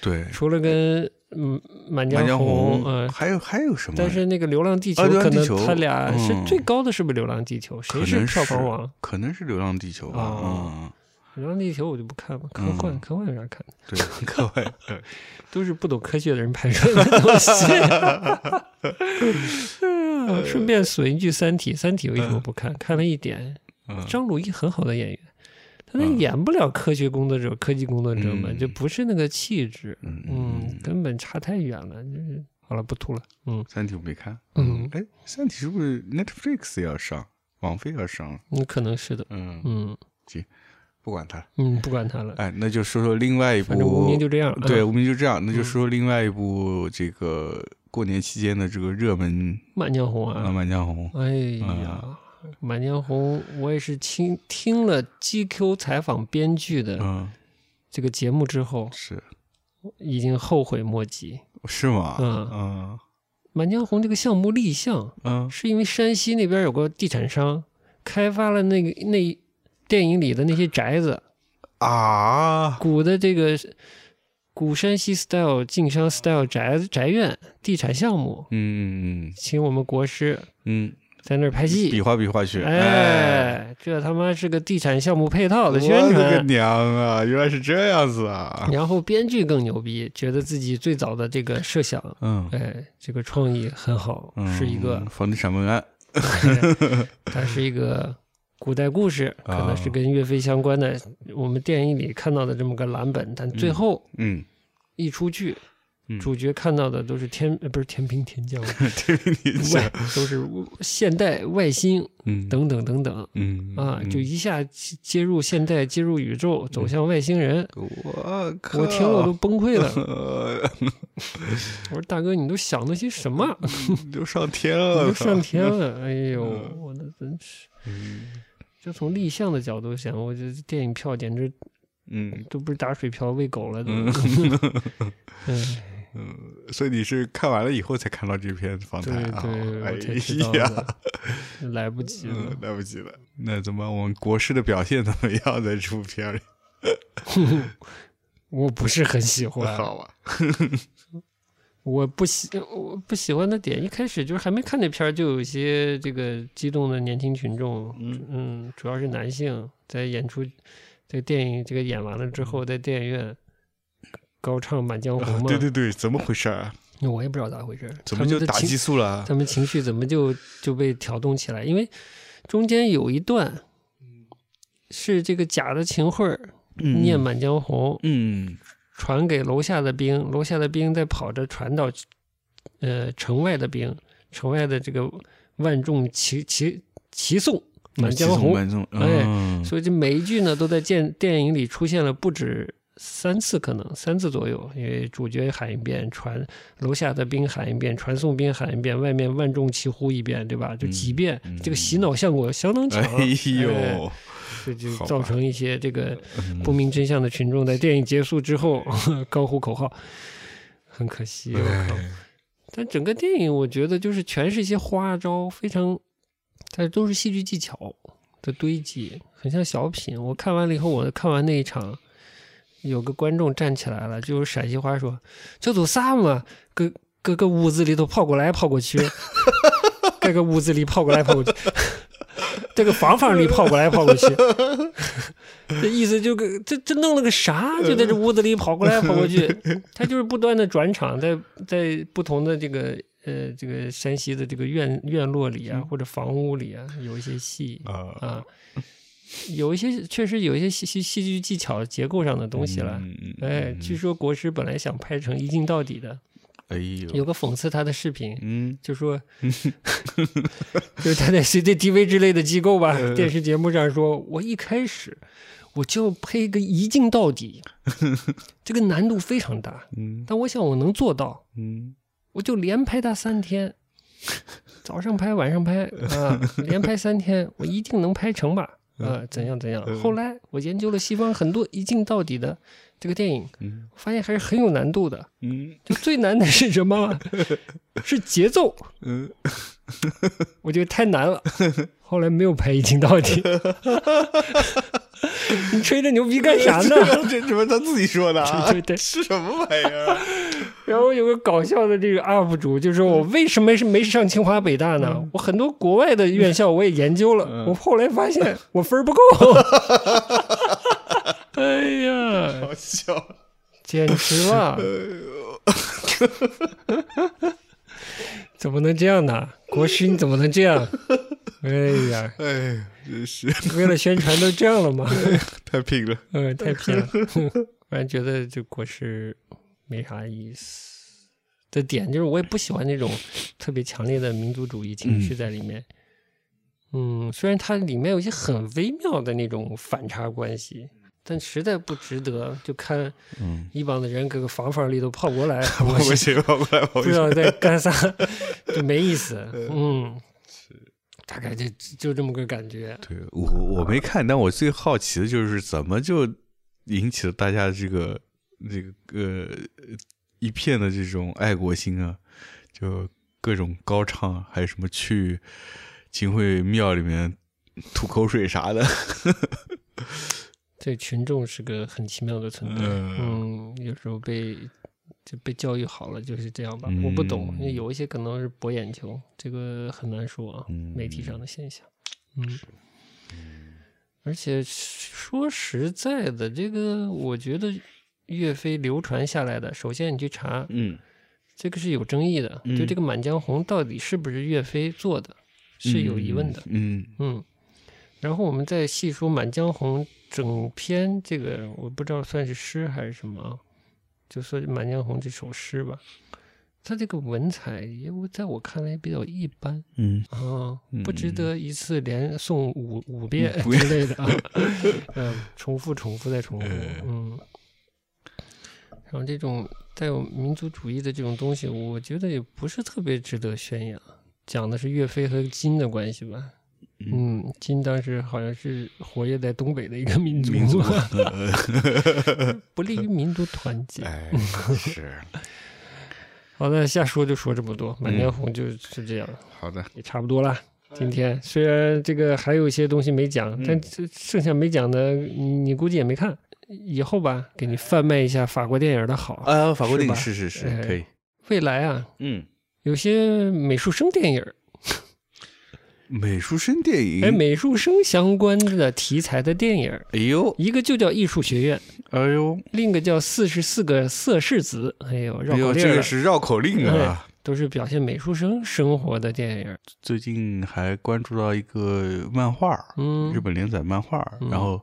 Speaker 1: 对，
Speaker 2: 除了跟嗯《满
Speaker 1: 满
Speaker 2: 江
Speaker 1: 江红
Speaker 2: 红》，嗯，
Speaker 1: 还有还有什么？
Speaker 2: 但是那个《流浪地球
Speaker 1: 啊》流浪
Speaker 2: 可
Speaker 1: 地
Speaker 2: 能
Speaker 1: 球
Speaker 2: 他俩是
Speaker 1: 嗯
Speaker 2: 最高的，是不是《流浪地球》？
Speaker 1: 可
Speaker 2: 谁
Speaker 1: 能
Speaker 2: 票房王？
Speaker 1: 可能是《流浪地球》吧，
Speaker 2: 哦
Speaker 1: 嗯，
Speaker 2: 《流浪地球》我就不看了，科幻
Speaker 1: 嗯
Speaker 2: 科幻有啥看的？
Speaker 1: 对，
Speaker 2: <laughs>
Speaker 1: 各位，呃
Speaker 2: 都是不懂科学的人拍出来的东西。 <laughs> 嗯顺便损一句《三体》，《三体》为什么不看？看了一点，
Speaker 1: <laughs>
Speaker 2: <laughs>
Speaker 1: 嗯
Speaker 2: 张鲁一很好的演员，他那
Speaker 1: 嗯
Speaker 2: 演不了科学工作者、科技工作者们，
Speaker 1: 嗯
Speaker 2: 就不是那个气质，
Speaker 1: 嗯
Speaker 2: 嗯，根本差太远了。就是好了，不吐了，嗯
Speaker 1: 三体我没看，
Speaker 2: 嗯
Speaker 1: 哎，三体是不是 Netflix 要上，网飞要上了？
Speaker 2: 嗯，可能是的，
Speaker 1: 嗯，
Speaker 2: 嗯
Speaker 1: 不管它了，
Speaker 2: 嗯，不管他了，
Speaker 1: 哎，那就说说另外一部，
Speaker 2: 反正无名就这样。
Speaker 1: 对，
Speaker 2: 啊
Speaker 1: 无名就这样，那就说说另外一部这个过年期间的这个热门
Speaker 2: 满江红
Speaker 1: 呃《
Speaker 2: 啊，
Speaker 1: 满江红》，
Speaker 2: 哎
Speaker 1: 嗯
Speaker 2: 呀。满江红，我也是听听了 GQ 采访编剧的
Speaker 1: 嗯，
Speaker 2: 这个节目之后，
Speaker 1: 是
Speaker 2: 已经后悔莫及。
Speaker 1: 是吗？
Speaker 2: 嗯
Speaker 1: 嗯
Speaker 2: 满江红这个项目立项，
Speaker 1: 嗯
Speaker 2: 是因为山西那边有个地产商开发了那个那电影里的那些宅子，
Speaker 1: 啊，
Speaker 2: 古的这个古山西 style 晋商 style 宅宅院地产项目，
Speaker 1: 嗯嗯
Speaker 2: 请我们国师
Speaker 1: 嗯，
Speaker 2: 在那儿拍
Speaker 1: 比
Speaker 2: 戏。
Speaker 1: 划比划去，哎。
Speaker 2: 哎，这他妈是个地产项目配套
Speaker 1: 我
Speaker 2: 的
Speaker 1: 的
Speaker 2: 宣
Speaker 1: 个
Speaker 2: 传。
Speaker 1: 娘啊！原来是这样子
Speaker 2: <laughs>
Speaker 1: 啊！
Speaker 2: 然后编剧更牛逼，觉得自己最早的这个设想，
Speaker 1: 嗯，
Speaker 2: 哎，这个创意很好，哎是一个
Speaker 1: <laughs> 嗯房地产文案，
Speaker 2: 哎它是一个古代故事，可能
Speaker 1: 啊
Speaker 2: 是跟岳飞相关的。我们电影里看到的这么个蓝本，但最后
Speaker 1: 嗯， <laughs>
Speaker 2: 一出剧，
Speaker 1: 嗯
Speaker 2: 主角看到的都是天呃不是天兵天将，
Speaker 1: <laughs> 这个你
Speaker 2: 外
Speaker 1: 想，
Speaker 2: 都是现代外星
Speaker 1: 嗯
Speaker 2: 等等等等
Speaker 1: 嗯
Speaker 2: 啊，就
Speaker 1: 嗯
Speaker 2: 一下接入现代，接入宇宙，走向外星人。
Speaker 1: 我靠，
Speaker 2: 我听我都崩溃了，
Speaker 1: 呃 <laughs>
Speaker 2: 我说大哥，你都想的些什么？
Speaker 1: 都上天
Speaker 2: 你
Speaker 1: 了，
Speaker 2: 都上天了，哎呦，
Speaker 1: 嗯
Speaker 2: 我的真是，就从立项的角度想，我觉得电影票简直
Speaker 1: 嗯
Speaker 2: 都不是打水漂喂狗了都。
Speaker 1: 嗯 <laughs>
Speaker 2: 哎，
Speaker 1: 嗯，所以你是看完了以后才看到这篇访
Speaker 2: 对
Speaker 1: 谈啊？
Speaker 2: 对，我才知道
Speaker 1: 哎呀，
Speaker 2: 的，来不及了
Speaker 1: <laughs> 嗯，。来不及了。那怎么我们国师的表现怎么样？在这部片儿里，
Speaker 2: 我不是很喜欢，
Speaker 1: 好吧？
Speaker 2: 我不喜我不喜欢的点，一开始就是还没看这片儿，就有一些这个激动的年轻群众，
Speaker 1: 嗯
Speaker 2: 嗯，主要是男性，在演出这个电影这个演完了之后，在电影院高唱《满江红》
Speaker 1: 啊 <laughs>
Speaker 2: 嘛，
Speaker 1: 对对对，怎么回事儿？啊
Speaker 2: 那我也不知道咋回事儿，
Speaker 1: 怎
Speaker 2: 他
Speaker 1: 么
Speaker 2: 们
Speaker 1: 就
Speaker 2: 的
Speaker 1: 打
Speaker 2: 情
Speaker 1: 激素了？啊
Speaker 2: 他们情绪怎么就就被挑动起来？因为中间有一段是这个假的秦桧儿
Speaker 1: 嗯
Speaker 2: 念《满江红》
Speaker 1: 嗯
Speaker 2: 传给楼下的兵，楼下的兵在跑着传到呃城外的兵，城外的这个万众齐齐齐颂《满江红》
Speaker 1: 嗯满江，
Speaker 2: 哎
Speaker 1: 嗯
Speaker 2: 所以这每一句呢，都在电电影里出现了不止三次，可能三次左右。因为主角喊一遍，传楼下的兵喊一遍，传送兵喊一遍，外面万众齐呼一遍，对吧？就几遍，
Speaker 1: 嗯
Speaker 2: 这个洗脑效果相当
Speaker 1: <laughs>
Speaker 2: 强。
Speaker 1: 哎
Speaker 2: 哎
Speaker 1: 呦，
Speaker 2: 这就
Speaker 1: 好吧嗯
Speaker 2: 造成一些这个不明真相的群众在电影结束之后 <laughs> 高呼口号，很可惜。我
Speaker 1: 哎
Speaker 2: 靠！但整个电影我觉得就是全是一些花招，非常，它都是戏剧技巧的堆积，很像小品。我看完了以后，我看完那一场，有个观众站起来了，就有陕西话说：“这都啥嘛，搁搁个屋子里头跑过来跑过去， <laughs> 搁个屋子里跑过来跑过去， <laughs> 这个房房里跑过来跑过去。” <laughs> 这意思就跟这这弄了个啥？就在这屋子里跑过来跑过去，他就是不断的转场，在在不同的这个呃这个山西的这个院院落里啊，或者房屋里啊，有一些戏
Speaker 1: 啊
Speaker 2: 啊， <laughs> 有一些确实有一些戏戏戏剧技巧结构上的东西了。
Speaker 1: 嗯嗯
Speaker 2: 哎，据说国师本来想拍成一镜到底的，
Speaker 1: 哎
Speaker 2: 有
Speaker 1: 呦，
Speaker 2: 个讽刺他的视频，
Speaker 1: 嗯，<laughs>
Speaker 2: 就说，就是他在 CCTV 之类的机构吧，
Speaker 1: 呃
Speaker 2: <laughs> 电视节目上说，我一开始我就配一个一镜到
Speaker 1: <laughs>
Speaker 2: 底，这个难度非常大，
Speaker 1: 嗯
Speaker 2: 但我想我能做到，
Speaker 1: 嗯
Speaker 2: 我就连拍它三天，早上拍，晚上拍啊，连拍三天，我一定能拍成吧？啊，怎样怎样？后来我研究了西方很多一镜到底的这个电影，
Speaker 1: 嗯
Speaker 2: 发现还是很有难度的。
Speaker 1: 嗯
Speaker 2: 就最难的是什么？是节奏。
Speaker 1: 嗯，
Speaker 2: 我觉得太难了。后来没有拍《一镜到底》， <laughs> 你吹这牛逼干
Speaker 1: 啊
Speaker 2: 啥呢？ <laughs>
Speaker 1: 这这什么他自己说的啊？
Speaker 2: 对对
Speaker 1: <laughs>
Speaker 2: 对
Speaker 1: 是什么玩意儿？啊
Speaker 2: 然后有个搞笑的这个 UP 主就说：“我为什么是没上清华北大呢？我很多国外的院校我也研究了，
Speaker 1: 嗯
Speaker 2: 我后来发现我分儿不够。”哎呀，
Speaker 1: 好笑。
Speaker 2: 简直了！怎么能这样呢？国师你怎么能这样？哎呀，
Speaker 1: 哎，真是
Speaker 2: 为了宣传都这样了吗？
Speaker 1: 太拼了。
Speaker 2: 呃，太偏了， <laughs> 反正觉得这国师没啥意思的点，就是我也不喜欢那种特别强烈的民族主义情绪在里面。嗯虽然它里面有一些很微妙的那种反差关系，但实在不值得。就看
Speaker 1: 嗯，
Speaker 2: 一帮子人搁个房房里头泡过来，
Speaker 1: 我
Speaker 2: 我
Speaker 1: 们
Speaker 2: 是
Speaker 1: 谁跑过来跑
Speaker 2: 不
Speaker 1: 去
Speaker 2: 知？道在干啥，就没意思。嗯，大概就就这么个感觉。
Speaker 1: 对我我没看，但我最好奇的就是怎么就引起了大家这个这个呃一片的这种爱国心啊，就各种高唱，还有什么去秦桧庙里面吐口水啥的，
Speaker 2: 对群众是个很奇妙的存在。嗯，有时候被就被教育好了就是这样吧。我不懂，因为
Speaker 1: 嗯
Speaker 2: 有一些可能是博眼球，这个很难说啊。
Speaker 1: 嗯
Speaker 2: 媒体上的现象，嗯。而且说实在的，这个我觉得岳飞流传下来的，首先你去查，
Speaker 1: 嗯
Speaker 2: 这个是有争议的，
Speaker 1: 嗯
Speaker 2: 就这个《满江红》到底是不是岳飞做的，是有疑问的。
Speaker 1: 嗯，
Speaker 2: 嗯，然后我们再细说《满江红》整篇这个，我不知道算是诗还是什么啊，就说《满江红》这首诗吧。它这个文采也我在我看来比较一般
Speaker 1: 嗯
Speaker 2: 啊，不值
Speaker 1: 嗯
Speaker 2: 得一次连诵五五遍
Speaker 1: 五
Speaker 2: 之类的啊， <laughs> 嗯，重复、重复再重
Speaker 1: 呃
Speaker 2: 复，嗯。然后这种带有民族主义的这种东西，我觉得也不是特别值得宣扬。讲的是岳飞和金的关系吧，嗯，金当时好像是活跃在东北的一个民族，
Speaker 1: 民 <laughs>
Speaker 2: <laughs>
Speaker 1: 族哎
Speaker 2: 嗯不利于民族团结。 <laughs>
Speaker 1: 哎是
Speaker 2: 好的，瞎说就说这么多，
Speaker 1: 嗯
Speaker 2: 满江红就是这样，
Speaker 1: 好的，
Speaker 2: 也差不多啦。
Speaker 1: 哎
Speaker 2: 今天虽然这个还有一些东西没讲，
Speaker 1: 嗯
Speaker 2: 但这剩下没讲的，你你估计也没看。以后吧，给你贩卖一下法国电影的好。
Speaker 1: 呃，法国电影
Speaker 2: 是
Speaker 1: 是是是
Speaker 2: 哎
Speaker 1: 可以，
Speaker 2: 未来啊，
Speaker 1: 嗯，
Speaker 2: 有些美术生电影儿，
Speaker 1: 美术生电影，
Speaker 2: 哎，美术生相关的题材的电影儿，
Speaker 1: 哎呦
Speaker 2: 一个就叫艺术学院，
Speaker 1: 哎呦，
Speaker 2: 另一个叫四十四个色柿子。哎呦，绕
Speaker 1: 哎
Speaker 2: 口
Speaker 1: 呦，
Speaker 2: 令
Speaker 1: 这
Speaker 2: 儿哎
Speaker 1: 个
Speaker 2: 了，
Speaker 1: 是绕口令啊。
Speaker 2: 都是表现美术生生活的电影儿。
Speaker 1: 最近还关注到一个漫画，
Speaker 2: 嗯，
Speaker 1: 日本连载漫画，
Speaker 2: 嗯
Speaker 1: 然后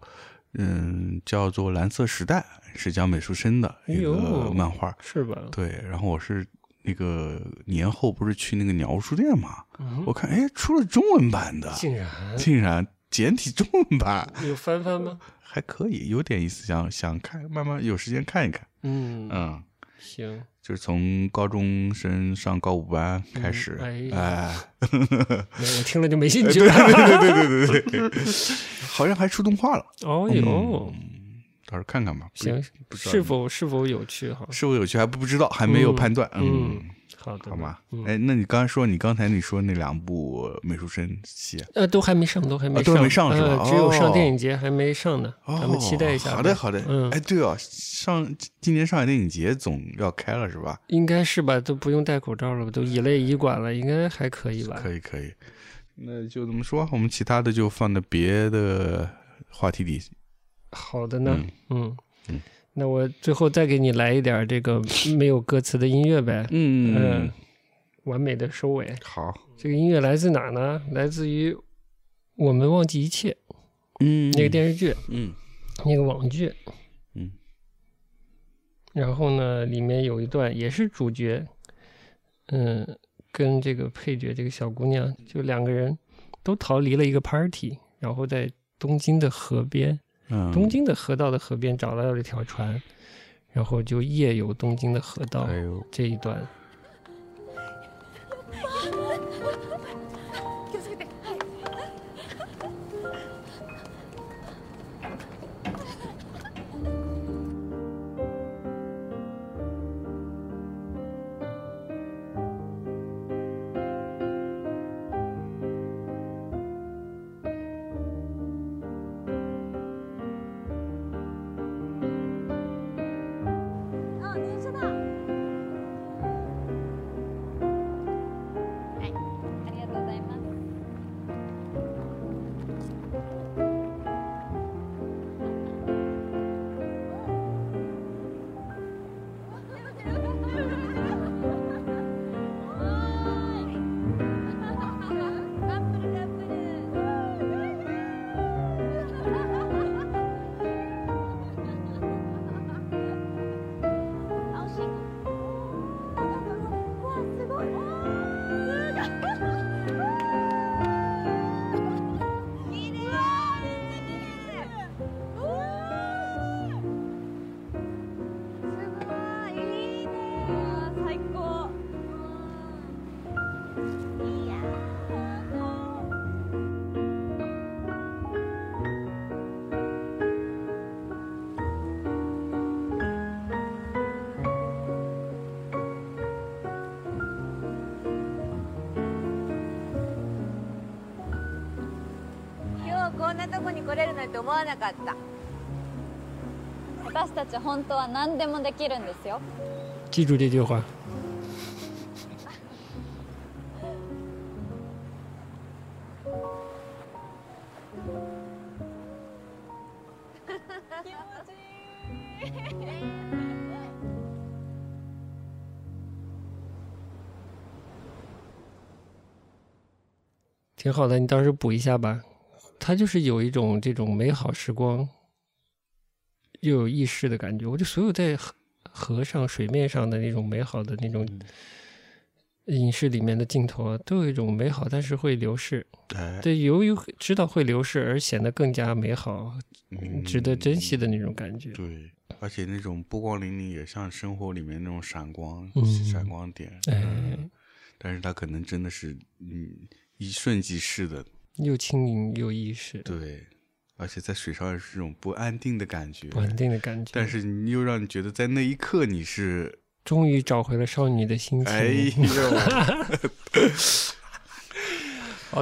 Speaker 1: 嗯叫做《蓝色时代》，是讲美术生的
Speaker 2: 哎
Speaker 1: 一个
Speaker 2: 呦
Speaker 1: 漫画。
Speaker 2: 是吧？
Speaker 1: 对，然后我是那个年后不是去那个鸟屋书店嘛，
Speaker 2: 嗯
Speaker 1: 我看哎出了中文版的，
Speaker 2: 竟然
Speaker 1: <laughs> 竟然简体中文版
Speaker 2: 有翻翻吗？
Speaker 1: 还可以，有点意思，想想看，慢慢有时间看一看。
Speaker 2: 嗯，
Speaker 1: 嗯，
Speaker 2: 行，
Speaker 1: 就是从高中生上高五班开始，
Speaker 2: 嗯哎
Speaker 1: 哎，
Speaker 2: 没有我听了就没兴趣了。
Speaker 1: 对对对对对，好像还出动画了。
Speaker 2: <laughs> 哦呦，
Speaker 1: 嗯，到时候看看吧。不
Speaker 2: 行，
Speaker 1: 不知道
Speaker 2: 是否是否有趣哈？
Speaker 1: 是否有趣还不知道，还没有
Speaker 2: 嗯
Speaker 1: 判断。
Speaker 2: 嗯
Speaker 1: 嗯，
Speaker 2: 好的，
Speaker 1: 好吧。
Speaker 2: 嗯
Speaker 1: 哎，那你刚才说，你刚才你说那两部美术生戏啊，
Speaker 2: 呃，都还没上，都还
Speaker 1: 啊
Speaker 2: 没
Speaker 1: 都
Speaker 2: 上，
Speaker 1: 还没上是吧
Speaker 2: 呃只有上
Speaker 1: 哦
Speaker 2: 电影节还没上呢，
Speaker 1: 哦
Speaker 2: 咱们期待一下呗。
Speaker 1: 好的，好的。
Speaker 2: 嗯
Speaker 1: 哎，，对哦，上今年上海电影节总要开了是吧？
Speaker 2: 应该是吧，都不用戴口罩了，都以泪以管了，应该还可以吧？
Speaker 1: 可以，可以。那就怎么说？我们其他的就放在别的话题里。
Speaker 2: 好的呢，嗯
Speaker 1: 嗯
Speaker 2: 那我最后再给你来一点儿这个没有歌词的音乐呗，
Speaker 1: 嗯
Speaker 2: 嗯，完美的收尾。
Speaker 1: 好。
Speaker 2: 这个音乐来自哪呢？来自于《我们忘记一切》
Speaker 1: 嗯，
Speaker 2: 那个电视剧，
Speaker 1: 嗯，
Speaker 2: 那个网剧，
Speaker 1: 嗯。
Speaker 2: 然后呢，里面有一段也是主角，嗯，跟这个配角这个小姑娘，就两个人都逃离了一个 party，然后在东京的河边，
Speaker 1: 嗯，
Speaker 2: 东。京的河道的河边找到了一条船，然后就夜游东京的河道
Speaker 1: 哎呦，
Speaker 2: 这一段。
Speaker 4: 気をつけてはいあ電車だありがとうございます。 <laughs> カップルカップル。青信号。わあすごい。すごい。綺麗。うわめっちゃ綺麗。すごい。いいね。最高。いいや。今日こんなとこに来れるなんて思わなかった
Speaker 5: 私たち本当は何でもできるんですよ
Speaker 2: 记住这句话，挺好的，你到时候补一下吧。它就是有一种这种美好时光，又有意识的感觉。我就所有在河河上、水面上的那种美好的那种
Speaker 1: 嗯
Speaker 2: 影视里面的镜头啊，都有一种美好，但是会流逝。
Speaker 1: 哎，
Speaker 2: 对，由于知道会流逝而显得更加美好，
Speaker 1: 嗯
Speaker 2: 值得珍惜的那种感觉。
Speaker 1: 对，而且那种波光粼粼，也像生活里面那种闪光、
Speaker 2: 嗯
Speaker 1: 闪光点。嗯
Speaker 2: 哎，
Speaker 1: 但是它可能真的是，嗯，一瞬即逝的。
Speaker 2: 又轻盈又意识，
Speaker 1: 嗯对，而且在水上是这种不安定的感觉，
Speaker 2: 不安定的感觉。
Speaker 1: 但是你又让你觉得在那一刻你是
Speaker 2: 终于找回了少女的心情。
Speaker 1: 哎 <laughs> 呦，
Speaker 2: 好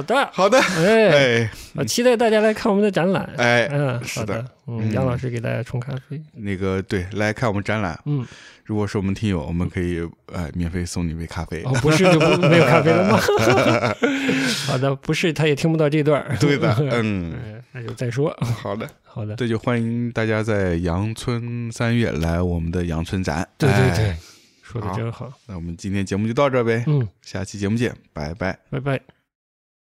Speaker 1: <laughs>
Speaker 2: 的，
Speaker 1: 好的，
Speaker 2: 哎，
Speaker 1: 哎
Speaker 2: 啊期待大家来看我们的展览。
Speaker 1: 哎
Speaker 2: 嗯，
Speaker 1: 是
Speaker 2: 好
Speaker 1: 的
Speaker 2: 的，嗯，
Speaker 1: 嗯
Speaker 2: 杨老师给大家冲咖啡。
Speaker 1: 那个对，来看我们展览。
Speaker 2: 嗯，
Speaker 1: 如果是我们听友，我们可以呃免费送你一杯咖啡
Speaker 2: 哦。，不是就不没有咖啡
Speaker 1: <laughs>
Speaker 2: 了吗？ <laughs> 好的，不是他也听不到这段儿。
Speaker 1: 对
Speaker 2: <laughs>
Speaker 1: 的，嗯，
Speaker 2: 哎，那就再说。
Speaker 1: 好的，
Speaker 2: 好 <laughs> 的，
Speaker 1: 这就欢迎大家在阳春三月来我们的阳春展。
Speaker 2: 对对
Speaker 1: 哎
Speaker 2: 对，说的
Speaker 1: 好
Speaker 2: 真好。
Speaker 1: 那我们今天节目就到这儿呗，
Speaker 2: 嗯，
Speaker 1: 下期节目见，拜拜。
Speaker 2: 拜拜。